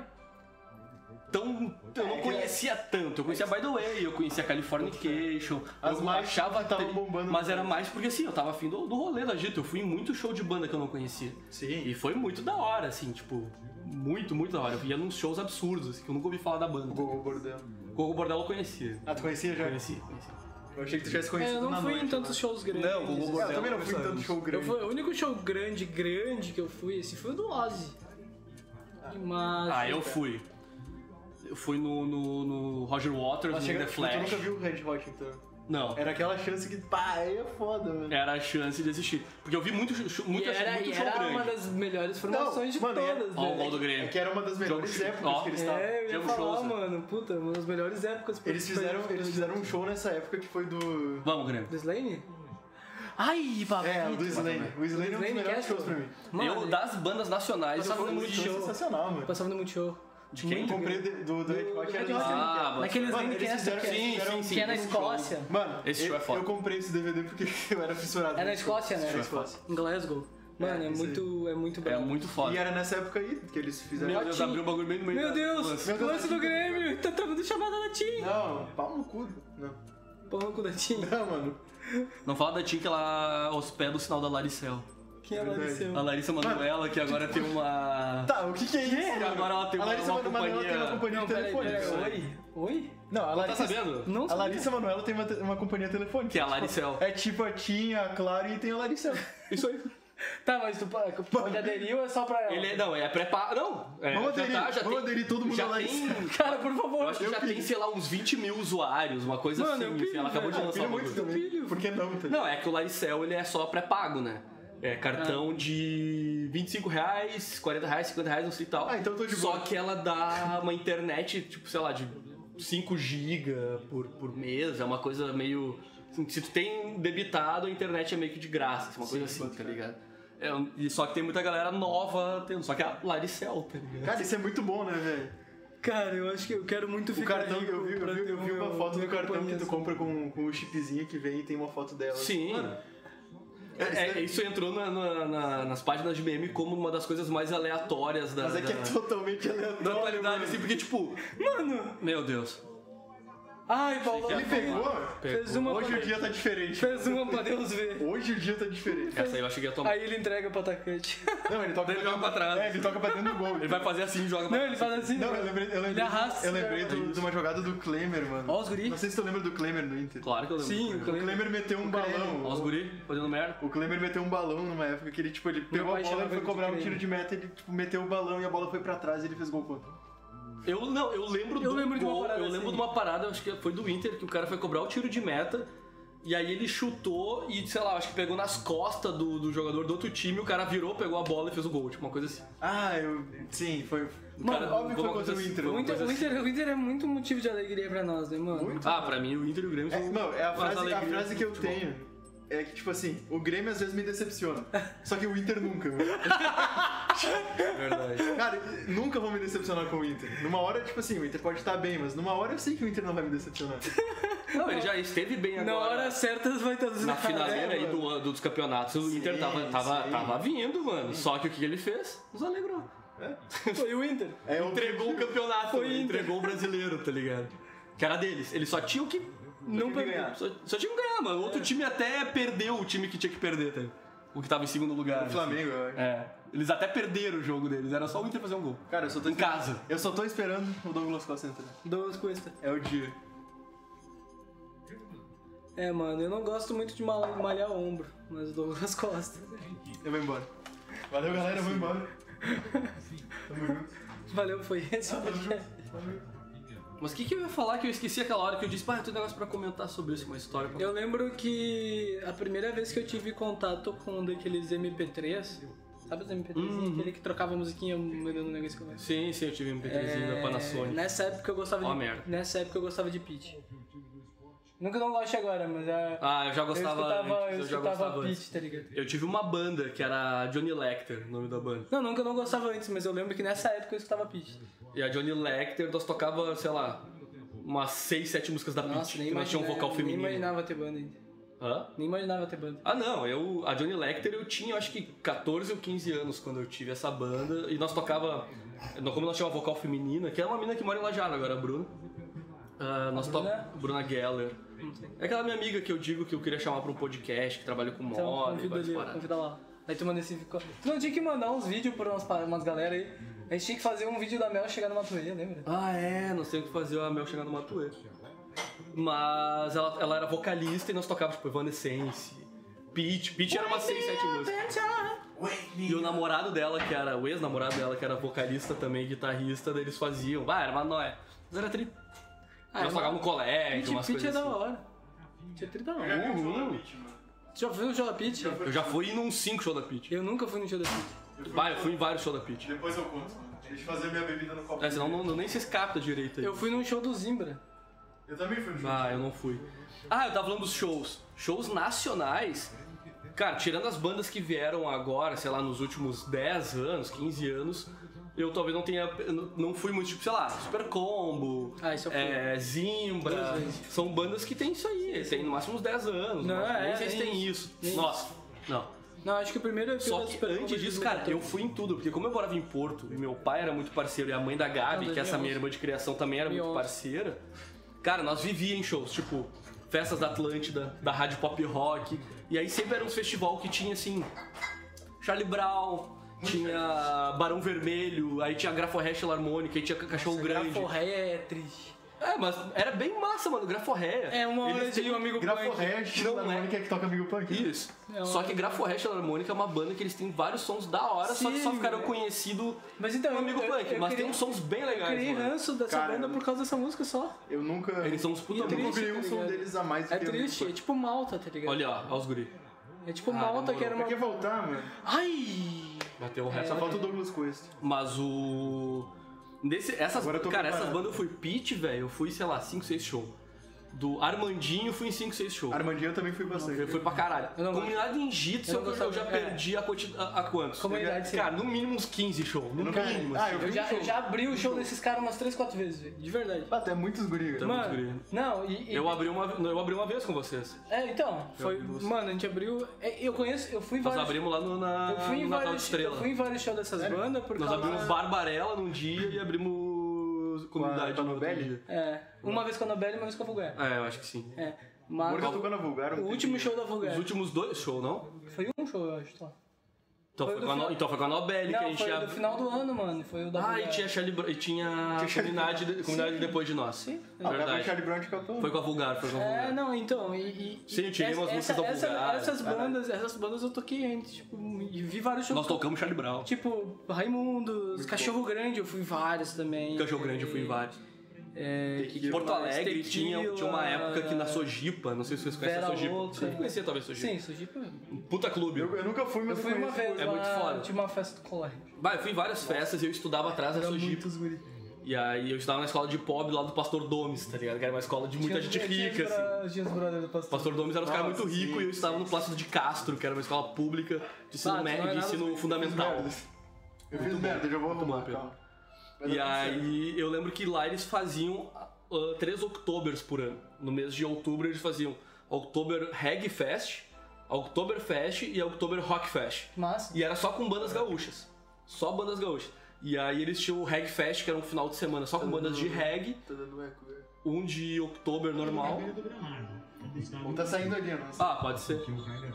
[SPEAKER 2] tão. Eu
[SPEAKER 3] É.
[SPEAKER 2] não conhecia tanto. Eu conhecia By the Way, eu conhecia Californication.
[SPEAKER 3] As
[SPEAKER 2] eu
[SPEAKER 3] marcas
[SPEAKER 2] achava
[SPEAKER 3] que tavam
[SPEAKER 2] tri-
[SPEAKER 3] bombando
[SPEAKER 2] Mas
[SPEAKER 3] no
[SPEAKER 2] era mais porque assim, eu tava afim do, do rolê da Gita. Eu fui em muito show de banda que eu não conhecia.
[SPEAKER 3] Sim.
[SPEAKER 2] E foi muito da hora, assim, tipo. Muito, muito da hora. Eu ia nos shows absurdos, assim, que eu nunca ouvi falar da banda.
[SPEAKER 3] Gol, Bordel.
[SPEAKER 2] Coco Bordel eu conhecia.
[SPEAKER 3] Ah, tu conhecia já?
[SPEAKER 2] Conheci, conheci.
[SPEAKER 3] Eu achei que tu tivesse
[SPEAKER 1] é,
[SPEAKER 3] conhecido
[SPEAKER 1] eu não
[SPEAKER 3] na
[SPEAKER 1] fui
[SPEAKER 3] noite,
[SPEAKER 1] em tantos
[SPEAKER 3] né?
[SPEAKER 1] shows grandes.
[SPEAKER 2] Não, o
[SPEAKER 3] Ah,
[SPEAKER 2] Bordel
[SPEAKER 3] eu também não
[SPEAKER 2] foi
[SPEAKER 3] fui em
[SPEAKER 2] só
[SPEAKER 3] tanto
[SPEAKER 2] isso.
[SPEAKER 3] show
[SPEAKER 1] Eu
[SPEAKER 3] grande.
[SPEAKER 1] fui- o único show grande, grande que eu fui, esse foi o do Ozzy. E Mas.
[SPEAKER 2] Ah, eu fui. Eu fui no, no, no Roger Waters,
[SPEAKER 3] Mas
[SPEAKER 2] no
[SPEAKER 3] chega-
[SPEAKER 2] The Flash.
[SPEAKER 3] Tu nunca viu o Red Hot, então.
[SPEAKER 2] Não.
[SPEAKER 3] Era aquela chance que, pá, aí é foda, mano.
[SPEAKER 2] Era a chance de assistir. Porque eu vi muito, show-
[SPEAKER 1] E
[SPEAKER 2] muito,
[SPEAKER 1] era,
[SPEAKER 2] muito
[SPEAKER 1] e
[SPEAKER 2] show
[SPEAKER 1] era
[SPEAKER 2] grande.
[SPEAKER 1] uma das melhores formações de
[SPEAKER 3] mano, e era-
[SPEAKER 1] todas,
[SPEAKER 2] Ó, o
[SPEAKER 1] né?
[SPEAKER 2] gol do
[SPEAKER 3] É
[SPEAKER 2] Grêmio.
[SPEAKER 3] que era uma das melhores
[SPEAKER 2] Jogo-
[SPEAKER 3] épocas
[SPEAKER 2] Ó.
[SPEAKER 3] que eles estavam.
[SPEAKER 1] É, eu ia
[SPEAKER 2] Jogo
[SPEAKER 1] falar,
[SPEAKER 2] shows, né?
[SPEAKER 1] mano, puta, uma das melhores épocas. pra-
[SPEAKER 3] Eles fizeram,
[SPEAKER 1] pra-
[SPEAKER 3] eles fizeram um show nessa época que foi do.
[SPEAKER 2] Vamos, Grêmio.
[SPEAKER 1] Do Slane?
[SPEAKER 2] Ai, babado.
[SPEAKER 3] um- É, do Slane. O Slane é um dos
[SPEAKER 1] Slane
[SPEAKER 3] melhores
[SPEAKER 1] Castle?
[SPEAKER 3] shows pra mim.
[SPEAKER 2] Eu, das bandas nacionais, eu
[SPEAKER 1] Passava
[SPEAKER 2] fui
[SPEAKER 1] no
[SPEAKER 2] muito
[SPEAKER 1] Multishow.
[SPEAKER 2] show.
[SPEAKER 1] show.
[SPEAKER 3] Sensacional, mano.
[SPEAKER 1] Passava no Multishow.
[SPEAKER 2] De quem?
[SPEAKER 1] Muito
[SPEAKER 3] Comprei do, do, do Red Hot, era
[SPEAKER 1] Red
[SPEAKER 3] do
[SPEAKER 1] Hot.
[SPEAKER 3] Slane
[SPEAKER 2] Ah,
[SPEAKER 3] Castle.
[SPEAKER 2] mano.
[SPEAKER 1] Naqueles
[SPEAKER 3] Mano,
[SPEAKER 1] Lane
[SPEAKER 3] eles
[SPEAKER 1] Castle,
[SPEAKER 3] fizeram-
[SPEAKER 1] que é-
[SPEAKER 2] sim, sim, sim.
[SPEAKER 1] que é na
[SPEAKER 2] muito
[SPEAKER 1] Escócia.
[SPEAKER 3] Mano,
[SPEAKER 2] Esse show
[SPEAKER 3] eu,
[SPEAKER 2] é foda.
[SPEAKER 3] eu comprei esse DVD porque eu era fissurado.
[SPEAKER 1] É na
[SPEAKER 3] nesse
[SPEAKER 1] Escócia, né?
[SPEAKER 3] show. Era na Escócia.
[SPEAKER 1] Em Glasgow. Mano, é,
[SPEAKER 3] isso aí.
[SPEAKER 1] muito, é muito
[SPEAKER 2] É
[SPEAKER 1] belo.
[SPEAKER 2] muito foda.
[SPEAKER 3] E era nessa época aí que eles fizeram.
[SPEAKER 2] Meu Deus,
[SPEAKER 1] Tim.
[SPEAKER 2] abriu o bagulho bem no meio
[SPEAKER 1] Meu
[SPEAKER 2] da- do
[SPEAKER 1] Deus,
[SPEAKER 2] lance.
[SPEAKER 3] Meu Deus,
[SPEAKER 1] lance do Grêmio, tá travando chamada da Tim.
[SPEAKER 3] Não, pau no cu. Não,
[SPEAKER 1] Porra, com da Tim.
[SPEAKER 3] não mano.
[SPEAKER 2] Não fala da Tim que ela hospeda o sinal da Laricel.
[SPEAKER 1] Quem é lá do
[SPEAKER 3] Verdade.
[SPEAKER 1] céu?
[SPEAKER 2] A Larissa Manoela, que agora tem uma...
[SPEAKER 3] Tá, o que que é isso? mano?
[SPEAKER 2] Agora ela tem
[SPEAKER 3] a
[SPEAKER 2] uma-
[SPEAKER 3] Larissa
[SPEAKER 2] uma
[SPEAKER 3] Manoela
[SPEAKER 2] companhia-
[SPEAKER 3] tem uma companhia
[SPEAKER 1] Não,
[SPEAKER 3] de
[SPEAKER 1] peraí,
[SPEAKER 3] telefone.
[SPEAKER 1] peraí, oi? Oi?
[SPEAKER 3] Não, a
[SPEAKER 2] Tá
[SPEAKER 3] Larissa.
[SPEAKER 2] sabendo?
[SPEAKER 1] Não
[SPEAKER 3] A
[SPEAKER 1] sabia.
[SPEAKER 3] Larissa Manoela tem uma, uma companhia telefônica.
[SPEAKER 2] Que é a
[SPEAKER 3] Tipo,
[SPEAKER 2] Laricel.
[SPEAKER 3] É tipo a Tinha, a Clara e tem a Larissa.
[SPEAKER 2] Isso aí.
[SPEAKER 1] Tá, mas tu pode aderir ou é só pra ela?
[SPEAKER 2] Ele é... Não, é pré-pago. Não. É,
[SPEAKER 3] Vamos
[SPEAKER 2] já
[SPEAKER 3] aderir,
[SPEAKER 2] tá- já
[SPEAKER 3] vamos
[SPEAKER 2] tem-
[SPEAKER 3] aderir todo mundo
[SPEAKER 2] já
[SPEAKER 3] à Laricel.
[SPEAKER 2] tem-
[SPEAKER 1] Cara, por
[SPEAKER 2] Eu
[SPEAKER 1] favor.
[SPEAKER 2] acho que
[SPEAKER 3] Eu
[SPEAKER 2] já
[SPEAKER 3] pilho.
[SPEAKER 2] tem, sei lá, uns 20 mil usuários, uma coisa
[SPEAKER 1] Mano, eu
[SPEAKER 2] assim.
[SPEAKER 1] pilho,
[SPEAKER 2] assim, ela acabou de
[SPEAKER 1] velho.
[SPEAKER 2] lançar
[SPEAKER 3] Filho
[SPEAKER 2] o
[SPEAKER 3] muito
[SPEAKER 2] bagulho.
[SPEAKER 3] também. Por que não? tá?
[SPEAKER 2] Não, é que o Laricel ele é só pré-pago, né? É cartão de 25 reais, 40 reais, 50 reais, não sei e tal.
[SPEAKER 3] Ah, então eu tô de
[SPEAKER 2] Só
[SPEAKER 3] boa.
[SPEAKER 2] que ela dá uma internet, tipo, sei lá, de 5 GB por, por mês, é uma coisa meio. assim, Se tu tem debitado, a internet é meio que de graça, assim, uma coisa assim, tá ligado? É, e só que tem muita galera nova tendo, só que é a Laricel, tá ligado?
[SPEAKER 3] Cara, isso é muito bom, né, velho?
[SPEAKER 1] Cara, eu acho que eu quero muito
[SPEAKER 3] O
[SPEAKER 1] ficar
[SPEAKER 3] cartão,
[SPEAKER 1] rico
[SPEAKER 3] eu vi, eu
[SPEAKER 1] pra
[SPEAKER 3] vi,
[SPEAKER 1] ter
[SPEAKER 3] eu vi
[SPEAKER 1] o
[SPEAKER 3] uma
[SPEAKER 1] meu-
[SPEAKER 3] foto do
[SPEAKER 1] minha
[SPEAKER 3] cartão que
[SPEAKER 1] companhia,
[SPEAKER 3] tu
[SPEAKER 1] assim.
[SPEAKER 3] compra com, com o chipzinho que vem e tem uma foto dela.
[SPEAKER 2] Sim.
[SPEAKER 3] Mano,
[SPEAKER 2] É, é, isso entrou na- na- na- nas páginas de meme como uma das coisas mais aleatórias da,
[SPEAKER 3] mas é que é
[SPEAKER 2] da-
[SPEAKER 3] totalmente
[SPEAKER 2] da
[SPEAKER 3] aleatório.
[SPEAKER 2] atualidade, assim, porque tipo,
[SPEAKER 1] Mano!
[SPEAKER 2] meu Deus.
[SPEAKER 1] Ai, Paulo,
[SPEAKER 3] Ele pegou?
[SPEAKER 1] Fez uma
[SPEAKER 3] Hoje
[SPEAKER 1] pra-
[SPEAKER 3] o dia tá diferente.
[SPEAKER 1] Fez uma pra Deus ver.
[SPEAKER 3] Hoje o dia tá diferente.
[SPEAKER 2] Essa aí eu achei que ia tomar.
[SPEAKER 1] Aí ele entrega pro atacante.
[SPEAKER 3] Não, ele toca
[SPEAKER 2] Daí ele joga pra trás.
[SPEAKER 3] É, ele toca pra dentro do gol.
[SPEAKER 2] Ele vai fazer assim e joga pra
[SPEAKER 1] Não, ele faz assim.
[SPEAKER 3] Não,
[SPEAKER 1] mano.
[SPEAKER 3] eu lembrei, eu lembrei,
[SPEAKER 1] Ele arrasta.
[SPEAKER 3] eu lembrei do- de uma jogada do Klemer, mano.
[SPEAKER 1] Ó os guri.
[SPEAKER 3] Não sei se tu lembra do Klemer no Inter.
[SPEAKER 2] Claro que eu lembro.
[SPEAKER 1] Sim, o
[SPEAKER 3] O
[SPEAKER 1] Kleber.
[SPEAKER 3] Klemer meteu um balão.
[SPEAKER 2] Ó os guri, fazendo merda.
[SPEAKER 3] O Klemer meteu um balão numa época que ele, tipo, ele pegou a
[SPEAKER 1] pai
[SPEAKER 3] bola e
[SPEAKER 1] chamava
[SPEAKER 3] foi
[SPEAKER 1] ele de
[SPEAKER 3] cobrar um
[SPEAKER 1] Klemer.
[SPEAKER 3] tiro de meta, ele tipo, meteu o balão e a bola foi pra trás e ele fez gol contra.
[SPEAKER 2] Eu não, eu lembro
[SPEAKER 1] Eu
[SPEAKER 2] do
[SPEAKER 1] lembro de uma
[SPEAKER 2] gol,
[SPEAKER 1] parada
[SPEAKER 2] eu lembro
[SPEAKER 1] assim.
[SPEAKER 2] de uma parada, eu acho que foi do Inter, que o cara foi cobrar o tiro de meta. E aí ele chutou e, sei lá, acho que pegou nas costas do, do jogador do outro time, o cara virou, pegou a bola e fez o gol, tipo uma coisa assim.
[SPEAKER 3] Ah, eu. Sim, foi.
[SPEAKER 2] Mano,
[SPEAKER 3] Mano, óbvio
[SPEAKER 2] vamos
[SPEAKER 3] que foi contra o
[SPEAKER 2] acontecer-
[SPEAKER 3] Inter.
[SPEAKER 1] O
[SPEAKER 2] vamos-
[SPEAKER 1] Inter,
[SPEAKER 2] coisa
[SPEAKER 1] o,
[SPEAKER 2] assim.
[SPEAKER 1] Inter, o Inter é muito motivo de alegria pra nós, né, mano?
[SPEAKER 3] Muito.
[SPEAKER 2] Ah, pra mim o Inter e o Grêmio
[SPEAKER 3] É,
[SPEAKER 2] são
[SPEAKER 3] não, é a
[SPEAKER 2] as
[SPEAKER 3] frase, a
[SPEAKER 2] alegrias
[SPEAKER 3] frase
[SPEAKER 2] do
[SPEAKER 3] que eu
[SPEAKER 2] futebol.
[SPEAKER 3] tenho. É que, tipo assim, o Grêmio às vezes me decepciona. Só que o Inter nunca, mano.
[SPEAKER 2] É Verdade.
[SPEAKER 3] Cara, nunca vou me decepcionar com o Inter. Numa hora, tipo assim, o Inter pode estar bem, mas numa hora eu sei que o Inter não vai me decepcionar.
[SPEAKER 2] Não, ele já esteve bem
[SPEAKER 1] Na
[SPEAKER 2] agora.
[SPEAKER 1] hora certa vai estar
[SPEAKER 2] Na finaleira
[SPEAKER 3] É,
[SPEAKER 2] aí do, ano- dos campeonatos, o Inter tava, tava,
[SPEAKER 3] sim.
[SPEAKER 2] tava vindo, mano. Só que o que ele fez? Nos alegrou.
[SPEAKER 1] Foi o Inter.
[SPEAKER 3] É o
[SPEAKER 2] Entregou o campeonato,
[SPEAKER 1] Foi
[SPEAKER 2] né?
[SPEAKER 1] Inter.
[SPEAKER 2] entregou o brasileiro, tá ligado? Que era deles. Ele só tinha o que
[SPEAKER 1] Não
[SPEAKER 3] time
[SPEAKER 1] perdeu.
[SPEAKER 3] ganhar. É.
[SPEAKER 2] Só, só tinha que ganhar, mano. O outro time até perdeu o time que tinha que perder, tá? ligado? O que tava em segundo lugar.
[SPEAKER 3] O
[SPEAKER 2] assim.
[SPEAKER 3] Flamengo, eu acho.
[SPEAKER 2] É. Eles até perderam o jogo deles, era só o Inter fazer um gol.
[SPEAKER 3] Cara, eu só tô
[SPEAKER 2] Em
[SPEAKER 3] esperando-
[SPEAKER 2] casa.
[SPEAKER 3] Eu só tô esperando o Douglas Costa entrar.
[SPEAKER 1] Douglas Cuesta.
[SPEAKER 3] É o dia.
[SPEAKER 1] É, mano, eu não gosto muito de mal- malhar ombro, mas o Douglas Costa.
[SPEAKER 3] Eu vou embora. Valeu, galera. Eu vou embora. Tamo junto.
[SPEAKER 1] Valeu, foi esse o podcast.
[SPEAKER 2] Mas o que, que eu ia falar que eu esqueci aquela hora que eu disse, pá, eu tenho um negócio pra comentar sobre isso, uma história. Pra...
[SPEAKER 1] Eu lembro que a primeira vez que eu tive contato com um daqueles MP3, sabe os MP3?
[SPEAKER 2] Uhum.
[SPEAKER 1] Aquele que trocava musiquinha mandando negócio com
[SPEAKER 2] Sim, sim, eu tive um PTzinho
[SPEAKER 1] É,
[SPEAKER 2] da Panasonic.
[SPEAKER 1] Nessa época eu gostava
[SPEAKER 2] Ó,
[SPEAKER 1] de.
[SPEAKER 2] merda.
[SPEAKER 1] Nessa época eu gostava de Pitch. Nunca não gosto agora, mas é.
[SPEAKER 2] Ah, eu já gostava
[SPEAKER 1] eu escutava,
[SPEAKER 2] antes,
[SPEAKER 1] eu
[SPEAKER 2] eu já
[SPEAKER 1] escutava
[SPEAKER 2] gostava antes.
[SPEAKER 1] Pitch, tá ligado?
[SPEAKER 2] Eu tive uma banda que era Johnny Lecter, o nome da banda.
[SPEAKER 1] Não, não que eu não gostava antes, mas eu lembro que nessa época eu escutava Pitch.
[SPEAKER 2] E a Johnny Lecter, nós tocava, sei lá, umas 6, 7 músicas da
[SPEAKER 1] Nossa,
[SPEAKER 2] Pitty,
[SPEAKER 1] nem
[SPEAKER 2] que nós tinha um
[SPEAKER 1] imaginava,
[SPEAKER 2] vocal feminino.
[SPEAKER 1] nem imaginava ter banda ainda.
[SPEAKER 2] Hã?
[SPEAKER 1] Nem imaginava ter banda.
[SPEAKER 2] Ah, não, eu, a Johnny Lecter eu tinha acho que 14 ou 15 anos quando eu tive essa banda. E nós tocava, nós- como nós tinha uma vocal feminina, que é uma mina que mora em Lajara agora, a Bruna. Ah, nós to-
[SPEAKER 1] Bruna?
[SPEAKER 2] Bruna Geller. É aquela minha amiga que eu digo que eu queria chamar pra um podcast, que trabalha com
[SPEAKER 1] Então
[SPEAKER 2] moda e
[SPEAKER 1] convida
[SPEAKER 2] várias
[SPEAKER 1] ali,
[SPEAKER 2] paradas.
[SPEAKER 1] convida lá. Aí tu manda esse. Tu não tinha que mandar uns vídeos pra umas, par- umas galera aí. A gente tinha que fazer um vídeo da Mel chegar numa toalha, lembra?
[SPEAKER 2] Ah, é, não sei o que fazer a Mel chegar no Matuê. Mas ela, ela era vocalista e nós tocávamos, tipo, Evanescence, Peach. Peach era umas 6, 7 músicas. E o namorado dela, que era, o ex-namorado dela, que era vocalista também, guitarrista, daí eles faziam. Ah, era uma noia. Mas era tri.
[SPEAKER 1] Ah,
[SPEAKER 2] nós
[SPEAKER 1] era
[SPEAKER 2] tocávamos no colégio,
[SPEAKER 1] Pitch,
[SPEAKER 2] umas
[SPEAKER 1] Pitch é
[SPEAKER 2] coisas
[SPEAKER 1] da
[SPEAKER 2] assim.
[SPEAKER 1] hora. Pitch é tri da hora.
[SPEAKER 3] vi um show da
[SPEAKER 2] Uhum.
[SPEAKER 3] Pitty, mano.
[SPEAKER 1] Tu já foi no show da Pitch?
[SPEAKER 2] Eu já fui num 5 show da Peach.
[SPEAKER 1] Eu nunca fui no show da Pitch.
[SPEAKER 2] Bah, eu fui em vários shows da Peach.
[SPEAKER 3] Depois eu conto, mano. Deixa eu fazer minha bebida no copo.
[SPEAKER 2] É, senão não, não- nem se escapa direito aí.
[SPEAKER 1] Eu fui num show do Zimbra.
[SPEAKER 3] Eu também fui no show.
[SPEAKER 2] Ah, eu não fui. Ah, eu tava falando dos shows. Shows nacionais. Cara, tirando as bandas que vieram agora, sei lá, nos últimos 10 anos, 15 anos, eu talvez não tenha. eu não- Não fui muito, tipo, sei lá, Super Combo,
[SPEAKER 1] Ah, isso eu fui.
[SPEAKER 2] é, Zimbra.
[SPEAKER 1] Duas vezes.
[SPEAKER 2] São bandas que tem isso aí, tem no máximo uns 10 anos.
[SPEAKER 1] Não,
[SPEAKER 2] no máximo, nem
[SPEAKER 1] é,
[SPEAKER 2] sei se
[SPEAKER 1] nem
[SPEAKER 2] tem isso.
[SPEAKER 1] nem
[SPEAKER 2] Nossa, não.
[SPEAKER 1] Não, acho que o primeiro eu fui
[SPEAKER 2] Só
[SPEAKER 1] da
[SPEAKER 2] que
[SPEAKER 1] Super Bowl
[SPEAKER 2] antes
[SPEAKER 1] de
[SPEAKER 2] disso, cara, eu
[SPEAKER 1] 2014.
[SPEAKER 2] fui em tudo, porque como eu morava em Porto e meu pai era muito parceiro e a mãe da Gabi,
[SPEAKER 1] Não,
[SPEAKER 2] que é essa
[SPEAKER 1] 2011.
[SPEAKER 2] minha irmã de criação também era muito
[SPEAKER 1] 2011.
[SPEAKER 2] parceira, cara, nós vivíamos em shows, tipo, festas da Atlântida, da Rádio Pop Rock, e aí sempre era uns festival que tinha assim, Charlie Brown, tinha Barão Vermelho, aí tinha Graforré Harmônica, aí tinha Cachorro Grande.
[SPEAKER 1] Graforré é triste.
[SPEAKER 2] É, mas era bem massa, mano, Graforré.
[SPEAKER 1] É uma hora
[SPEAKER 2] Eles
[SPEAKER 1] de
[SPEAKER 3] tipo,
[SPEAKER 2] têm-
[SPEAKER 1] um amigo punk.
[SPEAKER 3] Graforré,
[SPEAKER 2] Não né?
[SPEAKER 3] Chila Mônica que toca amigo punk.
[SPEAKER 2] isso.
[SPEAKER 1] É uma-
[SPEAKER 2] Só que Graforré e Harmônica é uma banda que eles têm vários sons da hora, só que só
[SPEAKER 1] Sim.
[SPEAKER 2] ficaram conhecidos
[SPEAKER 1] Mas então,
[SPEAKER 2] um
[SPEAKER 1] eu-
[SPEAKER 2] amigo
[SPEAKER 1] eu-
[SPEAKER 2] punk,
[SPEAKER 1] eu
[SPEAKER 2] mas
[SPEAKER 1] queria-
[SPEAKER 2] tem uns sons bem
[SPEAKER 1] Eu
[SPEAKER 2] legais,
[SPEAKER 1] criei
[SPEAKER 2] mano.
[SPEAKER 1] ranço dessa
[SPEAKER 3] Cara,
[SPEAKER 1] banda
[SPEAKER 3] eu-
[SPEAKER 1] por causa dessa música só.
[SPEAKER 3] Eu nunca.
[SPEAKER 2] Eles são uns puta
[SPEAKER 3] Eu nunca
[SPEAKER 2] música.
[SPEAKER 3] ouvi
[SPEAKER 1] tá
[SPEAKER 3] um som
[SPEAKER 1] ligado?
[SPEAKER 3] deles a mais do
[SPEAKER 1] É
[SPEAKER 3] que um amigo
[SPEAKER 1] triste, é
[SPEAKER 3] punk.
[SPEAKER 1] tipo Malta, tá ligado?
[SPEAKER 2] Olha, ó, ó os guri.
[SPEAKER 1] É tipo
[SPEAKER 2] Ah,
[SPEAKER 1] Malta
[SPEAKER 2] demorou.
[SPEAKER 1] que era uma.
[SPEAKER 3] Pra que voltar, mano?
[SPEAKER 1] Ai!
[SPEAKER 2] Bateu o
[SPEAKER 1] É.
[SPEAKER 2] resto.
[SPEAKER 3] Só falta o Douglas Costa.
[SPEAKER 2] Mas o. Nesse, essas,
[SPEAKER 3] Agora eu tô
[SPEAKER 2] cara, essas
[SPEAKER 3] preparado.
[SPEAKER 2] bandas eu fui Pete, velho, eu fui, sei lá, 5, 6 shows. Do Armandinho eu fui em 5, 6 shows.
[SPEAKER 3] Armandinho eu também fui bastante.
[SPEAKER 2] Eu fui pra caralho.
[SPEAKER 1] Eu não gosto.
[SPEAKER 2] Combinado em Jitsu,
[SPEAKER 1] Eu
[SPEAKER 2] eu,
[SPEAKER 1] não
[SPEAKER 2] eu já
[SPEAKER 1] gostava- é.
[SPEAKER 2] perdi a, quanti- a, a quantos?
[SPEAKER 1] Comunidade, sim.
[SPEAKER 2] Cara, no mínimo uns 15 shows. No
[SPEAKER 3] nunca-
[SPEAKER 2] mínimo.
[SPEAKER 3] Ah,
[SPEAKER 2] assim.
[SPEAKER 3] eu
[SPEAKER 1] Eu
[SPEAKER 3] vi um
[SPEAKER 1] já,
[SPEAKER 3] show.
[SPEAKER 1] eu já abri o show desses caras umas 3, 4 vezes, velho. De verdade.
[SPEAKER 3] Ah, tu é muitos guri.
[SPEAKER 2] Tamo- muito guri.
[SPEAKER 1] Mano, não, e. e-
[SPEAKER 2] né? Eu abri uma, eu abri uma vez com vocês.
[SPEAKER 1] É, então, foi.
[SPEAKER 2] abri duas.
[SPEAKER 1] Mano, a gente abriu. é, Eu conheço, eu fui em
[SPEAKER 2] Nós
[SPEAKER 1] vários.
[SPEAKER 2] abrimos lá no, na,
[SPEAKER 1] Eu fui em
[SPEAKER 2] no Natal de
[SPEAKER 1] vários,
[SPEAKER 2] Estrela.
[SPEAKER 1] eu fui em vários shows dessas bandas por
[SPEAKER 2] Nós
[SPEAKER 1] causa.
[SPEAKER 2] abrimos Barbarella num dia e abrimos comunidade
[SPEAKER 3] com a
[SPEAKER 2] no outro
[SPEAKER 3] Nobel?
[SPEAKER 2] dia.
[SPEAKER 1] É, uma vez com a Nobel e uma vez com a Vulgar.
[SPEAKER 2] É, eu acho que sim.
[SPEAKER 1] É,
[SPEAKER 3] Morgan
[SPEAKER 1] mas
[SPEAKER 3] tocou na Vulgar.
[SPEAKER 1] o último show da Vulgar
[SPEAKER 2] Os últimos dois shows, não?
[SPEAKER 1] foi um show, eu acho, tá?
[SPEAKER 2] Então
[SPEAKER 1] Foi
[SPEAKER 2] foi,
[SPEAKER 1] do
[SPEAKER 2] com a, no...
[SPEAKER 1] final-
[SPEAKER 2] então foi com a Nobel que a
[SPEAKER 1] Não,
[SPEAKER 2] gente
[SPEAKER 1] foi
[SPEAKER 2] ab-
[SPEAKER 1] do final do ano, mano, foi o da
[SPEAKER 2] Ah,
[SPEAKER 1] Vulgar.
[SPEAKER 2] e tinha Charlie Brown- e tinha
[SPEAKER 3] Tinha Charlie
[SPEAKER 2] comunidade, de- comunidade depois de nós. É
[SPEAKER 1] Sim.
[SPEAKER 3] Ah, o Gabriel
[SPEAKER 2] Verdade.
[SPEAKER 3] Charlie Brown te cantou.
[SPEAKER 2] Foi com a Vulgar, foi com a Vulgar.
[SPEAKER 1] É, não, então, e... e
[SPEAKER 2] Sim, eu tirei
[SPEAKER 1] essa-
[SPEAKER 2] umas músicas
[SPEAKER 1] essa-
[SPEAKER 2] da
[SPEAKER 1] essa-
[SPEAKER 2] Vulgar,
[SPEAKER 1] Essas
[SPEAKER 3] caralho.
[SPEAKER 1] bandas, essas bandas eu toquei antes, tipo, e vi vários shows.
[SPEAKER 2] Nós tocamos Charlie Brown.
[SPEAKER 1] Tipo, Raimundos, Cachorro Grande, eu fui em vários também.
[SPEAKER 2] Cachorro Grande eu fui em vários.
[SPEAKER 1] É, que que
[SPEAKER 2] Porto
[SPEAKER 1] mais?
[SPEAKER 2] Alegre tinha,
[SPEAKER 1] Tequila,
[SPEAKER 2] tinha uma época que na Sojipa, não sei se vocês conhecem
[SPEAKER 1] Vera
[SPEAKER 2] a Sojipa.
[SPEAKER 1] Louca.
[SPEAKER 2] Você conhecia talvez a Sojipa.
[SPEAKER 1] Sim, Sojipa.
[SPEAKER 2] Puta clube.
[SPEAKER 3] Eu, eu nunca fui,
[SPEAKER 1] Eu
[SPEAKER 3] mas
[SPEAKER 1] fui uma
[SPEAKER 3] conheço.
[SPEAKER 1] vez
[SPEAKER 2] É
[SPEAKER 1] lá,
[SPEAKER 2] muito foda.
[SPEAKER 1] tinha uma festa do colégio.
[SPEAKER 2] Bah, eu fui em várias festas e eu estudava atrás da Sojipa.
[SPEAKER 3] Muitos guri.
[SPEAKER 2] E aí eu estudava na escola de pobre lá do Pastor Domes, tá ligado? Que era uma escola de muita gente rica, assim.
[SPEAKER 1] assim. Tinha os brothers do pastor.
[SPEAKER 2] Pastor Domes era um cara
[SPEAKER 3] Nossa,
[SPEAKER 2] muito rico
[SPEAKER 3] sim,
[SPEAKER 2] e eu estava no Plácido de Castro, que era uma escola pública de ensino,
[SPEAKER 1] Ah, tu não
[SPEAKER 2] médio,
[SPEAKER 1] é
[SPEAKER 2] de
[SPEAKER 1] nada
[SPEAKER 2] ensino fundamental.
[SPEAKER 3] é Eu fiz merda, eu já vou arrumar,
[SPEAKER 2] bom,
[SPEAKER 3] calma. Vai
[SPEAKER 2] E
[SPEAKER 3] dar tudo certo.
[SPEAKER 2] aí eu lembro que lá eles faziam ah, três Octobers por ano. No mês de outubro eles faziam October Reggae Fest, October Fest e October Rock Fest.
[SPEAKER 1] Mas,
[SPEAKER 2] E era só com bandas gaúchas. Só bandas gaúchas. E aí eles tinham o Reggae Fest, que era um final de semana só com bandas de reggae.
[SPEAKER 3] Tá dando eco, velho.
[SPEAKER 2] 1 de outubro normal.
[SPEAKER 3] Ou tá saindo ali, não sei.
[SPEAKER 2] Ah, pode ser.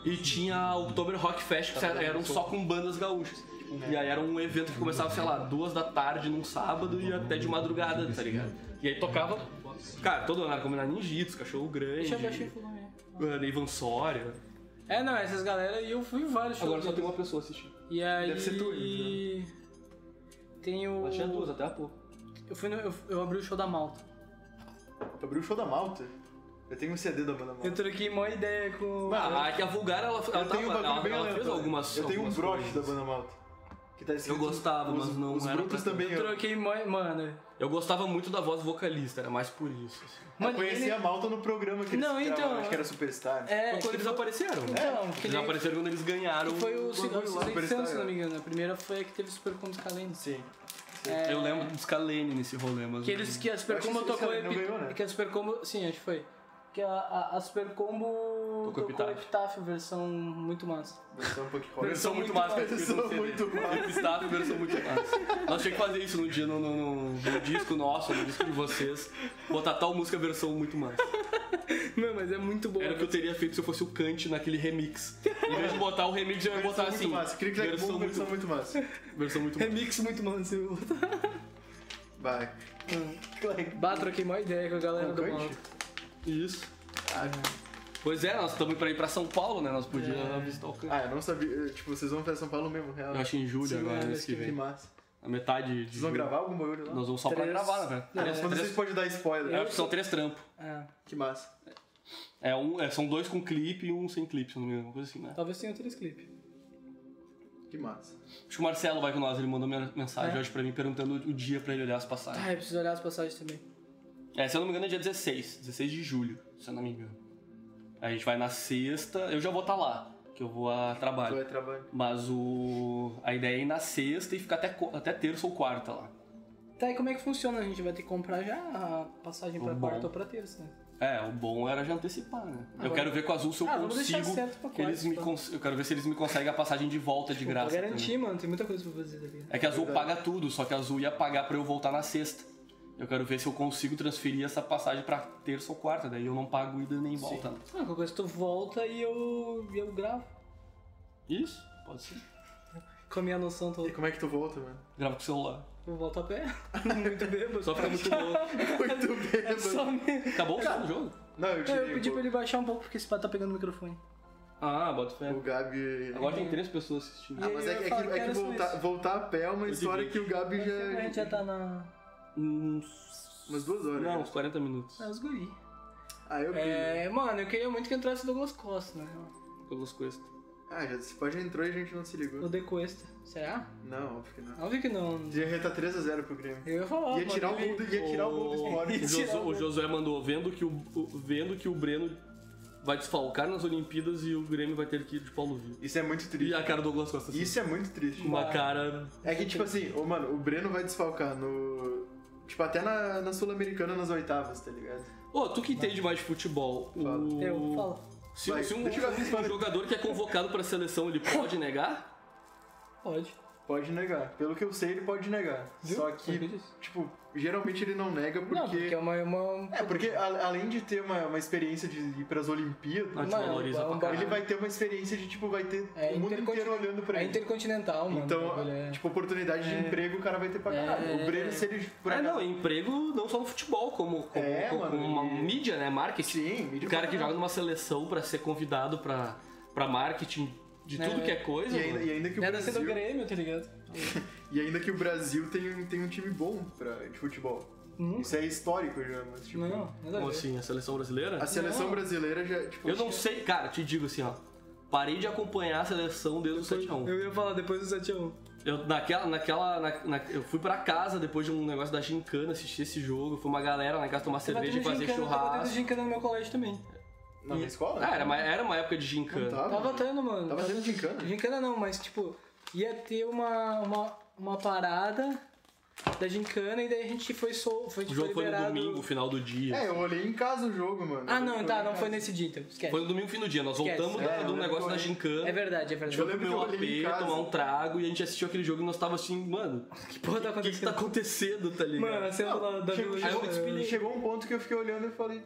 [SPEAKER 2] E tinha o Oktober Rock Fest, que eram só com bandas gaúchas. E aí era um evento que começava, sei lá, duas da tarde num sábado e até de madrugada, tá ligado? E aí tocava, cara, todo ano, como na Ninjitsu, Cachorro Grande,
[SPEAKER 1] Deixa eu baixar e falar mesmo.
[SPEAKER 2] eh, Neivan Soria.
[SPEAKER 1] É, não, essas galera e eu fui em vários shows.
[SPEAKER 2] Agora só tem uma pessoa assistindo.
[SPEAKER 1] E aí.
[SPEAKER 3] Deve ser tu,
[SPEAKER 1] Tem o.
[SPEAKER 2] né? Mas tinha duas né? até há pouco.
[SPEAKER 1] Eu fui no- eu, eu abri o show da Malta.
[SPEAKER 2] Ah.
[SPEAKER 3] Tu abriu o show da Malta? Eu tenho um CD da banda Malta.
[SPEAKER 1] Eu troquei mó ideia com.
[SPEAKER 2] Ah, que a Vulgar, ela, Então, ela,
[SPEAKER 3] Eu tenho um
[SPEAKER 2] tava-
[SPEAKER 3] bagulho
[SPEAKER 2] ela-
[SPEAKER 3] bem
[SPEAKER 2] ela
[SPEAKER 3] aleatório.
[SPEAKER 2] fez algumas
[SPEAKER 3] Eu tenho um
[SPEAKER 2] algumas
[SPEAKER 3] broche da
[SPEAKER 2] coisas.
[SPEAKER 3] banda Malta. Que tá escrito,
[SPEAKER 2] Eu gostava,
[SPEAKER 3] os,
[SPEAKER 2] mas não
[SPEAKER 3] Os
[SPEAKER 2] era
[SPEAKER 3] brutos
[SPEAKER 2] pra-
[SPEAKER 3] também
[SPEAKER 1] eu
[SPEAKER 3] eu. Eu
[SPEAKER 1] troquei mó. Mano.
[SPEAKER 2] Eu gostava muito da voz vocalista, era mais por isso. assim.
[SPEAKER 1] Mano,
[SPEAKER 3] conheci
[SPEAKER 1] ele-
[SPEAKER 3] a Malta no programa que eles
[SPEAKER 1] Não, então-
[SPEAKER 3] gravaram, acho que era Superstar.
[SPEAKER 1] É,
[SPEAKER 2] Foi quando
[SPEAKER 1] que
[SPEAKER 2] eles apareceram.
[SPEAKER 1] Então, que
[SPEAKER 2] Eles
[SPEAKER 1] nem-
[SPEAKER 2] apareceram quando eles ganharam.
[SPEAKER 1] foi o segundo
[SPEAKER 3] bagulho lá,
[SPEAKER 1] Santos,
[SPEAKER 3] Superstar,
[SPEAKER 1] se não me
[SPEAKER 3] é.
[SPEAKER 1] engano. A primeira foi a que teve Super Combo Calendar.
[SPEAKER 3] Sim.
[SPEAKER 1] É,
[SPEAKER 2] Eu lembro dos Scalene nesse rolê, mas.
[SPEAKER 1] Que eles que a
[SPEAKER 3] Eu
[SPEAKER 1] Super
[SPEAKER 3] acho
[SPEAKER 1] Combo
[SPEAKER 3] que esse
[SPEAKER 1] tocou
[SPEAKER 3] cara não
[SPEAKER 1] epi-
[SPEAKER 3] ganhou, né?
[SPEAKER 1] Que a Super Combo. Sim, acho que foi. Que a, a, a Super Combo
[SPEAKER 2] Tocou
[SPEAKER 1] tocou
[SPEAKER 2] Epitáfio.
[SPEAKER 1] Epitáfio. versão muito massa.
[SPEAKER 3] Versão punk rock.
[SPEAKER 2] Versão muito
[SPEAKER 1] muito
[SPEAKER 2] massa. um
[SPEAKER 3] Versão muito
[SPEAKER 2] Então,
[SPEAKER 3] massa.
[SPEAKER 2] Staff versão muito massa. Nós tinha que fazer isso num dia no, no- no- no disco nosso, no disco de vocês. Botar tal música versão muito massa.
[SPEAKER 1] Não, mas é muito bom.
[SPEAKER 2] Era o que eu teria feito se eu fosse o Kant naquele remix. Em vez de botar o remix, eu ia botar assim.
[SPEAKER 3] muito massa. Click like
[SPEAKER 2] Versão
[SPEAKER 3] boom, versão
[SPEAKER 2] muito,
[SPEAKER 3] muito massa.
[SPEAKER 2] versão muito massa.
[SPEAKER 1] Remix muito massa. eu-
[SPEAKER 3] Vai. Click.
[SPEAKER 1] Bah, troquei mó ideia com a galera
[SPEAKER 3] Com
[SPEAKER 1] do
[SPEAKER 3] o Kant?
[SPEAKER 1] Malta.
[SPEAKER 2] Isso. Ah. Pois é, nós estamos pra ir pra São Paulo, né? Nós podíamos visitar o Kant.
[SPEAKER 3] Ah, eu não sabia. eu, Tipo, vocês vão pra São Paulo mesmo, real. né?
[SPEAKER 2] Eu acho em julho
[SPEAKER 1] Sim,
[SPEAKER 2] agora,
[SPEAKER 1] é,
[SPEAKER 2] mês
[SPEAKER 1] acho
[SPEAKER 2] que
[SPEAKER 1] que
[SPEAKER 3] que
[SPEAKER 2] vem.
[SPEAKER 3] massa.
[SPEAKER 2] A metade de
[SPEAKER 3] Vocês vão
[SPEAKER 2] julho.
[SPEAKER 3] gravar algum bagulho lá?
[SPEAKER 2] Nós vamos só pra
[SPEAKER 1] Três-
[SPEAKER 2] gravar, né?
[SPEAKER 3] Não,
[SPEAKER 2] velho?
[SPEAKER 3] mas vocês podem dar
[SPEAKER 2] Eu
[SPEAKER 3] spoiler.
[SPEAKER 2] acho que são três trampos.
[SPEAKER 1] Ah,
[SPEAKER 3] Que massa.
[SPEAKER 2] É, um, é, são dois com clipe e um sem clipe, se não me engano, uma coisa assim, né?
[SPEAKER 1] talvez tenha outros clipes.
[SPEAKER 3] Que massa.
[SPEAKER 2] Acho que o Marcelo vai com nós, ele mandou minha mensagem
[SPEAKER 1] É?
[SPEAKER 2] hoje pra mim perguntando o dia pra ele olhar as passagens.
[SPEAKER 1] Ah, eu preciso olhar as passagens também.
[SPEAKER 2] É, se eu não me engano é dia 16, 16 de julho, se eu não me engano. A gente vai na sexta, eu já vou estar lá, que eu vou a
[SPEAKER 3] Tu
[SPEAKER 2] trabalho.
[SPEAKER 3] é trabalho.
[SPEAKER 2] Mas o a ideia é ir na sexta e ficar até, co- até terça ou quarta lá.
[SPEAKER 1] Tá, e como é que funciona? A gente vai ter que comprar já a passagem pra
[SPEAKER 2] Bom.
[SPEAKER 1] quarta ou pra terça, né?
[SPEAKER 2] É, o bom era já antecipar, né? eu
[SPEAKER 1] vamos-
[SPEAKER 2] quero ver com a Azul se eu
[SPEAKER 1] Ah, vamos deixar
[SPEAKER 2] consigo.
[SPEAKER 1] certo pra
[SPEAKER 2] que eles
[SPEAKER 1] quarta,
[SPEAKER 2] me
[SPEAKER 1] tá?
[SPEAKER 2] cons- Eu quero ver se eles me conseguem a passagem de volta de graça.
[SPEAKER 1] Pra
[SPEAKER 2] também.
[SPEAKER 1] garantir, mano, tem muita coisa pra fazer tá dali.
[SPEAKER 2] É que a Azul
[SPEAKER 3] Verdade.
[SPEAKER 2] paga tudo, só que a Azul ia pagar pra eu voltar na sexta. Eu quero ver se eu consigo transferir essa passagem pra terça ou quarta, daí eu não pago ida nem volta.
[SPEAKER 1] Ah, qualquer coisa tu volta e eu, e eu gravo.
[SPEAKER 2] Isso, pode ser.
[SPEAKER 1] Com a minha noção
[SPEAKER 3] E
[SPEAKER 1] toda.
[SPEAKER 3] como é que tu volta, mano?
[SPEAKER 2] Grava com o celular.
[SPEAKER 1] Eu volto a pé. muito bêbado.
[SPEAKER 2] Só fica muito louco.
[SPEAKER 3] Muito
[SPEAKER 1] É
[SPEAKER 3] bêbado.
[SPEAKER 1] só me...
[SPEAKER 2] Acabou o som do jogo?
[SPEAKER 3] Não, eu
[SPEAKER 1] Eu
[SPEAKER 3] tirei.
[SPEAKER 1] pedi pra
[SPEAKER 3] o-
[SPEAKER 1] ele baixar um pouco porque esse pato tá pegando o microfone.
[SPEAKER 2] Ah, bota fé.
[SPEAKER 3] O Gabi.
[SPEAKER 2] Agora tem três pessoas assistindo.
[SPEAKER 3] Ah, mas é, que- é que, é que
[SPEAKER 1] Quero só
[SPEAKER 3] voltar,
[SPEAKER 1] isso.
[SPEAKER 3] voltar a pé é uma
[SPEAKER 2] Eu
[SPEAKER 3] história
[SPEAKER 2] digo.
[SPEAKER 3] que o Gabi
[SPEAKER 1] A gente já
[SPEAKER 3] já.
[SPEAKER 1] tá na.
[SPEAKER 3] Hum,
[SPEAKER 2] Uns.
[SPEAKER 3] Umas duas horas.
[SPEAKER 2] Não,
[SPEAKER 3] né?
[SPEAKER 2] uns 40 minutos.
[SPEAKER 1] É os guri.
[SPEAKER 3] Ah, eu vi.
[SPEAKER 1] É, mano, eu queria muito que entrasse o Douglas Costa, né?
[SPEAKER 2] Pelas coisas.
[SPEAKER 3] Ah, já, esse pá já entrou e a gente não se
[SPEAKER 1] O
[SPEAKER 3] ligou.
[SPEAKER 1] The Cuesta. Será?
[SPEAKER 3] Não, óbvio que não.
[SPEAKER 1] Óbvio que não.
[SPEAKER 3] Devia retar 3x0 pro Grêmio.
[SPEAKER 1] Eu ia falar.
[SPEAKER 3] Ia
[SPEAKER 1] mano,
[SPEAKER 3] tirar o
[SPEAKER 1] ele-
[SPEAKER 3] gol do, ia tirar o gol do esporte.
[SPEAKER 2] O,
[SPEAKER 1] Tirar
[SPEAKER 2] Josué,
[SPEAKER 1] o
[SPEAKER 2] o Josué mandou, vendo que o, o- vendo que o Breno vai desfalcar nas Olimpíadas e o Grêmio vai ter que ir de Paulo Vitor.
[SPEAKER 3] Isso é muito
[SPEAKER 2] E
[SPEAKER 3] triste.
[SPEAKER 2] a cara do Douglas Costa. assim.
[SPEAKER 3] Isso é muito triste.
[SPEAKER 2] Uma cara.
[SPEAKER 3] É que, tipo assim, ô, mano, o Breno vai desfalcar no. Tipo, até na, na Sul-Americana nas oitavas, tá ligado?
[SPEAKER 2] Ô, tu que entende mais de futebol, o...
[SPEAKER 1] Eu falo.
[SPEAKER 2] se,
[SPEAKER 3] Vai,
[SPEAKER 2] se um,
[SPEAKER 3] deixa eu ver se
[SPEAKER 2] um
[SPEAKER 3] fala.
[SPEAKER 2] jogador que é convocado pra seleção, ele pode negar?
[SPEAKER 1] Pode.
[SPEAKER 3] Pode negar. Pelo que eu sei, ele pode negar.
[SPEAKER 1] Viu?
[SPEAKER 3] Só
[SPEAKER 1] Foi o que eu
[SPEAKER 3] que,
[SPEAKER 1] disse.
[SPEAKER 3] tipo, geralmente ele não nega porque.
[SPEAKER 1] Não, porque é uma. uma...
[SPEAKER 3] É, porque a- além de ter uma, uma experiência de ir pras Olimpíadas,
[SPEAKER 2] Não, te
[SPEAKER 1] Mano,
[SPEAKER 2] valoriza
[SPEAKER 1] é um
[SPEAKER 2] pra caralho.
[SPEAKER 3] ele vai ter uma experiência de, tipo, vai ter
[SPEAKER 1] É
[SPEAKER 3] o mundo
[SPEAKER 1] intercontin-
[SPEAKER 3] inteiro olhando pra
[SPEAKER 1] É
[SPEAKER 3] ele.
[SPEAKER 1] intercontinental, mano. o
[SPEAKER 3] Então,
[SPEAKER 1] bagulho é-
[SPEAKER 3] tipo, oportunidade de emprego o cara vai ter pra
[SPEAKER 1] É,
[SPEAKER 3] caralho. o Breno, se ele. por
[SPEAKER 2] É,
[SPEAKER 3] acaso-
[SPEAKER 2] não, emprego não só no futebol, como, como,
[SPEAKER 3] É,
[SPEAKER 2] como
[SPEAKER 3] mano,
[SPEAKER 2] uma
[SPEAKER 3] e-
[SPEAKER 2] mídia, né? Marketing.
[SPEAKER 3] Sim, mídia
[SPEAKER 2] O cara que
[SPEAKER 3] pra
[SPEAKER 2] joga numa seleção pra ser convidado pra, pra marketing de tudo
[SPEAKER 1] É.
[SPEAKER 2] que é coisa.
[SPEAKER 3] E ainda,
[SPEAKER 2] mano.
[SPEAKER 3] e ainda que o
[SPEAKER 1] É da
[SPEAKER 3] Brasil,
[SPEAKER 1] cena do Grêmio, tá ligado?
[SPEAKER 3] e ainda que o Brasil tem, um- tem um time bom pra, de futebol.
[SPEAKER 1] Hum.
[SPEAKER 3] Isso é histórico já, mas tipo,
[SPEAKER 1] Não, nada a
[SPEAKER 2] Como
[SPEAKER 1] ver.
[SPEAKER 2] assim, a seleção brasileira?
[SPEAKER 3] a seleção brasileira já, tipo,
[SPEAKER 2] Eu não sei, cara, te digo assim, ó. Parei de acompanhar a um. seleção desde o 7x1.
[SPEAKER 1] Eu ia falar depois do 7x1.
[SPEAKER 2] Eu, naquela, naquela, na- na- eu fui pra casa depois de um negócio da gincana assistir esse jogo. Foi uma galera na casa tomar cerveja e fazer
[SPEAKER 1] Tava tendo
[SPEAKER 2] churrasco.
[SPEAKER 1] gincana no meu colégio também.
[SPEAKER 3] na minha escola?
[SPEAKER 2] Ah, era, uma- era uma época de
[SPEAKER 3] Não
[SPEAKER 2] gincana.
[SPEAKER 3] tava.
[SPEAKER 1] Tava tendo, mano.
[SPEAKER 3] Tava tendo gincana?
[SPEAKER 1] Gincana não, mas tipo, ia ter uma, uma, uma parada da gincana e daí a gente foi sol, foi
[SPEAKER 2] O
[SPEAKER 1] tipo,
[SPEAKER 2] jogo foi no
[SPEAKER 1] liberado.
[SPEAKER 2] domingo, final do dia.
[SPEAKER 3] É, eu olhei em casa o jogo, mano.
[SPEAKER 1] Ah, não,
[SPEAKER 3] Eu
[SPEAKER 1] tá,
[SPEAKER 3] olhei
[SPEAKER 1] não
[SPEAKER 3] em
[SPEAKER 1] foi
[SPEAKER 3] casa.
[SPEAKER 1] nesse dia, então. Esquece.
[SPEAKER 2] Foi no domingo, fim do dia. Nós
[SPEAKER 1] Esquece.
[SPEAKER 2] voltamos
[SPEAKER 3] É,
[SPEAKER 2] do
[SPEAKER 3] eu
[SPEAKER 2] um negócio
[SPEAKER 3] lembro
[SPEAKER 2] da
[SPEAKER 3] que eu
[SPEAKER 2] gincana.
[SPEAKER 1] É verdade, é verdade.
[SPEAKER 3] Eu lembro
[SPEAKER 2] meu
[SPEAKER 3] que eu olhei em
[SPEAKER 2] AP,
[SPEAKER 3] casa.
[SPEAKER 2] tomar um trago e a gente assistiu aquele jogo e nós tava assim, mano, que porra tá acontecendo? O que, que tá acontecendo, tá ligado?
[SPEAKER 1] Mano, a cena da, da
[SPEAKER 3] Chegou,
[SPEAKER 1] Vila
[SPEAKER 2] eu
[SPEAKER 3] chegou-
[SPEAKER 1] Gilberto.
[SPEAKER 2] despedi-
[SPEAKER 3] chegou um ponto que eu fiquei olhando e falei.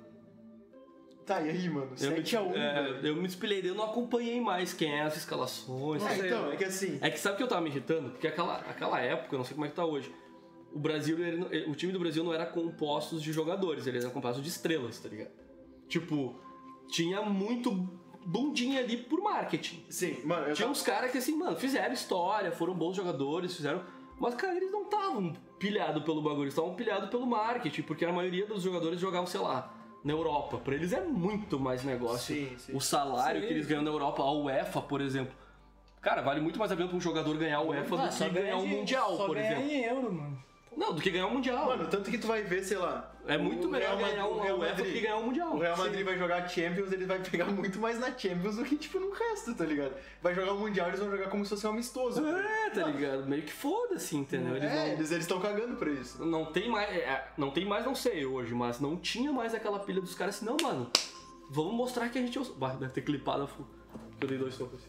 [SPEAKER 3] Tá, e aí, mano?
[SPEAKER 2] eu, me,
[SPEAKER 3] 7x1.
[SPEAKER 2] é, eu me espelhei, eu não acompanhei mais quem é as escalações.
[SPEAKER 1] Nossa,
[SPEAKER 2] sabe?
[SPEAKER 3] É, então, é que assim.
[SPEAKER 2] É que sabe o que eu tava me irritando? Porque aquela, aquela época, eu não sei como é que tá hoje, o Brasil, ele não- ele- o time do Brasil não era composto de jogadores, ele era composto de estrelas, tá ligado? Tipo, tinha muito bundinha ali por marketing.
[SPEAKER 3] Sim, mano, eu
[SPEAKER 2] Tinha
[SPEAKER 3] tava-
[SPEAKER 2] uns caras que assim, mano, fizeram história, foram bons jogadores, fizeram. Mas, cara, eles não estavam pilhados pelo bagulho, eles estavam pilhados pelo marketing, porque a maioria dos jogadores jogavam, sei lá, na Europa. Pra eles é muito mais negócio.
[SPEAKER 3] Sim, sim.
[SPEAKER 2] O salário
[SPEAKER 1] Sim.
[SPEAKER 2] que eles ganham na Europa, a UEFA, por exemplo. Cara, vale muito mais a pena pra um jogador ganhar a UEFA
[SPEAKER 1] Ah,
[SPEAKER 2] do
[SPEAKER 1] só
[SPEAKER 2] que ganhar um
[SPEAKER 1] de-
[SPEAKER 2] Mundial,
[SPEAKER 1] só
[SPEAKER 2] por
[SPEAKER 1] ganha
[SPEAKER 2] exemplo.
[SPEAKER 1] em euro, mano.
[SPEAKER 2] Não, do que ganhar um Mundial.
[SPEAKER 3] Mano, tanto que tu vai ver, sei lá.
[SPEAKER 2] é muito
[SPEAKER 3] o
[SPEAKER 2] melhor
[SPEAKER 3] Real Madrid-
[SPEAKER 2] ganhar
[SPEAKER 3] o
[SPEAKER 2] uma
[SPEAKER 3] Real
[SPEAKER 2] UEFA do
[SPEAKER 3] Madrid-
[SPEAKER 2] que ganhar um Mundial.
[SPEAKER 3] O Real Madrid vai jogar Champions, ele vai pegar muito mais na Champions do que, tipo, no resto, tá ligado? Vai jogar o Mundial, eles vão jogar como se fosse um amistoso.
[SPEAKER 2] É, tá ligado? Meio que foda-se, entendeu? Eles não-
[SPEAKER 3] É, eles estão cagando pra isso.
[SPEAKER 2] Não tem mais. é, Não tem mais, não sei hoje, mas não tinha mais aquela pilha dos caras assim, não, mano. Vamos mostrar que a gente. é os- Bah, deve ter clipado a fu. que Eu dei dois socos.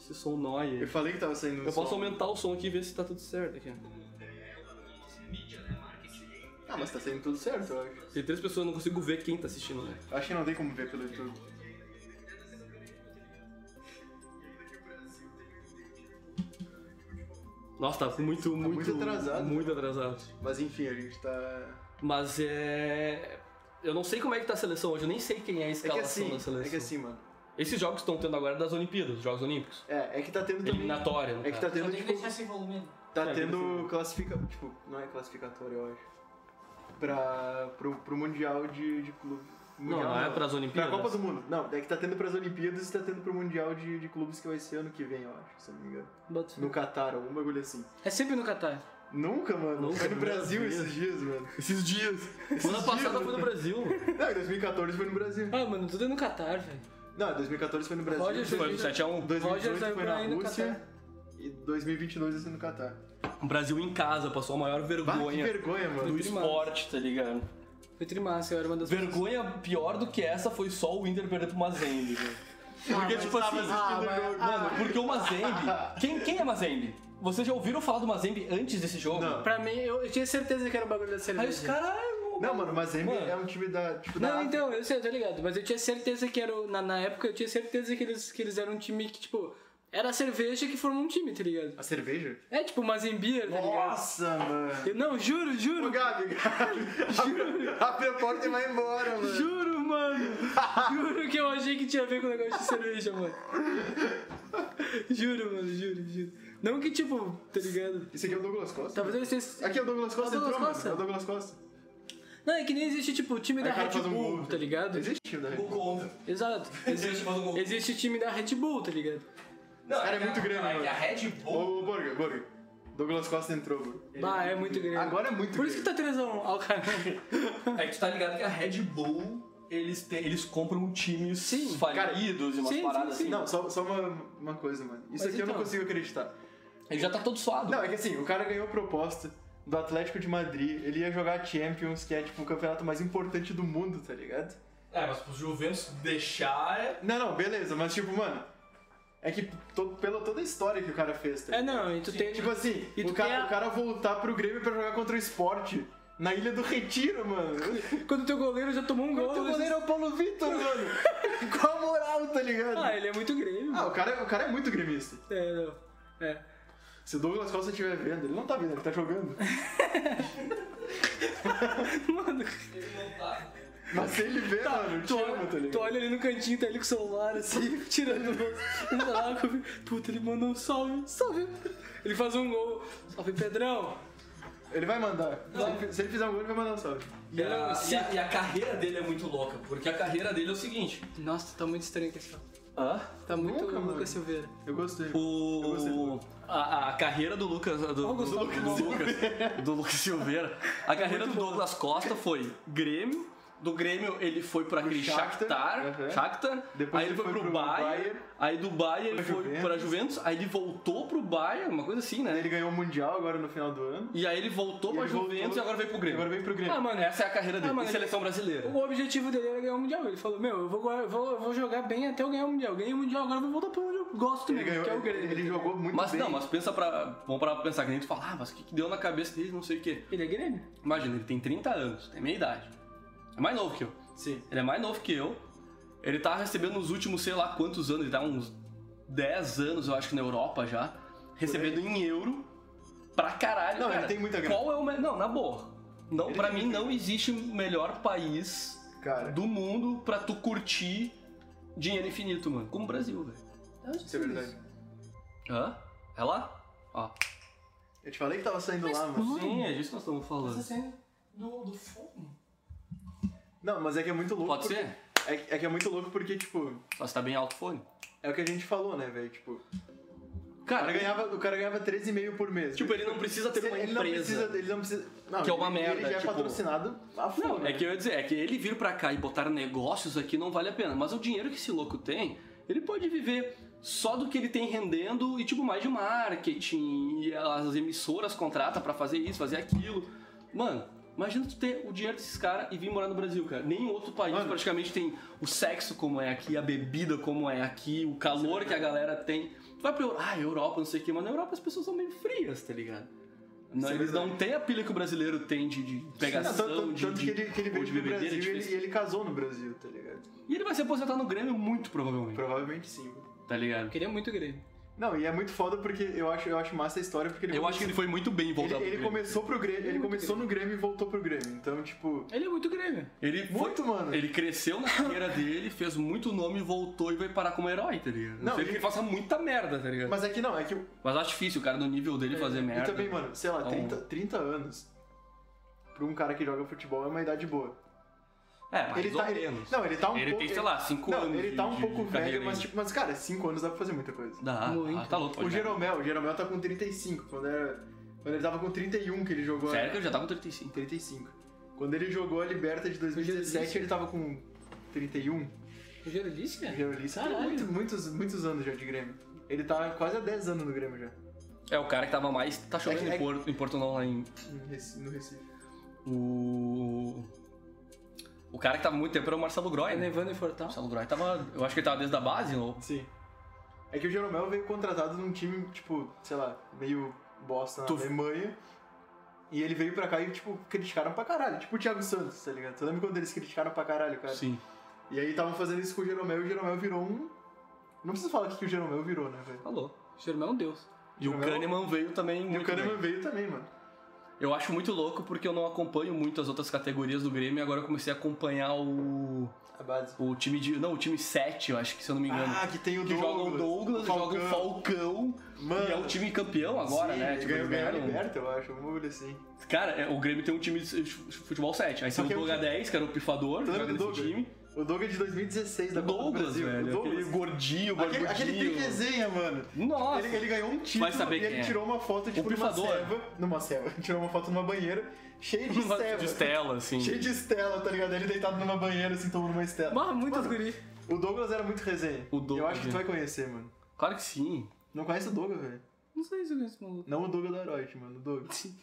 [SPEAKER 2] Esse som nóia. aí.
[SPEAKER 3] Eu falei que tava saindo um
[SPEAKER 2] Eu posso
[SPEAKER 3] som.
[SPEAKER 2] aumentar o som aqui e ver se tá tudo certo aqui.
[SPEAKER 3] Ah, mas tá saindo tudo certo, eu acho.
[SPEAKER 2] Tem três pessoas, eu não consigo ver quem tá assistindo, né?
[SPEAKER 3] Acho que não tem como ver pelo YouTube.
[SPEAKER 2] Nossa, tá muito, muito.
[SPEAKER 3] muito atrasado.
[SPEAKER 2] Muito atrasado.
[SPEAKER 3] Mas enfim, a gente tá.
[SPEAKER 2] Mas é. Eu não sei como é que tá a seleção hoje, eu nem sei quem é a
[SPEAKER 3] É que
[SPEAKER 2] escalação
[SPEAKER 3] assim,
[SPEAKER 2] da seleção.
[SPEAKER 3] é que assim, mano.
[SPEAKER 2] Esses jogos que estão tendo agora das Olimpíadas, os Jogos Olímpicos.
[SPEAKER 3] É, é que tá tendo também.
[SPEAKER 2] Eliminatória, no
[SPEAKER 3] É que
[SPEAKER 2] caso.
[SPEAKER 3] tá
[SPEAKER 4] Só
[SPEAKER 3] tendo,
[SPEAKER 4] tem que
[SPEAKER 3] tipo,
[SPEAKER 4] deixar sem volume.
[SPEAKER 3] tá
[SPEAKER 2] É,
[SPEAKER 3] tendo
[SPEAKER 2] beleza.
[SPEAKER 3] classifica... Tipo, não é classificatório, eu acho. Pra... Pro, pro Mundial de, de clube.
[SPEAKER 2] Não,
[SPEAKER 3] Mundial,
[SPEAKER 2] não é pras
[SPEAKER 3] Pra
[SPEAKER 2] Olimpíadas.
[SPEAKER 3] Copa do Mundo. Não, é que tá tendo pras Olimpíadas e tá tendo pro Mundial de, de clubes que vai ser ano que vem, eu acho, se eu não me engano.
[SPEAKER 1] Bota fé.
[SPEAKER 3] No Catar, algum bagulho assim.
[SPEAKER 1] É sempre no Catar.
[SPEAKER 3] Nunca, mano.
[SPEAKER 2] Nunca,
[SPEAKER 3] foi no
[SPEAKER 2] primeira
[SPEAKER 3] Brasil
[SPEAKER 2] vez.
[SPEAKER 3] esses dias, mano.
[SPEAKER 2] Esses dias. Semana passada foi no Brasil.
[SPEAKER 3] Não, em 2014 foi no Brasil.
[SPEAKER 1] Ah, mano, tudo é no Catar, velho.
[SPEAKER 3] Não, em 2014 foi no Brasil.
[SPEAKER 1] Roger
[SPEAKER 2] Foi no 7x1.
[SPEAKER 3] 2018
[SPEAKER 1] Roger
[SPEAKER 3] foi
[SPEAKER 1] saiu
[SPEAKER 3] na
[SPEAKER 1] pra ir no
[SPEAKER 3] Rússia.
[SPEAKER 1] Catar.
[SPEAKER 3] E 2022 vai ser no Catar.
[SPEAKER 2] O Um Brasil em casa passou a maior
[SPEAKER 3] um. Bah,
[SPEAKER 2] vergonha
[SPEAKER 3] que vergonha,
[SPEAKER 2] do
[SPEAKER 3] mano.
[SPEAKER 1] Trimassa.
[SPEAKER 2] esporte, tá ligado?
[SPEAKER 1] Foi trimassa, eu era uma das
[SPEAKER 2] Vergonha pior do que essa foi só o Inter perder pro Mazembe, velho.
[SPEAKER 3] Ah,
[SPEAKER 2] Porque, tipo assim,
[SPEAKER 3] assistindo o jogo.
[SPEAKER 2] mano, porque o Mazembe. Quem, quem é Mazembe? Vocês já ouviram falar do Mazembe antes desse jogo?
[SPEAKER 3] Não.
[SPEAKER 1] Pra mim, eu, eu tinha certeza que era o bagulho da cerveja.
[SPEAKER 2] Aí os é um caras.
[SPEAKER 3] Não, mano, mas Embi
[SPEAKER 2] Mano.
[SPEAKER 3] é um time da. Tipo, da
[SPEAKER 1] Não,
[SPEAKER 3] África.
[SPEAKER 1] então, eu sei, eu tô ligado. Mas eu tinha certeza que era. o- Na, na época, eu tinha certeza que eles, que eles eram um time que, tipo. Era a cerveja que formou um time, tá ligado?
[SPEAKER 3] A cerveja?
[SPEAKER 1] É tipo Mazembier, tá ligado?
[SPEAKER 3] Nossa, mano.
[SPEAKER 1] Eu, não, juro,
[SPEAKER 3] Ô,
[SPEAKER 1] juro.
[SPEAKER 3] Gabi, Gabi, abre- abre a porta e vai embora, mano.
[SPEAKER 1] Juro, mano. juro que eu achei que tinha a ver com o negócio de cerveja, mano. juro, mano, juro, juro. Não que, tipo, tá ligado?
[SPEAKER 3] Esse aqui é o Douglas Costa?
[SPEAKER 1] Talvez eles tenham.
[SPEAKER 3] Aqui é o Douglas Costa,
[SPEAKER 1] É o Douglas
[SPEAKER 3] entrou,
[SPEAKER 1] Costa.
[SPEAKER 3] mano. É o Douglas Costa.
[SPEAKER 1] Não, é que nem existe, tipo, o time
[SPEAKER 3] Aí
[SPEAKER 1] da
[SPEAKER 3] o cara
[SPEAKER 1] Red
[SPEAKER 3] faz um
[SPEAKER 1] Bull,
[SPEAKER 3] gol.
[SPEAKER 1] tá ligado?
[SPEAKER 3] Existe time da Red Bull.
[SPEAKER 1] Exato. Existe,
[SPEAKER 4] faz um gol.
[SPEAKER 1] existe o time da Red Bull, tá ligado?
[SPEAKER 4] Não,
[SPEAKER 3] cara é
[SPEAKER 4] que a-
[SPEAKER 3] muito grande,
[SPEAKER 4] é que A
[SPEAKER 3] mano.
[SPEAKER 4] Red Bull.
[SPEAKER 3] Ô, Borga, Borga. Douglas Costa entrou, Borga.
[SPEAKER 1] Bah, é muito grande.
[SPEAKER 3] Agora é muito
[SPEAKER 1] Por isso que tá 3x1 ao cara.
[SPEAKER 2] É que tu tá ligado que a Red Bull. Eles, têm- eles compram times
[SPEAKER 1] Sim.
[SPEAKER 2] falidos e umas
[SPEAKER 1] Sim, sim,
[SPEAKER 2] paradas
[SPEAKER 1] sim.
[SPEAKER 2] assim.
[SPEAKER 3] Não, só, só uma, uma coisa, mano. Isso
[SPEAKER 1] Mas
[SPEAKER 3] aqui eu não
[SPEAKER 1] então.
[SPEAKER 3] consigo acreditar.
[SPEAKER 2] Ele já tá todo suado.
[SPEAKER 3] Não, é que assim, o cara ganhou proposta do Atlético de Madrid, ele ia jogar Champions, que é tipo o campeonato mais importante do mundo, tá ligado?
[SPEAKER 4] É, mas pro Juventus deixar é.
[SPEAKER 3] Não, não, beleza, mas tipo, mano, é que to- pela toda a história que o cara fez, tá
[SPEAKER 1] É,
[SPEAKER 3] ligado?
[SPEAKER 1] não, e tu tem.
[SPEAKER 3] Tipo assim,
[SPEAKER 1] E tu
[SPEAKER 3] o cara,
[SPEAKER 1] tem a-
[SPEAKER 3] o cara voltar pro Grêmio pra jogar contra o esporte na Ilha do Retiro, mano.
[SPEAKER 1] Quando teu goleiro já tomou um
[SPEAKER 3] O
[SPEAKER 1] gol.
[SPEAKER 3] teu
[SPEAKER 1] às vezes-
[SPEAKER 3] goleiro é o Paulo Vitor, mano. Qual a moral, tá ligado?
[SPEAKER 1] Ah, ele é muito Grêmio.
[SPEAKER 3] Ah, o cara, o cara é muito gremista.
[SPEAKER 1] É, não. É.
[SPEAKER 3] Se o Douglas Costa estiver vendo, ele não tá vendo, ele tá jogando.
[SPEAKER 1] Mano,
[SPEAKER 3] Mas se ele vê, mano,
[SPEAKER 1] tu
[SPEAKER 3] tira,
[SPEAKER 1] olha,
[SPEAKER 3] tá ligado?
[SPEAKER 1] tu olha ali no cantinho, tá ele com o celular assim, tirando o bolso. Ele tá lá, com- Puta, ele mandou um salve, salve. Ele faz um gol. Salve, Pedrão.
[SPEAKER 3] Ele vai mandar. Se ele, se ele fizer um gol, ele vai mandar um salve.
[SPEAKER 2] E a,
[SPEAKER 1] Pedrão,
[SPEAKER 2] e a- e a carreira dele é muito louca, porque a carreira dele é o seguinte.
[SPEAKER 1] se- Nossa, tá muito estranho esse cara. Tá muito
[SPEAKER 3] Nunca, mano.
[SPEAKER 1] Lucas Silveira.
[SPEAKER 3] Eu gostei. Eu gostei do
[SPEAKER 2] O, a, a carreira do Lucas. Do, do,
[SPEAKER 1] Augusto,
[SPEAKER 2] do
[SPEAKER 1] Augusto.
[SPEAKER 2] Lucas, do Lucas Silveira. A carreira do Douglas Costa foi Grêmio, do Grêmio ele foi pra aquele
[SPEAKER 3] Shakhtar,
[SPEAKER 2] Shakhtar,
[SPEAKER 3] aham.
[SPEAKER 2] Shakhtar,
[SPEAKER 3] Depois
[SPEAKER 2] aí ele
[SPEAKER 3] ele
[SPEAKER 2] foi,
[SPEAKER 3] foi
[SPEAKER 2] pro,
[SPEAKER 3] pro
[SPEAKER 2] Bayern,
[SPEAKER 3] Bayern,
[SPEAKER 2] aí do Bayern ele
[SPEAKER 3] pra
[SPEAKER 2] foi pra Juventus, aí ele voltou pro Bayern, uma coisa assim, né?
[SPEAKER 3] Ele ganhou o Mundial agora no final do ano.
[SPEAKER 2] E aí ele voltou
[SPEAKER 3] E
[SPEAKER 2] pra
[SPEAKER 3] ele voltou-
[SPEAKER 2] Juventus e agora veio pro
[SPEAKER 3] E
[SPEAKER 2] Grêmio.
[SPEAKER 3] Agora vem pro Grêmio.
[SPEAKER 1] Ah, mano,
[SPEAKER 2] Essa é a carreira dele,
[SPEAKER 1] Ah, mano,
[SPEAKER 2] em seleção brasileira.
[SPEAKER 1] O objetivo dele era ganhar o Mundial. Ele falou, meu, eu vou, gua- eu vou, eu vou jogar bem até eu ganhar o Mundial. Ganhei o Mundial, agora eu vou voltar pra onde eu gosto
[SPEAKER 3] ele
[SPEAKER 1] mesmo,
[SPEAKER 3] ganhou,
[SPEAKER 1] que é o
[SPEAKER 3] ele,
[SPEAKER 1] Grêmio.
[SPEAKER 3] ele jogou muito
[SPEAKER 2] Mas
[SPEAKER 3] bem.
[SPEAKER 2] não, mas pensa pra. Vamos parar pra pensar que nem tu fala, ah, mas o que, que deu na cabeça dele, não sei o quê.
[SPEAKER 1] Ele é Grêmio?
[SPEAKER 2] Imagina, ele tem 30 anos, tem minha idade. É mais novo que eu.
[SPEAKER 4] Sim.
[SPEAKER 2] Ele é mais novo que eu. Ele tá recebendo nos últimos, sei lá quantos anos, ele tá uns 10 anos, eu acho que na Europa já. Recebendo em euro pra caralho.
[SPEAKER 3] Não,
[SPEAKER 2] cara.
[SPEAKER 3] ele tem muita grana.
[SPEAKER 2] Qual é o melhor. Não, na boa. Não,
[SPEAKER 3] Ele
[SPEAKER 2] pra
[SPEAKER 3] tem
[SPEAKER 2] mim
[SPEAKER 3] muita
[SPEAKER 2] não existe melhor país
[SPEAKER 3] Cara.
[SPEAKER 2] do mundo pra tu curtir dinheiro infinito, mano. Como o Brasil, velho.
[SPEAKER 3] Isso é verdade.
[SPEAKER 2] Hã? É lá? Ó.
[SPEAKER 3] Eu te falei que tava saindo lá, mano.
[SPEAKER 2] Sim, é disso que nós estamos falando.
[SPEAKER 1] sendo do, do fumo?
[SPEAKER 3] Não, mas é que é muito louco.
[SPEAKER 2] Pode
[SPEAKER 3] porque-
[SPEAKER 2] ser?
[SPEAKER 3] É, que- é que é muito louco porque, tipo,
[SPEAKER 2] Só se tá bem alto o fone.
[SPEAKER 3] é o que a gente falou, né, velho? Tipo, o cara
[SPEAKER 2] Cara,
[SPEAKER 3] ganhava, o cara ganhava 13,5 por mês.
[SPEAKER 2] tipo, ele não precisa ter
[SPEAKER 3] Se-
[SPEAKER 2] uma
[SPEAKER 3] ele não
[SPEAKER 2] empresa.
[SPEAKER 3] precisa, ele não precisa. Não,
[SPEAKER 2] Que é uma
[SPEAKER 3] ele,
[SPEAKER 2] merda,
[SPEAKER 3] Ele já é
[SPEAKER 2] tipo-
[SPEAKER 3] patrocinado a full, né?
[SPEAKER 2] Não, é que eu ia dizer, é que ele vir pra cá e botar negócios aqui não vale a pena. Mas o dinheiro que esse louco tem, ele pode viver só do que ele tem rendendo e, tipo, mais de marketing. E as emissoras contratam pra fazer isso, fazer aquilo. Mano, imagina tu ter o dinheiro desses caras e vir morar no Brasil, cara. Nenhum outro país
[SPEAKER 3] Mano.
[SPEAKER 2] praticamente tem o sexo como é aqui, a bebida como é aqui, o calor que a galera tem. Tu vai pra Europa, ah, Europa, não sei o que, mas na Europa as pessoas são meio frias, tá ligado? Não,
[SPEAKER 3] Isso é
[SPEAKER 2] eles não
[SPEAKER 3] verdade.
[SPEAKER 2] têm a pilha que o brasileiro tem de, de pegação,
[SPEAKER 3] Não, tanto,
[SPEAKER 2] de,
[SPEAKER 3] tanto
[SPEAKER 2] de,
[SPEAKER 3] que ele, que ele
[SPEAKER 2] ou
[SPEAKER 3] veio
[SPEAKER 2] de
[SPEAKER 3] pro
[SPEAKER 2] bebedeira, é
[SPEAKER 3] Brasil e
[SPEAKER 2] de
[SPEAKER 3] ele,
[SPEAKER 2] festa.
[SPEAKER 3] e ele casou no Brasil, tá ligado?
[SPEAKER 2] E ele vai se aposentar no Grêmio muito provavelmente,
[SPEAKER 3] Provavelmente sim.
[SPEAKER 2] tá ligado?
[SPEAKER 1] Eu queria muito Grêmio.
[SPEAKER 3] Não, e é muito foda porque eu acho, eu acho massa a história porque ele
[SPEAKER 2] Eu
[SPEAKER 3] come-
[SPEAKER 2] acho que ele foi muito bem em
[SPEAKER 3] ele,
[SPEAKER 2] voltar
[SPEAKER 3] ele
[SPEAKER 2] pro Grêmio. é
[SPEAKER 3] começou pro Grêmio, ele começou no Grêmio e voltou pro Grêmio. Então, tipo,
[SPEAKER 1] Ele é muito Grêmio.
[SPEAKER 2] Ele foi-
[SPEAKER 3] muito, mano.
[SPEAKER 2] Ele cresceu na carreira dele, fez muito nome, voltou e vai parar como herói, tá ligado? Não,
[SPEAKER 3] Não,
[SPEAKER 2] sei
[SPEAKER 3] ele-
[SPEAKER 2] que ele faça muita merda, tá ligado? Mas,
[SPEAKER 3] Mas é que não, é que
[SPEAKER 2] acho difícil o cara no nível dele fazer merda.
[SPEAKER 3] E também, mano, sei lá,
[SPEAKER 2] Então-
[SPEAKER 3] 30, 30 anos pra um cara que joga futebol é uma idade boa.
[SPEAKER 2] É, mais
[SPEAKER 3] ele
[SPEAKER 2] ou
[SPEAKER 3] tá, ele,
[SPEAKER 2] menos.
[SPEAKER 3] não, ele tá um
[SPEAKER 2] Ele
[SPEAKER 3] pouco.
[SPEAKER 2] tem, sei lá, 5
[SPEAKER 3] não,
[SPEAKER 2] anos.
[SPEAKER 3] ele
[SPEAKER 2] de-
[SPEAKER 3] tá um
[SPEAKER 2] de
[SPEAKER 3] pouco
[SPEAKER 2] carreira
[SPEAKER 3] velho, mas,
[SPEAKER 2] ainda.
[SPEAKER 3] tipo, mas cara, 5 anos dá pra fazer muita coisa.
[SPEAKER 2] Dá,
[SPEAKER 1] Muito.
[SPEAKER 2] ah, tá louco.
[SPEAKER 3] o
[SPEAKER 2] pode dar.
[SPEAKER 3] Jeromel, o Jeromel tá com 35, quando era. Quando ele tava com 31 que ele jogou. a-
[SPEAKER 2] Sério que ele já tá com 35.
[SPEAKER 3] 35. Quando ele jogou a Liberta de 2017, ele tava com 31.
[SPEAKER 1] O Gerolice,
[SPEAKER 3] O
[SPEAKER 1] cara?
[SPEAKER 3] Jerolice tem
[SPEAKER 1] Caralho.
[SPEAKER 3] é muito- muitos, muitos anos já de Grêmio. Ele tá quase há 10 anos no Grêmio já,
[SPEAKER 2] É o cara que tava mais. Tá chovendo
[SPEAKER 3] É que-
[SPEAKER 2] em, Porto, em Porto não, lá em,
[SPEAKER 3] no Recife. no Recife.
[SPEAKER 2] O. O cara que tava muito tempo era o Marcelo Groy.
[SPEAKER 1] É
[SPEAKER 2] Né?
[SPEAKER 1] Nevando e Fortal?
[SPEAKER 2] Marcelo Groy tava. Eu acho que ele tava desde a base, ou.
[SPEAKER 3] Sim. É que o Jeromel veio contratado num time, tipo, sei lá, meio bosta na
[SPEAKER 2] Tu-
[SPEAKER 3] Alemanha. E ele veio pra cá e, tipo, criticaram pra caralho. Tipo o Thiago Santos, tá ligado? Tu lembra quando eles criticaram pra caralho, cara?
[SPEAKER 2] Sim.
[SPEAKER 3] E aí estavam fazendo isso com o Jeromel e o Jeromel virou um. Não precisa falar o que que o Jeromel virou, né, velho?
[SPEAKER 2] Falou.
[SPEAKER 1] Germão é um deus.
[SPEAKER 2] E o
[SPEAKER 3] Jogar-
[SPEAKER 2] Kahneman veio também.
[SPEAKER 3] E o
[SPEAKER 2] Muito
[SPEAKER 3] Kahneman
[SPEAKER 2] bem.
[SPEAKER 3] veio também, mano.
[SPEAKER 2] Eu acho muito louco porque eu não acompanho muito as outras categorias do Grêmio e agora eu comecei a acompanhar o.
[SPEAKER 3] A base.
[SPEAKER 2] O time de. Não, o time 7, eu acho que se eu não me engano.
[SPEAKER 3] Ah, que tem o
[SPEAKER 2] que joga o Douglas, joga o Falcão.
[SPEAKER 3] Mano.
[SPEAKER 2] E é o time campeão agora,
[SPEAKER 3] Sim,
[SPEAKER 2] né?
[SPEAKER 3] ele
[SPEAKER 2] Tipo,
[SPEAKER 3] ganhou,
[SPEAKER 2] eles
[SPEAKER 3] ganhou a
[SPEAKER 2] ganharam-
[SPEAKER 3] Liberta, eu acho, um bagulho assim.
[SPEAKER 2] Cara, é, o Grêmio tem um time de futebol 7. Aí
[SPEAKER 3] Só
[SPEAKER 2] tem o
[SPEAKER 3] que é um
[SPEAKER 2] Doga
[SPEAKER 3] time-
[SPEAKER 2] 10, que era o pifador,
[SPEAKER 3] Tu lembra
[SPEAKER 2] joga
[SPEAKER 3] do
[SPEAKER 2] nesse
[SPEAKER 3] Douglas?
[SPEAKER 2] time.
[SPEAKER 3] O Douglas é de 2016 da Copa do
[SPEAKER 2] Douglas,
[SPEAKER 3] Brasil.
[SPEAKER 2] velho.
[SPEAKER 3] o Douglas.
[SPEAKER 2] Aquele gordinho,
[SPEAKER 3] Aquele,
[SPEAKER 2] barbudinho.
[SPEAKER 3] aquele tem resenha, mano.
[SPEAKER 2] Nossa!
[SPEAKER 3] Ele, ele ganhou um título
[SPEAKER 2] Vai saber
[SPEAKER 3] e ele
[SPEAKER 2] quem é.
[SPEAKER 3] tirou uma foto tipo, numa
[SPEAKER 2] pifador.
[SPEAKER 3] ceva. Numa ceva. Tirou uma foto numa banheira cheia de
[SPEAKER 2] Uma
[SPEAKER 3] ceva.
[SPEAKER 2] de Estela, assim.
[SPEAKER 3] Cheio de estela, tá ligado? Ele deitado numa banheira, assim, tomando uma estela.
[SPEAKER 1] Mas muitos
[SPEAKER 3] Mano,
[SPEAKER 1] guri.
[SPEAKER 3] O Douglas era muito resenha.
[SPEAKER 2] O Douglas,
[SPEAKER 3] Eu acho que tu
[SPEAKER 2] né?
[SPEAKER 3] vai conhecer, mano.
[SPEAKER 2] Claro que sim.
[SPEAKER 3] Não conhece o Douglas, velho?
[SPEAKER 1] Não sei se eu conheço esse maluco.
[SPEAKER 3] Não o Douglas da Herói, tipo, mano. O Douglas.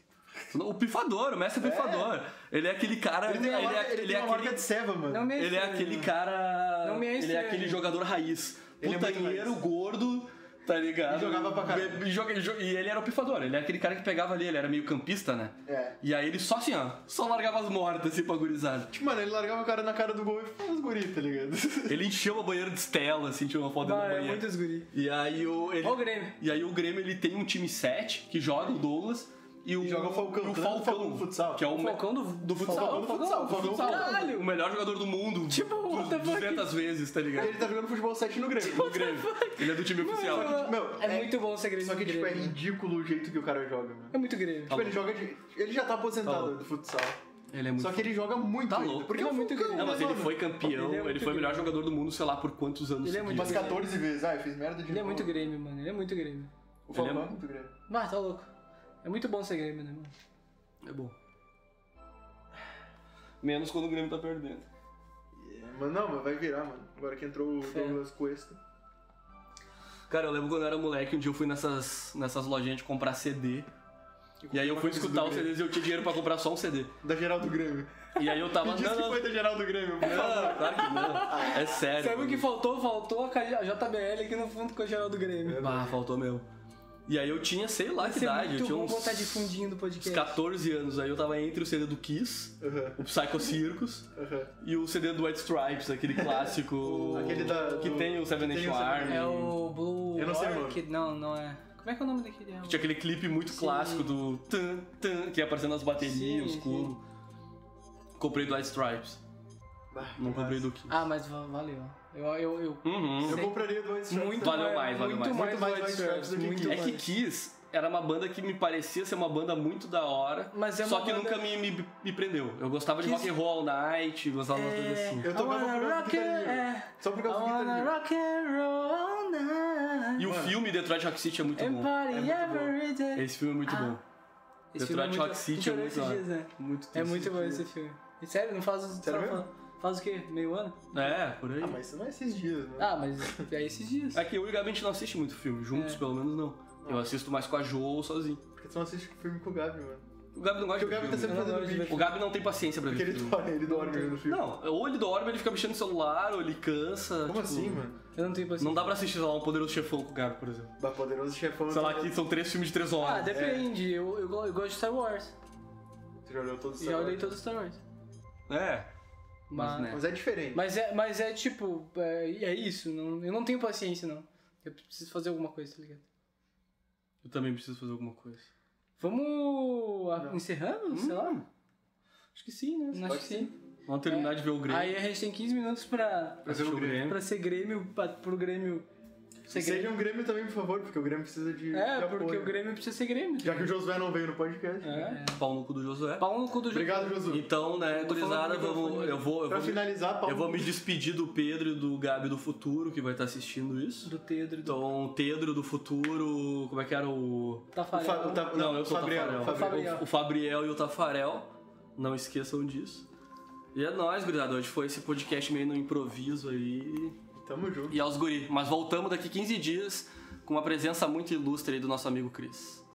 [SPEAKER 2] O pifador, o mestre pifador. Ele é aquele cara.
[SPEAKER 3] Ele tem uma, marca,
[SPEAKER 2] é,
[SPEAKER 3] ele tem
[SPEAKER 2] é
[SPEAKER 3] uma marca de
[SPEAKER 2] aquele,
[SPEAKER 3] ceva, mano.
[SPEAKER 1] Não me
[SPEAKER 2] ele é
[SPEAKER 1] estranho,
[SPEAKER 2] aquele
[SPEAKER 1] né?
[SPEAKER 2] cara.
[SPEAKER 1] Não me é
[SPEAKER 2] ele é
[SPEAKER 1] estranho.
[SPEAKER 2] aquele jogador raiz.
[SPEAKER 3] Ele é muito
[SPEAKER 2] Putanheiro,
[SPEAKER 3] raiz.
[SPEAKER 2] gordo, tá ligado?
[SPEAKER 3] E jogava pra caralho.
[SPEAKER 2] E, joga- e jo- e ele era o pifador, ele é aquele cara que pegava ali, ele era meio campista, né?
[SPEAKER 3] É.
[SPEAKER 2] E aí ele só assim, ó, só largava as mortas assim pra gurizada.
[SPEAKER 3] Tipo, mano, ele largava o cara na cara do gol e falava os guris, tá ligado?
[SPEAKER 2] Ele encheu a banheira de estela, assim, tinha uma foto dentro
[SPEAKER 1] Ah,
[SPEAKER 2] da
[SPEAKER 1] é
[SPEAKER 2] banheira.
[SPEAKER 1] muitos guri.
[SPEAKER 2] E aí o. Ele,
[SPEAKER 1] Ó o Grêmio.
[SPEAKER 2] E aí o Grêmio ele tem um time 7 que joga o Douglas e o.
[SPEAKER 3] E joga o Falcão,
[SPEAKER 2] e o
[SPEAKER 3] tu lembra do Falcão
[SPEAKER 2] Falcão.
[SPEAKER 3] do futsal?
[SPEAKER 2] Que é o,
[SPEAKER 1] O
[SPEAKER 2] me-
[SPEAKER 1] Falcão do, do
[SPEAKER 3] Falcão
[SPEAKER 1] futsal.
[SPEAKER 3] do
[SPEAKER 1] Falcão
[SPEAKER 3] futsal, o Falcão do futsal.
[SPEAKER 2] o
[SPEAKER 1] Caralho.
[SPEAKER 2] melhor jogador do mundo.
[SPEAKER 1] Tipo, what the
[SPEAKER 2] du-
[SPEAKER 1] fuck?
[SPEAKER 2] 200 vezes, tá ligado?
[SPEAKER 3] ele tá jogando futebol 7 no Grêmio.
[SPEAKER 1] Tipo
[SPEAKER 2] Do Grêmio. Ele é do time oficial.
[SPEAKER 3] Meu,
[SPEAKER 1] é,
[SPEAKER 3] é-
[SPEAKER 1] muito bom o segredo
[SPEAKER 3] Só que,
[SPEAKER 1] do
[SPEAKER 3] tipo, é
[SPEAKER 1] Grêmio.
[SPEAKER 3] ridículo o jeito que o cara joga, mano.
[SPEAKER 1] É muito Grêmio.
[SPEAKER 3] Tipo, ele joga de... Ele já tá aposentado
[SPEAKER 2] Tá louco.
[SPEAKER 3] do futsal.
[SPEAKER 2] Ele é muito.
[SPEAKER 3] Só que ele joga muito
[SPEAKER 2] Tá
[SPEAKER 3] ainda,
[SPEAKER 2] louco.
[SPEAKER 3] Porque
[SPEAKER 1] Ele
[SPEAKER 3] é
[SPEAKER 1] é muito
[SPEAKER 3] muito Falcão,
[SPEAKER 1] grande.
[SPEAKER 2] Não, mas
[SPEAKER 3] né,
[SPEAKER 2] ele
[SPEAKER 3] mano?
[SPEAKER 2] foi campeão,
[SPEAKER 1] Ele é
[SPEAKER 2] ele,
[SPEAKER 1] muito
[SPEAKER 2] foi o melhor
[SPEAKER 1] grande.
[SPEAKER 2] jogador do mundo, sei lá por quantos anos.
[SPEAKER 1] Ele é muito
[SPEAKER 2] seguidos.
[SPEAKER 3] Umas 14 vezes. Ah, eu fiz merda
[SPEAKER 1] Ele
[SPEAKER 3] de
[SPEAKER 1] é
[SPEAKER 3] novo.
[SPEAKER 1] muito Grêmio, mano. Ele é muito Grêmio.
[SPEAKER 3] O Falcão
[SPEAKER 2] ele é-
[SPEAKER 3] é muito grande.
[SPEAKER 1] Mas tá louco. É muito bom ser Grêmio, né, mano?
[SPEAKER 2] É bom. Menos quando o Grêmio tá perdendo.
[SPEAKER 3] Mas não, mas vai virar, mano. Agora que entrou o
[SPEAKER 1] Fé.
[SPEAKER 3] Douglas Cuesta.
[SPEAKER 2] Cara, eu lembro quando eu era moleque, um dia eu fui nessas, nessas lojinhas de comprar CD. E aí eu fui escutar os CDs e eu tinha dinheiro pra comprar só um CD.
[SPEAKER 3] Da geral do Grêmio.
[SPEAKER 2] E aí eu tava.
[SPEAKER 3] Me diz
[SPEAKER 2] Não,
[SPEAKER 3] que
[SPEAKER 2] não,
[SPEAKER 3] foi da geral do Grêmio, mano.
[SPEAKER 2] não, claro que não. É sério.
[SPEAKER 1] Sabe o que faltou? Faltou a KJ a JBL aqui no fundo com a geral do Grêmio.
[SPEAKER 2] Ah, faltou mesmo. E aí eu tinha, sei lá que
[SPEAKER 1] Isso é
[SPEAKER 2] idade, eu
[SPEAKER 1] muito
[SPEAKER 2] tinha
[SPEAKER 1] bom
[SPEAKER 2] uns,
[SPEAKER 1] botar de fundinho do
[SPEAKER 2] uns
[SPEAKER 1] podcast.
[SPEAKER 2] 14 anos. Aí eu tava entre o CD do Kiss,
[SPEAKER 3] Aham,
[SPEAKER 2] o Psycho Circus
[SPEAKER 3] aham.
[SPEAKER 2] e o CD do White Stripes, aquele clássico.
[SPEAKER 3] Aquele da-
[SPEAKER 2] que
[SPEAKER 3] do-
[SPEAKER 2] tem o Seven
[SPEAKER 3] que tem
[SPEAKER 2] Nation
[SPEAKER 3] o Seven
[SPEAKER 2] Army.
[SPEAKER 1] É o Blue
[SPEAKER 3] Eu não sei o
[SPEAKER 1] Orchid- Não, não é. Como é que é o nome daquele? álbum?
[SPEAKER 2] Tinha aquele clipe muito clássico do tan tan que ia aparecendo as baterias,
[SPEAKER 1] Sim,
[SPEAKER 2] os cubos. Comprei do White Stripes,
[SPEAKER 3] Bah,
[SPEAKER 2] não
[SPEAKER 3] mas-
[SPEAKER 2] comprei do Kiss.
[SPEAKER 1] Ah, mas va- valeu. Eu, eu, eu-
[SPEAKER 2] Uhum.
[SPEAKER 3] Eu compraria tá? do White Stripes.
[SPEAKER 1] Muito
[SPEAKER 2] Valeu mais, valeu
[SPEAKER 1] muito mais.
[SPEAKER 2] mais.
[SPEAKER 3] Muito é mais White
[SPEAKER 1] White
[SPEAKER 3] Stripes do que
[SPEAKER 1] muito
[SPEAKER 3] Kiss.
[SPEAKER 2] É
[SPEAKER 1] mais.
[SPEAKER 2] que Kiss era uma banda que me parecia ser uma banda muito da hora,
[SPEAKER 1] Mas é uma
[SPEAKER 2] só que
[SPEAKER 1] banda-
[SPEAKER 2] nunca me, me, me prendeu. Eu gostava de
[SPEAKER 1] Kiss-
[SPEAKER 2] rock and roll all night, gostava de umas coisas assim.
[SPEAKER 3] Eu
[SPEAKER 1] É, I
[SPEAKER 3] tocava
[SPEAKER 1] wanna
[SPEAKER 3] por causa do
[SPEAKER 1] rock
[SPEAKER 3] Guitar Hero.
[SPEAKER 1] and- é.
[SPEAKER 3] Só por
[SPEAKER 1] I
[SPEAKER 3] causa do Guitar
[SPEAKER 1] wanna
[SPEAKER 3] Hero.
[SPEAKER 1] rock and roll
[SPEAKER 2] E
[SPEAKER 1] now.
[SPEAKER 2] o filme Detroit Rock City é muito
[SPEAKER 1] And
[SPEAKER 2] bom.
[SPEAKER 1] party
[SPEAKER 3] muito
[SPEAKER 1] every day.
[SPEAKER 2] Esse filme é muito
[SPEAKER 1] Ah,
[SPEAKER 2] bom.
[SPEAKER 1] Esse filme
[SPEAKER 2] Detroit
[SPEAKER 1] é muito-
[SPEAKER 2] Rock City é
[SPEAKER 1] chorei
[SPEAKER 2] muito
[SPEAKER 1] esses
[SPEAKER 2] da hora.
[SPEAKER 1] dias, né?
[SPEAKER 2] Muito
[SPEAKER 1] É
[SPEAKER 2] triste.
[SPEAKER 1] muito bom esse filme. E sério, não faz os.
[SPEAKER 3] Sério mesmo?
[SPEAKER 1] faz, faz o quê? Meio ano?
[SPEAKER 2] É, por aí.
[SPEAKER 3] Ah, mas isso não é esses dias, né?
[SPEAKER 1] Ah, mas é esses dias.
[SPEAKER 2] É que eu e o Gabi a gente não assiste muito filme, juntos
[SPEAKER 1] É.
[SPEAKER 2] pelo menos não. Eu assisto mais com a Jo ou sozinho.
[SPEAKER 3] Porque tu não assiste filme com o Gabi, mano.
[SPEAKER 2] O Gabi não gosta
[SPEAKER 3] Porque o
[SPEAKER 2] de
[SPEAKER 3] Gabi tá
[SPEAKER 2] filme.
[SPEAKER 3] sempre
[SPEAKER 1] Eu não
[SPEAKER 3] fazendo
[SPEAKER 1] gosto de
[SPEAKER 3] vídeo.
[SPEAKER 2] O Gabi não tem paciência pra
[SPEAKER 3] Porque
[SPEAKER 2] ver
[SPEAKER 3] ele
[SPEAKER 2] filme.
[SPEAKER 3] dorme, ele dorme no filme.
[SPEAKER 2] Não, ou ele dorme, ele fica mexendo no celular, ou ele cansa.
[SPEAKER 3] Como
[SPEAKER 2] tipo,
[SPEAKER 3] assim, mano?
[SPEAKER 1] Eu não tenho paciência.
[SPEAKER 2] Não dá pra assistir, sei lá, um poderoso chefão com o Gabi, por exemplo.
[SPEAKER 3] Da Poderoso Chefão. tá
[SPEAKER 2] Sei lá,
[SPEAKER 3] tu-
[SPEAKER 2] que são três filmes de três
[SPEAKER 1] Ah,
[SPEAKER 2] horas.
[SPEAKER 1] depende.
[SPEAKER 2] é.
[SPEAKER 1] Eu, eu, go- eu gosto de Star Wars.
[SPEAKER 3] Tu já olhou todos os
[SPEAKER 1] Já olhei todos os Star Wars.
[SPEAKER 2] é. Mas, né.
[SPEAKER 3] Mas é diferente.
[SPEAKER 1] Mas é, mas é tipo, é, é isso. não- eu não tenho paciência, não. Eu preciso fazer alguma coisa, tá ligado?
[SPEAKER 2] Eu também preciso fazer alguma coisa.
[SPEAKER 1] Vamos a-
[SPEAKER 3] Não. Hum.
[SPEAKER 1] encerrando? Sei lá.
[SPEAKER 2] Acho que sim, né?
[SPEAKER 1] Acho
[SPEAKER 3] pode
[SPEAKER 1] que sim.
[SPEAKER 2] Vamos
[SPEAKER 3] É.
[SPEAKER 2] terminar de ver o Grêmio.
[SPEAKER 1] Aí a gente tem 15 minutos pra,
[SPEAKER 3] Pra ver
[SPEAKER 2] assistir
[SPEAKER 3] o Grêmio.
[SPEAKER 1] pra ser Grêmio, pra, pro Grêmio ser
[SPEAKER 3] E
[SPEAKER 1] Grêmio.
[SPEAKER 3] Seja um Grêmio também, por favor, porque o Grêmio precisa de, de
[SPEAKER 1] É,
[SPEAKER 3] apoio.
[SPEAKER 1] porque o Grêmio precisa ser Grêmio.
[SPEAKER 3] Já que o Josué não veio no podcast.
[SPEAKER 1] É.
[SPEAKER 2] Pau no cu do Josué.
[SPEAKER 1] Pau no cu do
[SPEAKER 3] Obrigado,
[SPEAKER 1] jogo.
[SPEAKER 3] Josué.
[SPEAKER 2] Então, né,
[SPEAKER 1] Tô falando
[SPEAKER 2] gurizada,
[SPEAKER 1] no microfone
[SPEAKER 2] vamos.
[SPEAKER 1] aqui.
[SPEAKER 2] Eu vou. Eu
[SPEAKER 3] Pra
[SPEAKER 2] vou, me,
[SPEAKER 3] finalizar, então. Paulo.
[SPEAKER 2] eu vou me despedir do Pedro e do Gabi do futuro, que vai estar assistindo isso.
[SPEAKER 1] Do Pedro, do
[SPEAKER 2] Então, Pedro do futuro. Como é que era o.
[SPEAKER 3] O Fa-
[SPEAKER 1] Tafarel.
[SPEAKER 3] o Ta-
[SPEAKER 2] tá- Não, eu sou o
[SPEAKER 3] Fabriano.
[SPEAKER 2] Tafarel.
[SPEAKER 3] Fabriano.
[SPEAKER 1] Fabriano.
[SPEAKER 2] O Fabriel e o Tafarel. Não esqueçam disso. E é nóis, gurizada. Hoje foi esse podcast meio no improviso aí.
[SPEAKER 3] Tamo junto.
[SPEAKER 2] E aos guri. Mas voltamos daqui 15 dias com uma presença muito ilustre aí do nosso amigo Cris.